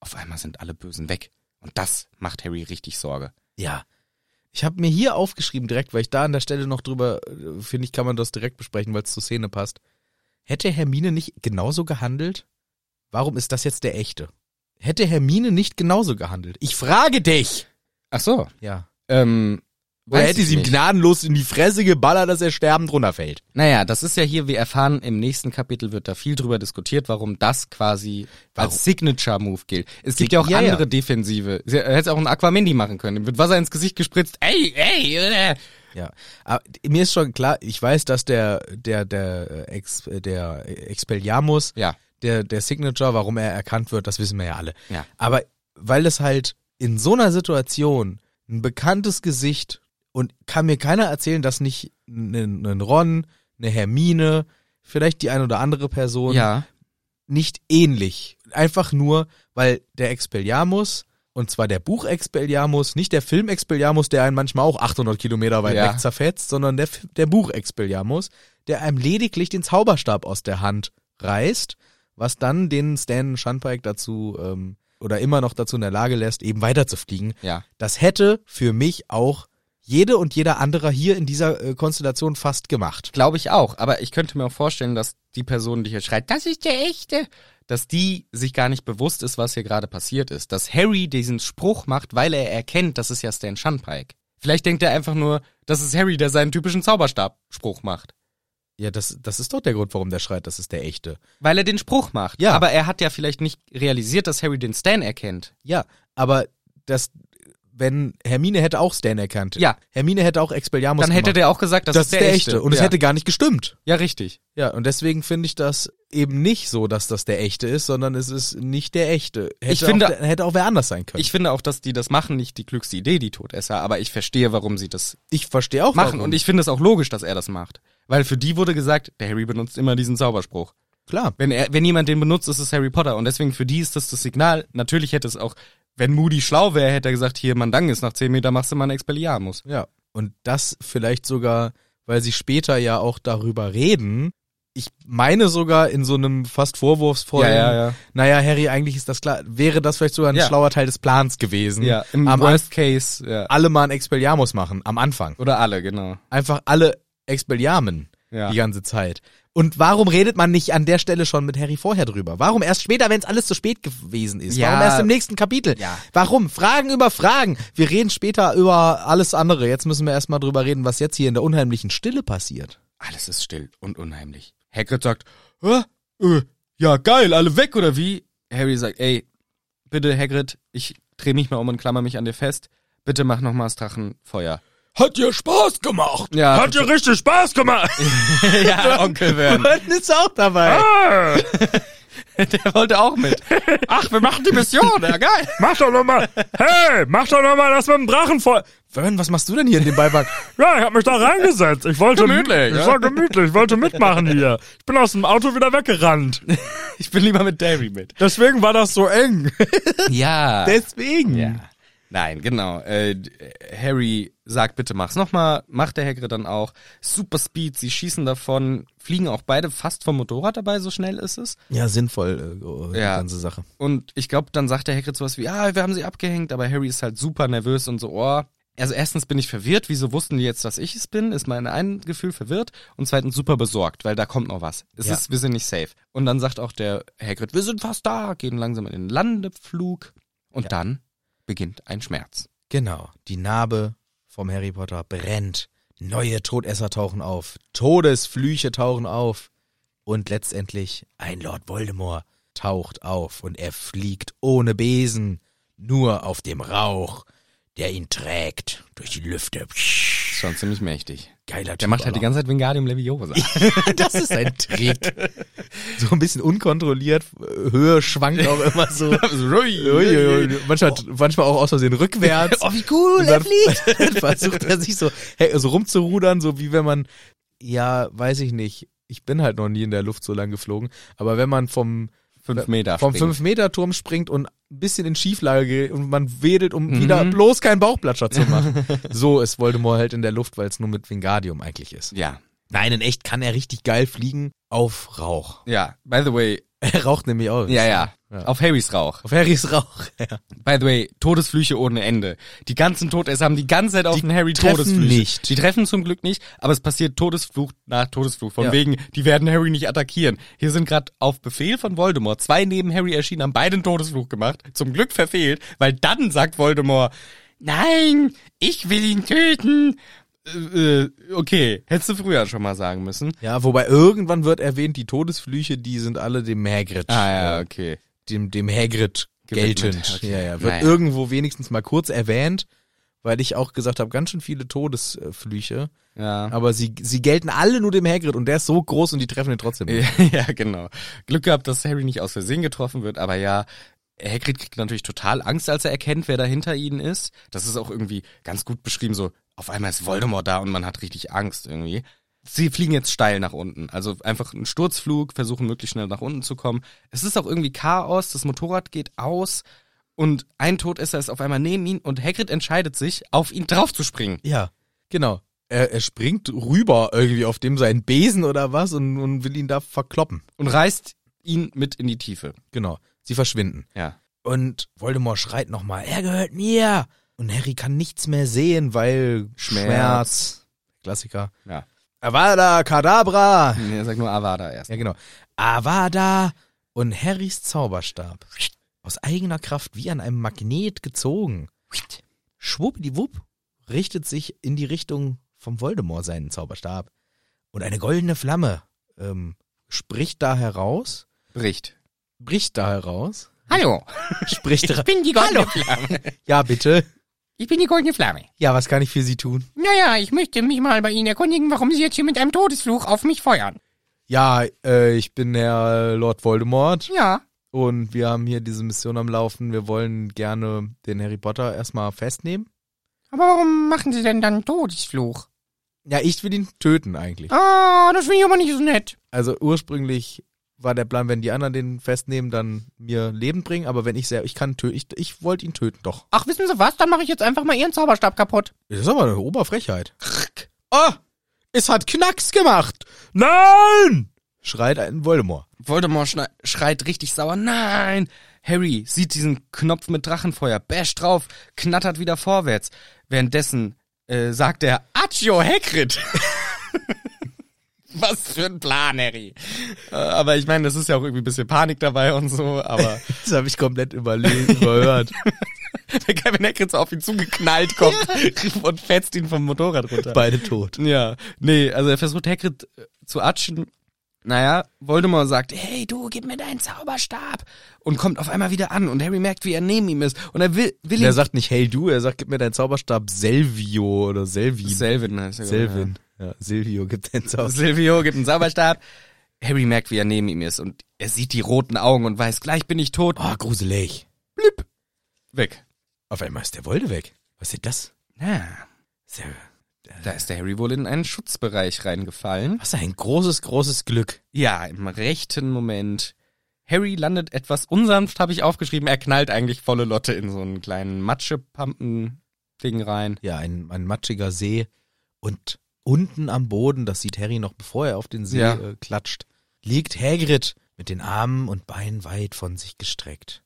auf einmal sind alle Bösen weg. Und das macht Harry richtig Sorge.
Ja. Ich habe mir hier aufgeschrieben direkt, weil ich da an der Stelle noch drüber, äh, finde ich, kann man das direkt besprechen, weil es zur Szene passt. Hätte Hermine nicht genauso gehandelt? Warum ist das jetzt der echte? Hätte Hermine nicht genauso gehandelt? Ich frage dich!
Ach so.
Ja.
Ähm,
Oder
weiß
hätte
ich
sie ihm
nicht.
gnadenlos in die Fresse geballert, dass er sterbend runterfällt?
Naja, das ist ja hier, wir erfahren, im nächsten Kapitel wird da viel drüber diskutiert, warum das quasi
Warum?
als Signature-Move gilt. Es gibt ja auch
ja, ja.
andere Defensive. Sie- Er hätte auch einen Aquamindi machen können. Ihm wird Wasser ins Gesicht gespritzt. Ey, ey, äh.
Ja, aber mir ist schon klar, ich weiß, dass der der der äh, Ex, äh, der Expelliarmus,
Ja.
der der Signature, warum er erkannt wird, das wissen wir ja alle.
Ja.
Aber weil das halt in so einer Situation ein bekanntes Gesicht und kann mir keiner erzählen, dass nicht ein, ein Ron, eine Hermine, vielleicht die ein oder andere Person
Ja.
nicht ähnlich. Einfach nur, weil der Expelliarmus, und zwar der Buch-Expelliarmus, nicht der Film-Expelliarmus, der einen manchmal auch 800 Kilometer weit
Ja.
weg zerfetzt, sondern der, F- der Buch-Expelliarmus, der einem lediglich den Zauberstab aus der Hand reißt, was dann den Stan Shunpike dazu ähm, oder immer noch dazu in der Lage lässt, eben weiterzufliegen.
Ja.
Das hätte für mich auch jede und jeder andere hier in dieser äh, Konstellation fast gemacht.
Glaube ich auch. Aber ich könnte mir auch vorstellen, dass die Person, die hier schreit, das ist der echte, dass die sich gar nicht bewusst ist, was hier gerade passiert ist. Dass Harry diesen Spruch macht, weil er erkennt, das ist ja Stan Shunpike. Vielleicht denkt er einfach nur, das ist Harry, der seinen typischen Zauberstab-Spruch macht.
Ja, das, das ist doch der Grund, warum der schreit, das ist der echte.
Weil er den Spruch macht.
Ja.
Aber er hat ja vielleicht nicht realisiert, dass Harry den Stan erkennt.
Ja, aber das, wenn Hermine hätte auch Stan erkannt.
Ja.
Hermine hätte auch Expelliarmus
Dann hätte
gemacht.
der auch gesagt, das,
das ist der, echte. Und
ja.
es hätte gar nicht gestimmt.
ja, richtig.
Ja, und deswegen finde ich das eben nicht so, dass das der echte ist, sondern es ist nicht der echte. Hätte
Ich finde-
auch, hätte auch wer anders sein können.
Ich finde auch, dass die das machen, nicht die klügste Idee, die Todesser. Aber ich verstehe, warum sie das
ich verstehe auch
machen.
warum.
Und ich finde es auch logisch, dass er das macht. Weil für die wurde gesagt, der Harry benutzt immer diesen Zauberspruch.
klar.
Wenn, er, wenn jemand den benutzt, ist es Harry Potter. Und deswegen für die ist das das Signal. Natürlich hätte es auch, wenn Moody schlau wäre, hätte er gesagt, hier, Mandang ist nach 10 Meter, machst du mal einen Expelliarmus.
Ja. Und das vielleicht sogar, weil sie später ja auch darüber reden. Ich meine sogar in so einem fast vorwurfsvollen,
ja.
naja, Harry, eigentlich ist das klar, wäre das vielleicht sogar ein
Ja.
schlauer Teil des Plans gewesen.
Ja, im
am
Worst Case, ja.
alle mal einen Expelliarmus machen, am Anfang.
Oder alle, genau.
Einfach alle Expelliarmen
Ja.
die ganze Zeit. Und warum redet man nicht an der Stelle schon mit Harry vorher drüber? Warum erst später, wenn es alles zu spät gewesen ist?
Ja.
Warum erst im nächsten Kapitel?
Ja.
Warum? Fragen über Fragen. Wir reden später über alles andere. Jetzt müssen wir erstmal drüber reden, was jetzt hier in der unheimlichen Stille passiert.
Alles ist still und unheimlich. Hagrid sagt, Hä? Äh, ja geil, alle weg oder wie? Harry sagt, ey, bitte Hagrid, ich dreh mich mal um und klammer mich an dir fest. Bitte mach nochmal das Drachenfeuer.
Hat dir Spaß gemacht?
Ja,
Hat dir richtig Spaß gemacht?
Ja, Onkel Vernon.
Burton ist auch dabei.
Der wollte auch mit. Ach, wir machen die Mission. Ja, geil.
mach doch nochmal. Hey, mach doch nochmal das mit dem Drachen voll.
Vern, was machst du denn hier in dem Beiwagen?
Ja, ich hab mich da reingesetzt. Ich wollte
Gemütlich, ja.
Ich war gemütlich, ich wollte mitmachen hier. Ich bin aus dem Auto wieder weggerannt.
Ich bin lieber mit Derry mit.
Deswegen war das so eng.
Ja.
Deswegen.
ja. Nein, genau. Äh, Harry sagt, bitte mach's nochmal. Macht der Hagrid dann auch. Super Speed, sie schießen davon. Fliegen auch beide fast vom Motorrad dabei, so schnell ist es.
Ja, sinnvoll, äh, die
Ja.
ganze Sache.
Und ich glaube, dann sagt der Hagrid sowas wie, ja, wir haben sie abgehängt. Aber Harry ist halt super nervös und so, oh. Also erstens bin ich verwirrt. Wieso wussten die jetzt, dass ich es bin? Ist mein ein Gefühl verwirrt. Und zweitens super besorgt, weil da kommt noch was. Es
Ja.
ist, wir sind nicht safe. Und dann sagt auch der Hagrid, wir sind fast da, gehen langsam in den Landeflug. Und dann beginnt ein Schmerz.
Genau. Die Narbe vom Harry Potter brennt. Neue Todesser tauchen auf. Todesflüche tauchen auf. Und letztendlich ein Lord Voldemort taucht auf und er fliegt ohne Besen, nur auf dem Rauch, der ihn trägt durch die Lüfte.
Schon ziemlich mächtig.
Geiler Typ.
Der macht halt die
aber.
ganze Zeit Wingardium Leviosa.
Das ist ein Trick. So ein bisschen unkontrolliert, Höhe schwankt auch immer so. Uiuiui. manchmal, manchmal auch aus Versehen rückwärts.
Oh, wie cool,
Und dann
er fliegt.
versucht er sich so, hey, so rumzurudern, so wie wenn man, ja, weiß ich nicht, ich bin halt noch nie in der Luft so lang geflogen, aber wenn man vom,
Fünf Meter.
vom
springen.
5-Meter-Turm springt und ein bisschen in Schieflage gerät und man wedelt, um wieder bloß keinen Bauchplatscher zu machen. so ist Voldemort halt in der Luft, weil es nur mit Wingardium eigentlich ist.
Ja.
Nein, in echt kann er richtig geil fliegen auf Rauch.
Ja. By the way.
Er raucht nämlich auch.
Ja, ja.
Ja.
Auf Harrys Rauch.
Auf Harrys Rauch. Ja.
By the way, Todesflüche ohne Ende. Die ganzen Todesser haben die ganze Zeit auf den Harry
treffen
Todesflüche.
nicht.
Die treffen zum Glück nicht, aber es passiert Todesfluch nach Todesfluch. Von
Ja.
wegen, die werden Harry nicht attackieren. Hier sind gerade auf Befehl von Voldemort zwei neben Harry erschienen, haben beide einen Todesfluch gemacht. Zum Glück verfehlt, weil dann sagt Voldemort, nein, ich will ihn töten. Äh, äh, okay, hättest du früher schon mal sagen müssen.
ja, wobei irgendwann wird erwähnt, die Todesflüche, die sind alle dem Hagrid.
Ah ja,
äh,
okay.
dem, dem Hagrid
Gewidmet,
geltend.
okay.
Ja, ja, wird
Naja.
irgendwo wenigstens mal kurz erwähnt, weil ich auch gesagt habe, ganz schön viele Todesflüche.
Ja.
Aber sie, sie gelten alle nur dem Hagrid und der ist so groß und die treffen ihn trotzdem. nicht.
Ja, genau. Glück gehabt, dass Harry nicht aus Versehen getroffen wird, aber ja, Hagrid kriegt natürlich total Angst, als er erkennt, wer da hinter ihnen ist. Das ist auch irgendwie ganz gut beschrieben, so auf einmal ist Voldemort da und man hat richtig Angst irgendwie. Sie fliegen jetzt steil nach unten. Also einfach ein Sturzflug, versuchen möglichst schnell nach unten zu kommen. Es ist auch irgendwie Chaos, das Motorrad geht aus und ein Todesser ist auf einmal neben ihn und Hagrid entscheidet sich, auf ihn draufzuspringen.
Ja, genau. Er, er springt rüber irgendwie auf dem seinen Besen oder was und, und will ihn da verkloppen.
und reißt ihn mit in die Tiefe.
Genau. Sie verschwinden.
Ja.
Und Voldemort schreit nochmal, er gehört mir. Und Harry kann nichts mehr sehen, weil
Schmerz.
Schmerz. Klassiker.
Ja.
Avada Kedavra.
Nee, Er sagt nur Avada erst.
Ja, genau. Avada und Harrys Zauberstab. Aus eigener Kraft wie an einem Magnet gezogen. Schwuppdiwupp richtet sich in die Richtung vom Voldemort seinen Zauberstab. Und eine goldene Flamme ähm, spricht da heraus.
Bricht.
Bricht da heraus.
Hallo,
Spricht da.
bin die goldene Flamme.
Ja, bitte.
Ich bin die goldene Flamme.
Ja, was kann ich für Sie tun?
Naja, ich möchte mich mal bei Ihnen erkundigen, warum Sie jetzt hier mit einem Todesfluch auf mich feuern.
Ja, äh, ich bin Herr Lord Voldemort.
Ja,
Und wir haben hier diese Mission am Laufen. Wir wollen gerne den Harry Potter erstmal festnehmen.
aber warum machen Sie denn dann Todesfluch?
Ja, ich will ihn töten eigentlich.
Ah, das finde ich aber nicht so nett.
Also ursprünglich war der Plan, wenn die anderen den festnehmen, dann mir Leben bringen. Aber wenn ich sehr, ich kann töten, ich, ich wollte ihn töten, doch.
Ach, wissen Sie was? Dann mache ich jetzt einfach mal Ihren Zauberstab kaputt.
Das ist aber eine Oberfrechheit. Oh, es hat Knacks gemacht. Nein! Schreit ein Voldemort.
Voldemort schnei- schreit richtig sauer, nein! Harry sieht diesen Knopf mit Drachenfeuer, basht drauf, knattert wieder vorwärts. Währenddessen äh, sagt er, Accio Hagrid!
Was für ein Plan, Harry.
Äh, aber ich meine, das ist ja auch irgendwie ein bisschen Panik dabei und so, aber
Das habe ich komplett überlegt, überhört.
wenn Kevin Hagrid so auf ihn zugeknallt kommt und fetzt ihn vom Motorrad runter.
Beide tot.
Ja, nee, also er versucht Hagrid äh, zu atschen. Naja, Voldemort sagt, hey du, gib mir deinen Zauberstab. Und kommt auf einmal wieder an und Harry merkt, wie er neben ihm ist. Und er will, will
Und er
ihn...
sagt nicht, hey du, er sagt, gib mir deinen Zauberstab Selvio oder Selvin.
Selvin heißt er. glaub ich,
Selvin. Ja, Silvio gibt den
Ja.
Zauberstab.
Silvio gibt einen Zauberstab. Harry merkt, wie er neben ihm ist. Und er sieht die roten Augen und weiß, gleich bin ich tot.
Ah, gruselig.
Weg.
Auf einmal ist der Wolde weg. Was ist das?
Na,
Ist ja-
da ist der Harry wohl in einen Schutzbereich reingefallen.
Was ein großes, großes Glück.
Ja, im rechten Moment. Harry landet etwas unsanft, habe ich aufgeschrieben. Er knallt eigentlich volle Lotte in so einen kleinen Matschepampen-Ding rein.
ja, ein, ein matschiger See und unten am Boden, das sieht Harry noch bevor er auf den See
Ja.
äh, klatscht, liegt Hagrid mit den Armen und Beinen weit von sich gestreckt.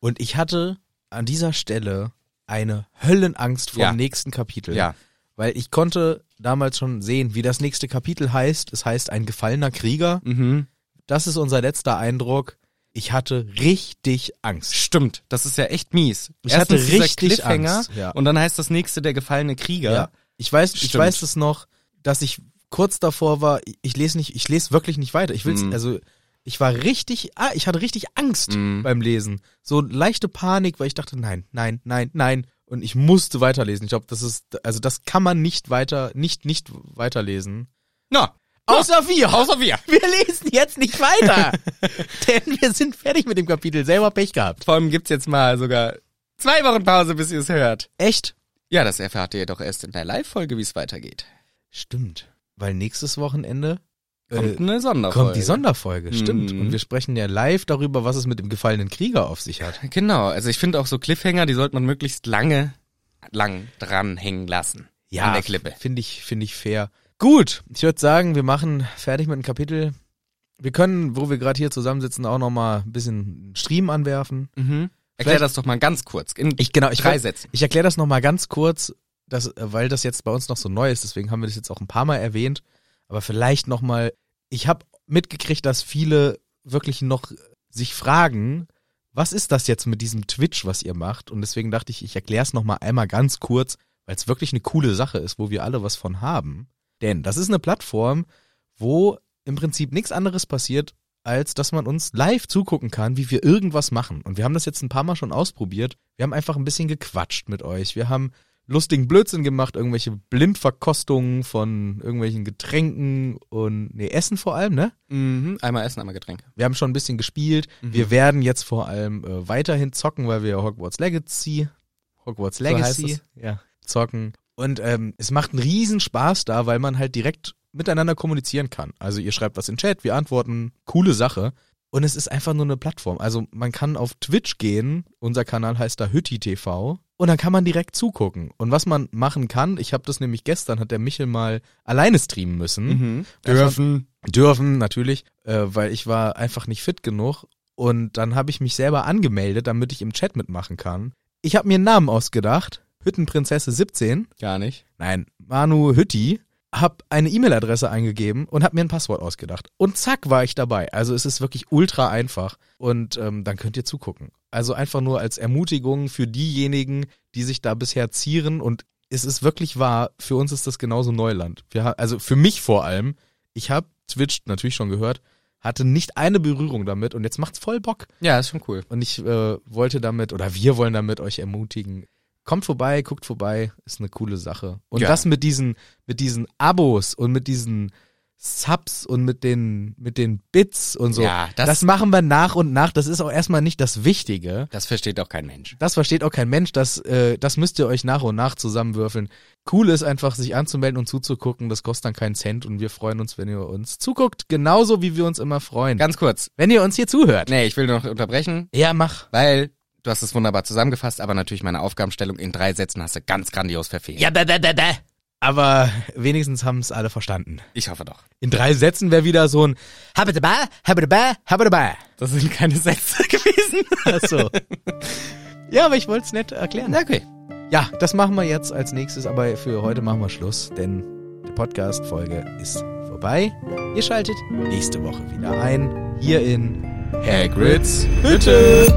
Und ich hatte an dieser Stelle eine Höllenangst vor
Ja.
dem nächsten Kapitel.
Ja.
Weil ich konnte damals schon sehen, wie das nächste Kapitel heißt. Es heißt ein gefallener Krieger.
Mhm.
Das ist unser letzter Eindruck. Ich hatte richtig Angst.
Stimmt, das ist ja echt mies.
Ich hatte
dieser
richtig
Cliffhanger
Angst, ja.
und dann heißt das nächste der gefallene Krieger.
Ja. Ich weiß, ich
Stimmt.
weiß es noch, dass ich kurz davor war, ich- ich lese nicht, ich lese wirklich nicht weiter. Ich will's,
Mhm.
also ich war richtig, ah, ich hatte richtig Angst
Mhm.
beim Lesen. So leichte Panik, weil ich dachte, nein, nein, nein, nein. Und ich musste weiterlesen. Ich glaube, das ist, also das kann man nicht weiter, nicht, nicht weiterlesen.
Na,
Außer wir!
außer wir.
Wir lesen jetzt nicht weiter! Denn wir sind fertig mit dem Kapitel. Selber Pech gehabt.
Vor allem gibt's jetzt mal sogar zwei Wochen Pause, bis ihr es hört.
Echt?
Ja, das erfahrt ihr doch erst in der Live-Folge, wie es weitergeht.
Stimmt. Weil nächstes Wochenende äh,
Kommt eine Sonderfolge.
kommt die Sonderfolge, stimmt.
Mhm.
Und wir sprechen ja live darüber, was es mit dem gefallenen Krieger auf sich hat.
Genau, also ich finde auch so Cliffhanger, die sollte man möglichst lange, lang dran hängen lassen. An der Klippe.
Finde ich, finde ich fair. Gut, ich würde sagen, wir machen fertig mit dem Kapitel. Wir können, wo wir gerade hier zusammensitzen, auch nochmal ein bisschen Stream anwerfen.
Mhm. Erklär
Vielleicht-
das doch mal ganz kurz. In
Ich genau, ich
drei
wollt-
Sätzen.
Ich erkläre das nochmal ganz kurz, dass, äh, weil das jetzt bei uns noch so neu ist, deswegen haben wir das jetzt auch ein paar Mal erwähnt. Aber vielleicht nochmal, ich habe mitgekriegt, dass viele wirklich noch sich fragen, was ist das jetzt mit diesem Twitch, was ihr macht? Und deswegen dachte ich, ich erkläre es nochmal einmal ganz kurz, weil es wirklich eine coole Sache ist, wo wir alle was von haben. Denn das ist eine Plattform, wo im Prinzip nichts anderes passiert, als dass man uns live zugucken kann, wie wir irgendwas machen. Und wir haben das jetzt ein paar Mal schon ausprobiert. Wir haben einfach ein bisschen gequatscht mit euch. Wir haben lustigen Blödsinn gemacht, irgendwelche Blindverkostungen von irgendwelchen Getränken und nee, Essen vor allem, ne?
Mhm. Einmal Essen, einmal Getränke.
Wir haben schon ein bisschen gespielt. Wir werden jetzt vor allem äh, weiterhin zocken, weil wir Hogwarts Legacy, Hogwarts Legacy,
heißt
ja, zocken. Und ähm, es macht einen riesen Spaß da, weil man halt direkt miteinander kommunizieren kann. Also ihr schreibt was in den Chat, wir antworten, coole Sache. Und es ist einfach nur eine Plattform. Also man kann auf Twitch gehen, unser Kanal heißt da Hütti TV und dann kann man direkt zugucken. Und was man machen kann, ich habe das nämlich gestern, hat der Michel mal alleine streamen müssen
Mhm. Dürfen.
dürfen, natürlich, äh, weil ich war einfach nicht fit genug. Und dann habe ich mich selber angemeldet, damit ich im Chat mitmachen kann. Ich habe mir einen Namen ausgedacht. Hüttenprinzessin 17.
Gar nicht.
Nein, Manu Hütti. Hab eine E-Mail-Adresse eingegeben und hab mir ein Passwort ausgedacht. Und zack, war ich dabei. Also es ist wirklich ultra einfach. Und ähm, dann könnt ihr zugucken. Also einfach nur als Ermutigung für diejenigen, die sich da bisher zieren. Und es ist wirklich wahr, für uns ist das genauso Neuland. Wir ha- also für mich vor allem. Ich habe Twitch natürlich schon gehört, hatte nicht eine Berührung damit und jetzt macht's voll Bock.
Ja, ist schon cool.
Und ich äh, wollte damit, oder wir wollen damit euch ermutigen, kommt vorbei, guckt vorbei, ist eine coole Sache. Und
Ja.
das mit diesen, mit diesen Abos und mit diesen Subs und mit den, mit den Bits und so.
Ja, das-
das machen wir nach und nach. Das ist auch erstmal nicht das Wichtige.
Das versteht auch kein Mensch.
Das versteht auch kein Mensch. Das, äh, das müsst ihr euch nach und nach zusammenwürfeln. Cool ist einfach, sich anzumelden und zuzugucken. Das kostet dann keinen Cent und wir freuen uns, wenn ihr uns zuguckt. Genauso wie wir uns immer freuen.
Ganz kurz.
wenn ihr uns hier zuhört.
Nee, ich will noch unterbrechen,
Ja, mach.
weil du hast es wunderbar zusammengefasst, aber natürlich meine Aufgabenstellung in drei Sätzen hast du ganz grandios verfehlt.
Ja, bäh, bäh, bäh, bäh. Aber wenigstens haben es alle verstanden.
Ich hoffe doch.
In drei Sätzen wäre wieder so ein Habadaba, Habadaba, Habadaba.
Das sind keine Sätze gewesen.
Achso. ja, aber ich wollte es nett erklären.
Okay.
Ja, das machen wir jetzt als nächstes, aber für heute machen wir Schluss, denn die Podcast-Folge ist vorbei. Ihr schaltet nächste Woche wieder ein, hier in Hagrid's Hütte.